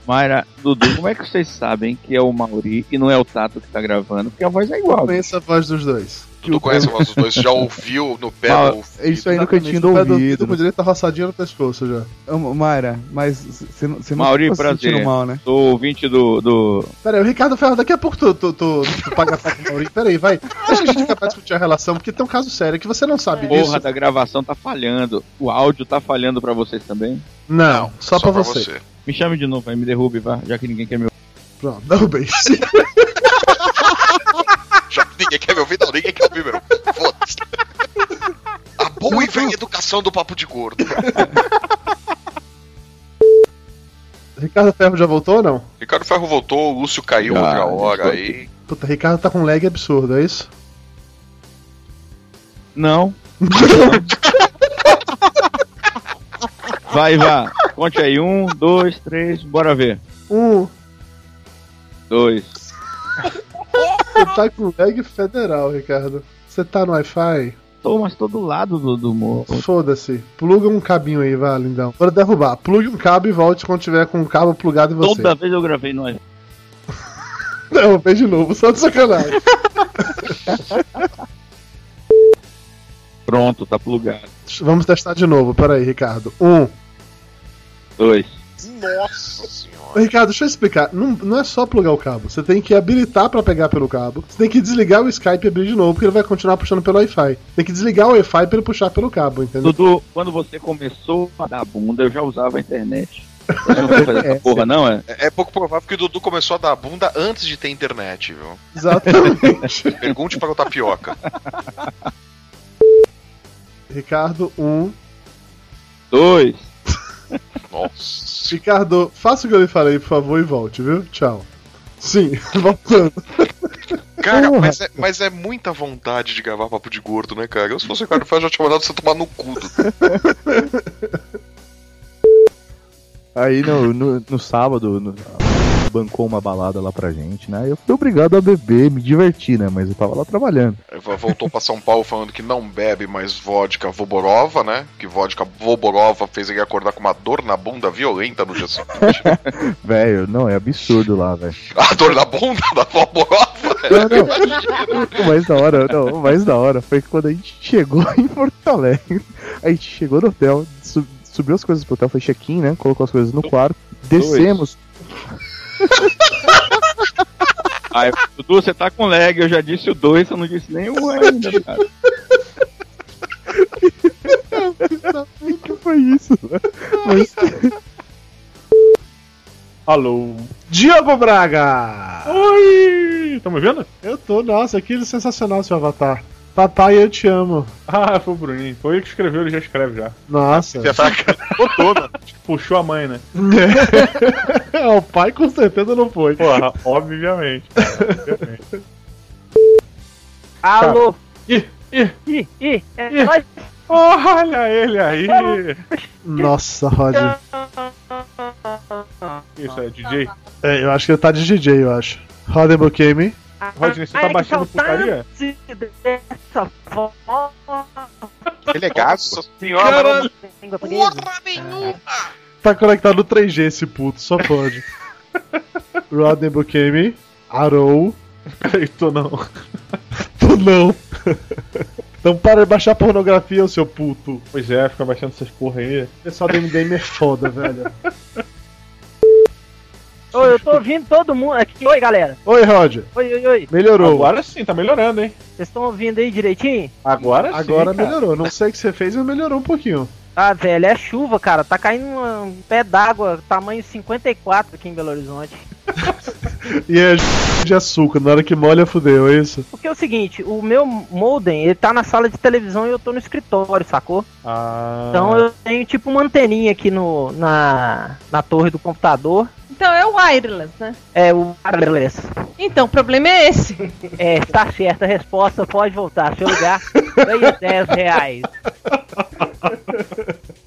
Mayra, Dudu, como é que vocês sabem que é o Mauri e não é o Tato que tá gravando? Porque a voz é igual. Conheço a voz dos dois. Dudu conhece a voz dos dois, <laughs> já ouviu no pé Mal- do Isso aí no cantinho do ouvido. Com direito a roçadinha no pescoço já. Ô, Mayra, mas você não você não Mauri, ficou se prazer. sentindo mal, né? Sou ouvinte do. do... Pera aí, o Ricardo Ferro, daqui a pouco tu, tu, tu, tu paga pra Maurício. Pera aí, vai. Acho que a gente é capaz de discutir a relação, porque tem um caso sério que você não sabe Porra disso. da gravação tá falhando. O áudio tá falhando pra vocês também? Não, só, pra, você. Me chame de novo aí, me derrube, vá, já que ninguém quer me ouvir. Pronto, um derrubei. <laughs> Já, ninguém quer me ouvir, não, ninguém quer ouvir, meu. Foda-se. A boa e velha educação do papo de <laughs> gordo. Ricardo Ferro já voltou ou não? Ricardo Ferro voltou, o Lúcio caiu Já, outra hora já. aí. Puta, Ricardo tá com um lag absurdo, é isso? Não. Vai, vá. Conte aí. Um, dois, três, bora ver. Um. Dois. Você tá com lag federal, Ricardo. Você tá no Wi-Fi? Tô, mas tô do lado do, do morro. Foda-se. Pluga um cabinho aí, vai, lindão. Bora derrubar. Plugue um cabo e volte quando tiver com o cabo plugado em você. Toda vez eu gravei é? no iPhone. Derrubei de novo, só de <laughs> sacanagem. Pronto, tá plugado. Vamos testar de novo, peraí, Ricardo. Um. Dois. Nossa senhora. Ricardo, deixa eu explicar. Não, não é só plugar o cabo. Você tem que habilitar pra pegar pelo cabo. Você tem que desligar o Skype e abrir de novo, porque ele vai continuar puxando pelo Wi-Fi. Tem que desligar o Wi-Fi pra ele puxar pelo cabo, entendeu? Dudu, quando você começou a dar bunda, eu já usava a internet. Você não vai fazer essa porra, não é? É pouco provável que o Dudu começou a dar a bunda antes de ter internet, viu? Exatamente. <laughs> Pergunte para o Tapioca. Ricardo, um. Dois. <laughs> Nossa. Ricardo, faça o que eu lhe falei, por favor, e volte, viu? Tchau. Sim, <laughs> voltando. Cara, mas <laughs> é, mas é muita vontade de gravar papo de gordo, né, cara? Eu, se fosse o Ricardo Ferro, já tinha mandado você tomar no cu. Dudu. Aí no, no, no sábado, no- bancou uma balada lá pra gente, né? Eu fui obrigado a beber, me divertir, né? Mas eu tava lá trabalhando. É, Voltou pra São Paulo falando que não bebe mais vodka Voborova, né? Que vodka Voborova fez ele acordar com uma dor na bunda violenta no dia seguinte. velho, não, é absurdo lá, velho. A dor na bunda da Voborova? Não, não. O mais da hora, não, o mais da hora foi quando a gente chegou <laughs> em Porto Alegre. A gente chegou no hotel, sub- subiu as coisas pro hotel, foi check-in, né? Colocou as coisas no quarto, descemos. Aí, Dudu, você tá com lag, eu já disse o dois, eu não disse nenhum ainda, cara. Tá O que foi isso? Mas... <laughs> Alô? Diogo Braga! Oi! Tá me vendo? Eu tô, nossa, que sensacional seu avatar. Papai, eu te amo. <laughs> Ah, foi o Bruninho. Foi ele que escreveu, ele já escreve já. Nossa. Botou, né? Puxou a mãe, né? É, o pai com certeza não foi. Porra, obviamente. <laughs> Alô? Ih, ih, ih, ih, é nóis. Olha ele aí! <laughs> Nossa, Rod. Isso é DJ? É, eu acho que ele tá de DJ, eu acho. Roda Bukemi. Rodney, você tá Ai, que baixando saudade putaria? Dessa forma. Ele é gato? Senhora, Caralho. língua portuguesa. Tá conectado no 3G esse puto, <laughs> só pode. Rodney Bukemi. Arou. <laughs> Peraí, tô não. Tu não. Então para de baixar pornografia, seu puto. Pois é, fica baixando essas porra aí. O pessoal do MDM é <laughs> foda, velho. Ô, eu tô ouvindo todo mundo aqui. Oi, galera. Oi, Roger. Oi, oi, oi. Melhorou. Agora sim, tá melhorando, hein? Vocês estão ouvindo aí direitinho? Agora sim, Agora cara. melhorou. Não sei o que você fez, mas melhorou um pouquinho. Ah, velho, é chuva, cara. Tá caindo uma- um pé d'água tamanho 54 aqui em Belo Horizonte. E é de açúcar. Na hora que molha, fudeu, é isso? Porque é o seguinte, o meu modem, ele tá na sala de televisão e eu tô no escritório, sacou? Ah. Então eu tenho tipo uma anteninha aqui no, na, na torre do computador. Então é o wireless, né? É o wireless. Então, o problema é esse. É, tá certa a resposta, pode voltar. Seu lugar ganha 10 reais. <laughs>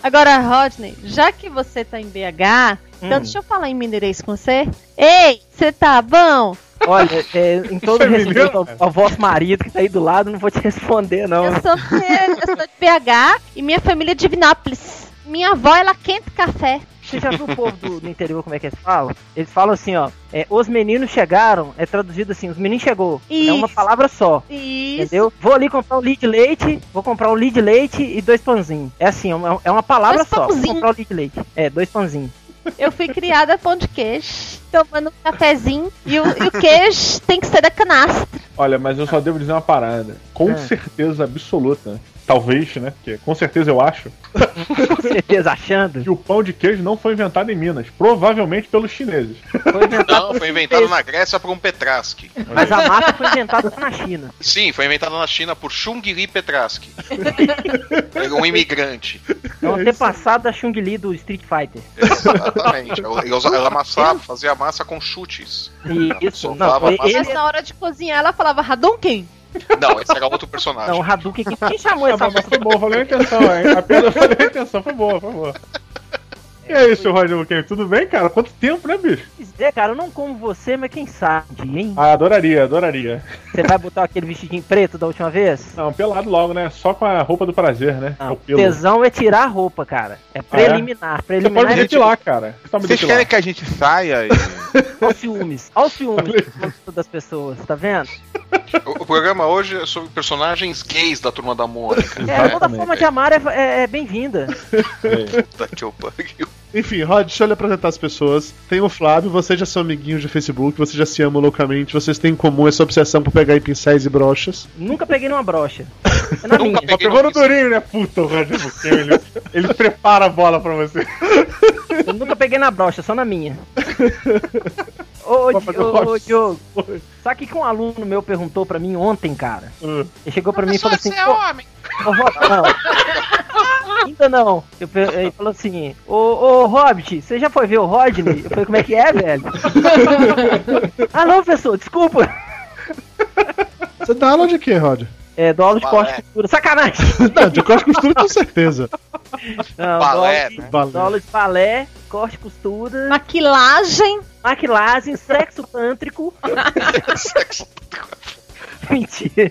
Agora, Rodney, já que você tá em BH, então Hum. deixa eu falar em mineirês com você. Ei, você tá bom? Olha, é, em todo Você me respeito ao, ao vosso marido que tá aí do lado, não vou te responder, não. Eu sou, eu sou de BH e minha família é de Divinópolis. Minha avó, ela quenta café. Você já viu o povo do, do interior como é que eles falam? Eles falam assim, ó. é, os meninos chegaram, é traduzido assim, os meninos chegou. É uma Isso. palavra só. Isso. Entendeu? Vou ali comprar um litro de leite, vou comprar um litro de leite e dois pãozinhos. É assim, é uma, é uma palavra Dois só. Vou pãozinho. comprar um litro de leite. É, dois pãozinhos. Eu fui criada a pão de queijo, tomando um cafezinho e o, e o queijo tem que ser da canastra. Olha, mas eu só devo dizer uma parada. É. Com certeza absoluta. Talvez, né? Porque com certeza eu <laughs> acho. com certeza achando. Que o pão de queijo não foi inventado em Minas. Provavelmente pelos <laughs> chineses. Não, foi inventado na Grécia por um Petraski. Mas a massa foi inventada na China. Sim, foi inventada na China por Xungri <laughs> Petraski. Era um imigrante. É <laughs> um antepassado da Chung Li do Street Fighter. Exatamente. Ela, ela usa- ela amassava, fazia massa com chutes. Isso, Ela não, amassava- ele- Mas na hora de cozinhar, ela falava Hadouken. Não, esse era outro personagem. Não, É um Hadouken, quem, quem chamou essa Mas foi boa, valeu a intenção, hein? Apenas valeu a intenção, foi boa, foi boa. É. E aí, seu Roger Buquem, tudo bem, cara? Quanto tempo, né, bicho? dizer, cara? Eu não como você, mas quem sabe, hein? Ah, adoraria, adoraria. Você vai botar aquele vestidinho preto da última vez? Não, pelado logo, né? Só com a roupa do prazer, né? É o pelo. Ah, Tesão é tirar a roupa, cara. É preliminar. Você Preliminar pode me é detilar, cara. Você tá me Vocês detilar. querem que a gente saia? E... Olha os ciúmes. Olha os ciúmes das pessoas, tá vendo? O, o programa hoje é sobre personagens gays da turma da Mônica. é. É, toda forma de amar é, é- é bem-vinda. Puta que eu pariu. Enfim, Rod, deixa eu lhe apresentar as pessoas. Tem o Flávio, vocês já são amiguinhos de Facebook, vocês já se amam loucamente, vocês têm em comum essa obsessão por pegar em pincéis e brochas. Nunca peguei numa brocha. É Só pegou no durinho, né, puta, o Roger Buquem. Ele, ele prepara a bola pra você. Eu nunca peguei na brocha, só na minha. Ô, Di- fazer ô, um ô, Diogo, sabe o que que um aluno meu perguntou pra mim ontem, cara? Hum. Ele chegou pra mim e falou assim: "Pô, homem. Ô, Rob, não. Ainda não. Eu pe- ele falou assim: Ô, ô Hobbit, você já foi ver o Rodney? Eu falei: Como é que é, velho? ah, não, professor, desculpa. Você dá aula de quê, Rod? É, dou aula de corte e costura. Sacanagem! <laughs> Não, de corte e costura com certeza. Não, Balé, dou aula de- né? Balé. dou aula de balé, corte e costura. Maquilagem. Maquilagem, sexo tântrico. <laughs> Mentira.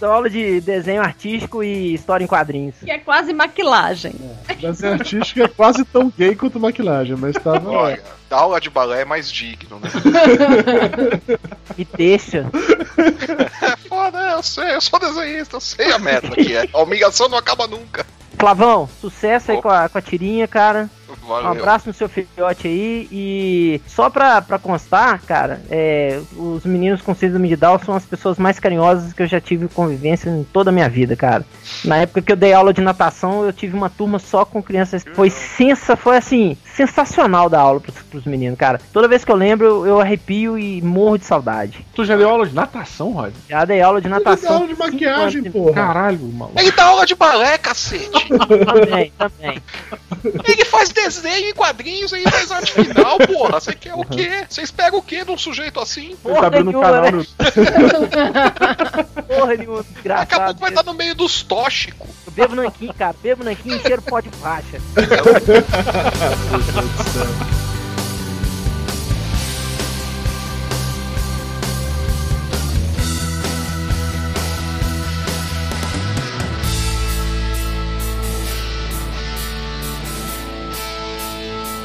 Dou aula de desenho artístico e história em quadrinhos. <laughs> Que é quase maquilagem. Dança artística é quase tão gay quanto maquilagem, mas tá tava. Olha, da aula de balé é mais digno, né? Me deixa. É Foda, eu sei, eu sou desenhista, eu sei a meta que é. A humilhação não acaba nunca. Flavão, sucesso aí com a, com a tirinha, cara. Valeu. Um abraço no seu filhote aí. E só pra, pra constar, cara, é, os meninos com síndrome de Down são as pessoas mais carinhosas que eu já tive convivência em toda a minha vida, cara. Na época que eu dei aula de natação, eu tive uma turma só com crianças. Foi sensa, foi assim, sensacional dar aula pros, pros meninos, cara. Toda vez que eu lembro, eu, eu arrepio e morro de saudade. Tu já deu aula de natação, Rod? Já dei aula de natação. aula de por cinco maquiagem, anos. porra. Caralho, maluco. Ele dá aula de balé, cacete. também, também. Ele faz desenho em quadrinhos aí faz arte final, porra. Você quer o quê? Vocês pegam o quê de um sujeito assim? Ele Uhum. tá abrindo um nenhuma, canal né? no- né? <laughs> Porra nenhuma, Daqui a pouco desgraçado. vai estar no meio dos tóxicos. Eu bebo nanquim, cara. Bebo nanquim e cheiro pó de <laughs> racha.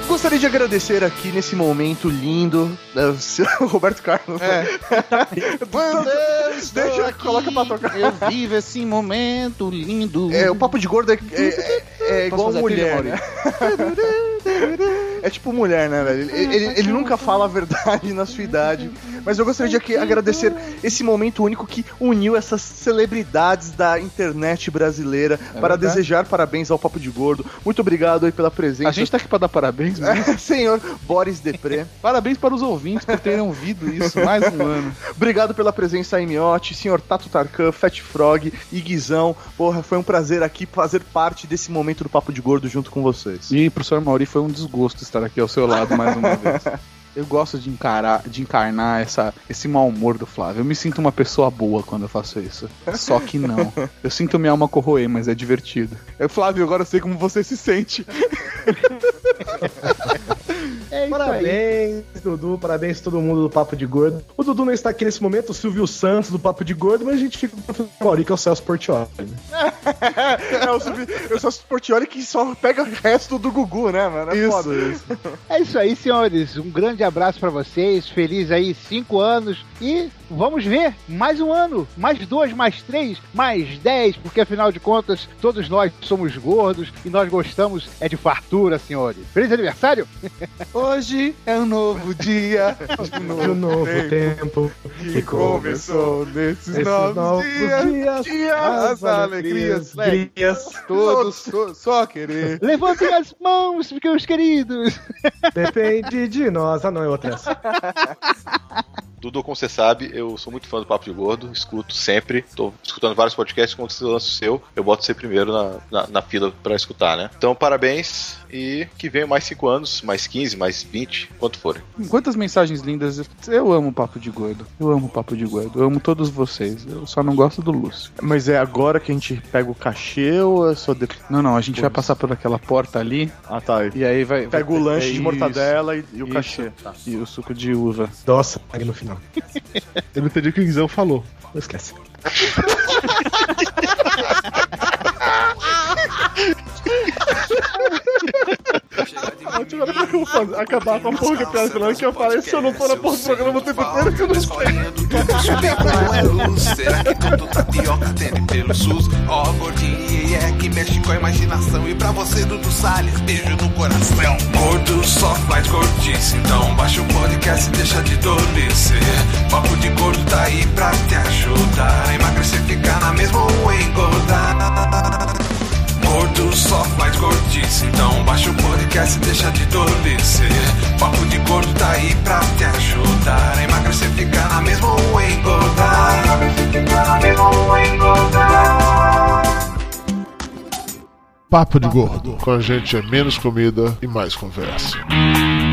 Gostaria de agradecer aqui nesse momento lindo da o <laughs> Roberto Carlos. É. <laughs> né? Meu Deus, deixa eu coloca pra tocar. Eu vivo esse momento lindo. É, o papo de gordo é, é- é Posso igual fazer a mulher, trilha, né? <laughs> É tipo mulher, né, velho? É, Ele, ele- ele nunca fala a verdade na sua idade. Mas eu gostaria de aqui agradecer esse momento único que uniu essas celebridades da internet brasileira para É verdade. desejar parabéns ao Papo de Gordo. Muito obrigado aí pela presença. A gente tá aqui pra dar parabéns, né? É, <laughs> senhor Boris Depré. <laughs> Parabéns para os ouvintes por terem ouvido isso mais <laughs> um ano. Obrigado pela presença aí, Miotti, senhor Tato Tarkan, Fat Frog e Guizão. Porra, foi um prazer aqui fazer parte desse momento do Papo de Gordo junto com vocês. E professor Mauri, foi um desgosto estar aqui ao seu lado mais uma vez. <laughs> Eu gosto de encarar, de encarnar essa, esse mau humor do Flávio. Eu me sinto uma pessoa boa quando eu faço isso. Só que não. Eu sinto minha alma corroer, mas é divertido. Eu, Flávio, agora eu sei como você se sente. É isso parabéns, Dudu. Parabéns a todo mundo do Papo de Gordo. O Dudu não está aqui nesse momento, o Silvio Santos do Papo de Gordo, mas a gente fica com o professor Mauri, que é o Celso Portioli. <laughs> é, o Subi- eu sou o Portioli que só pega o resto do Gugu, né, mano? É Isso, foda. isso. É isso aí, senhores. Um grande abraço pra vocês. Feliz aí cinco anos. E vamos ver mais um ano, mais dois, mais três, mais dez, porque afinal de contas todos nós somos gordos e nós gostamos é de fartura, senhores. Feliz aniversário! <laughs> Hoje é um novo <laughs> dia. De novo, tempo que começou nesses novos, dias, dias, as alegrias, alegrias, todos, to- só querer. Levantem as mãos, meus queridos! Depende de nós. Ah, não, é outra essa. Dudu, como você sabe, eu sou muito fã do Papo de Gordo, escuto sempre, tô escutando vários podcasts, quando você lança o seu, eu boto você primeiro na, na, na fila pra escutar, né? Então, parabéns e que venham mais 5 anos, mais 15, mais 20, quanto forem. Quantas mensagens lindas. Eu amo o Papo de Gordo. Eu amo o Papo de Gordo. Eu amo todos vocês. Eu só não gosto do Lúcio. Mas é agora que a gente pega o cachê ou é só depois? Não, não, a gente vai passar por aquela porta ali. Ah, tá. E aí vai. Pega vai- o lanche é de mortadela e, isso, e o isso. cachê. E o suco de uva. Nossa, pague no final. Eu não entendi o que o Guizão falou. Não esquece. eu vou fazer, acabar com a porra que é piada final que eu falei se eu não tô na porra do programa o tempo inteiro que eu não é sei. Será que é tudo tapioca teme pelo SUS? Ó, gordinho, é que mexe com a imaginação. E pra você, Dudu Salles, beijo no coração. Gordo só faz gordice, então baixa o podcast e deixa de dolice. Papo de gordo tá aí pra te ajudar. a Emagrecer, ficar na mesma ou engordar. Gordo só faz gordice, então baixa o podcast e deixa de dolice. Papo de gordo tá aí pra te ajudar. a Emagrecer, ficar na mesma ou engordar. Papo de gordo. Com a gente é menos comida e mais conversa.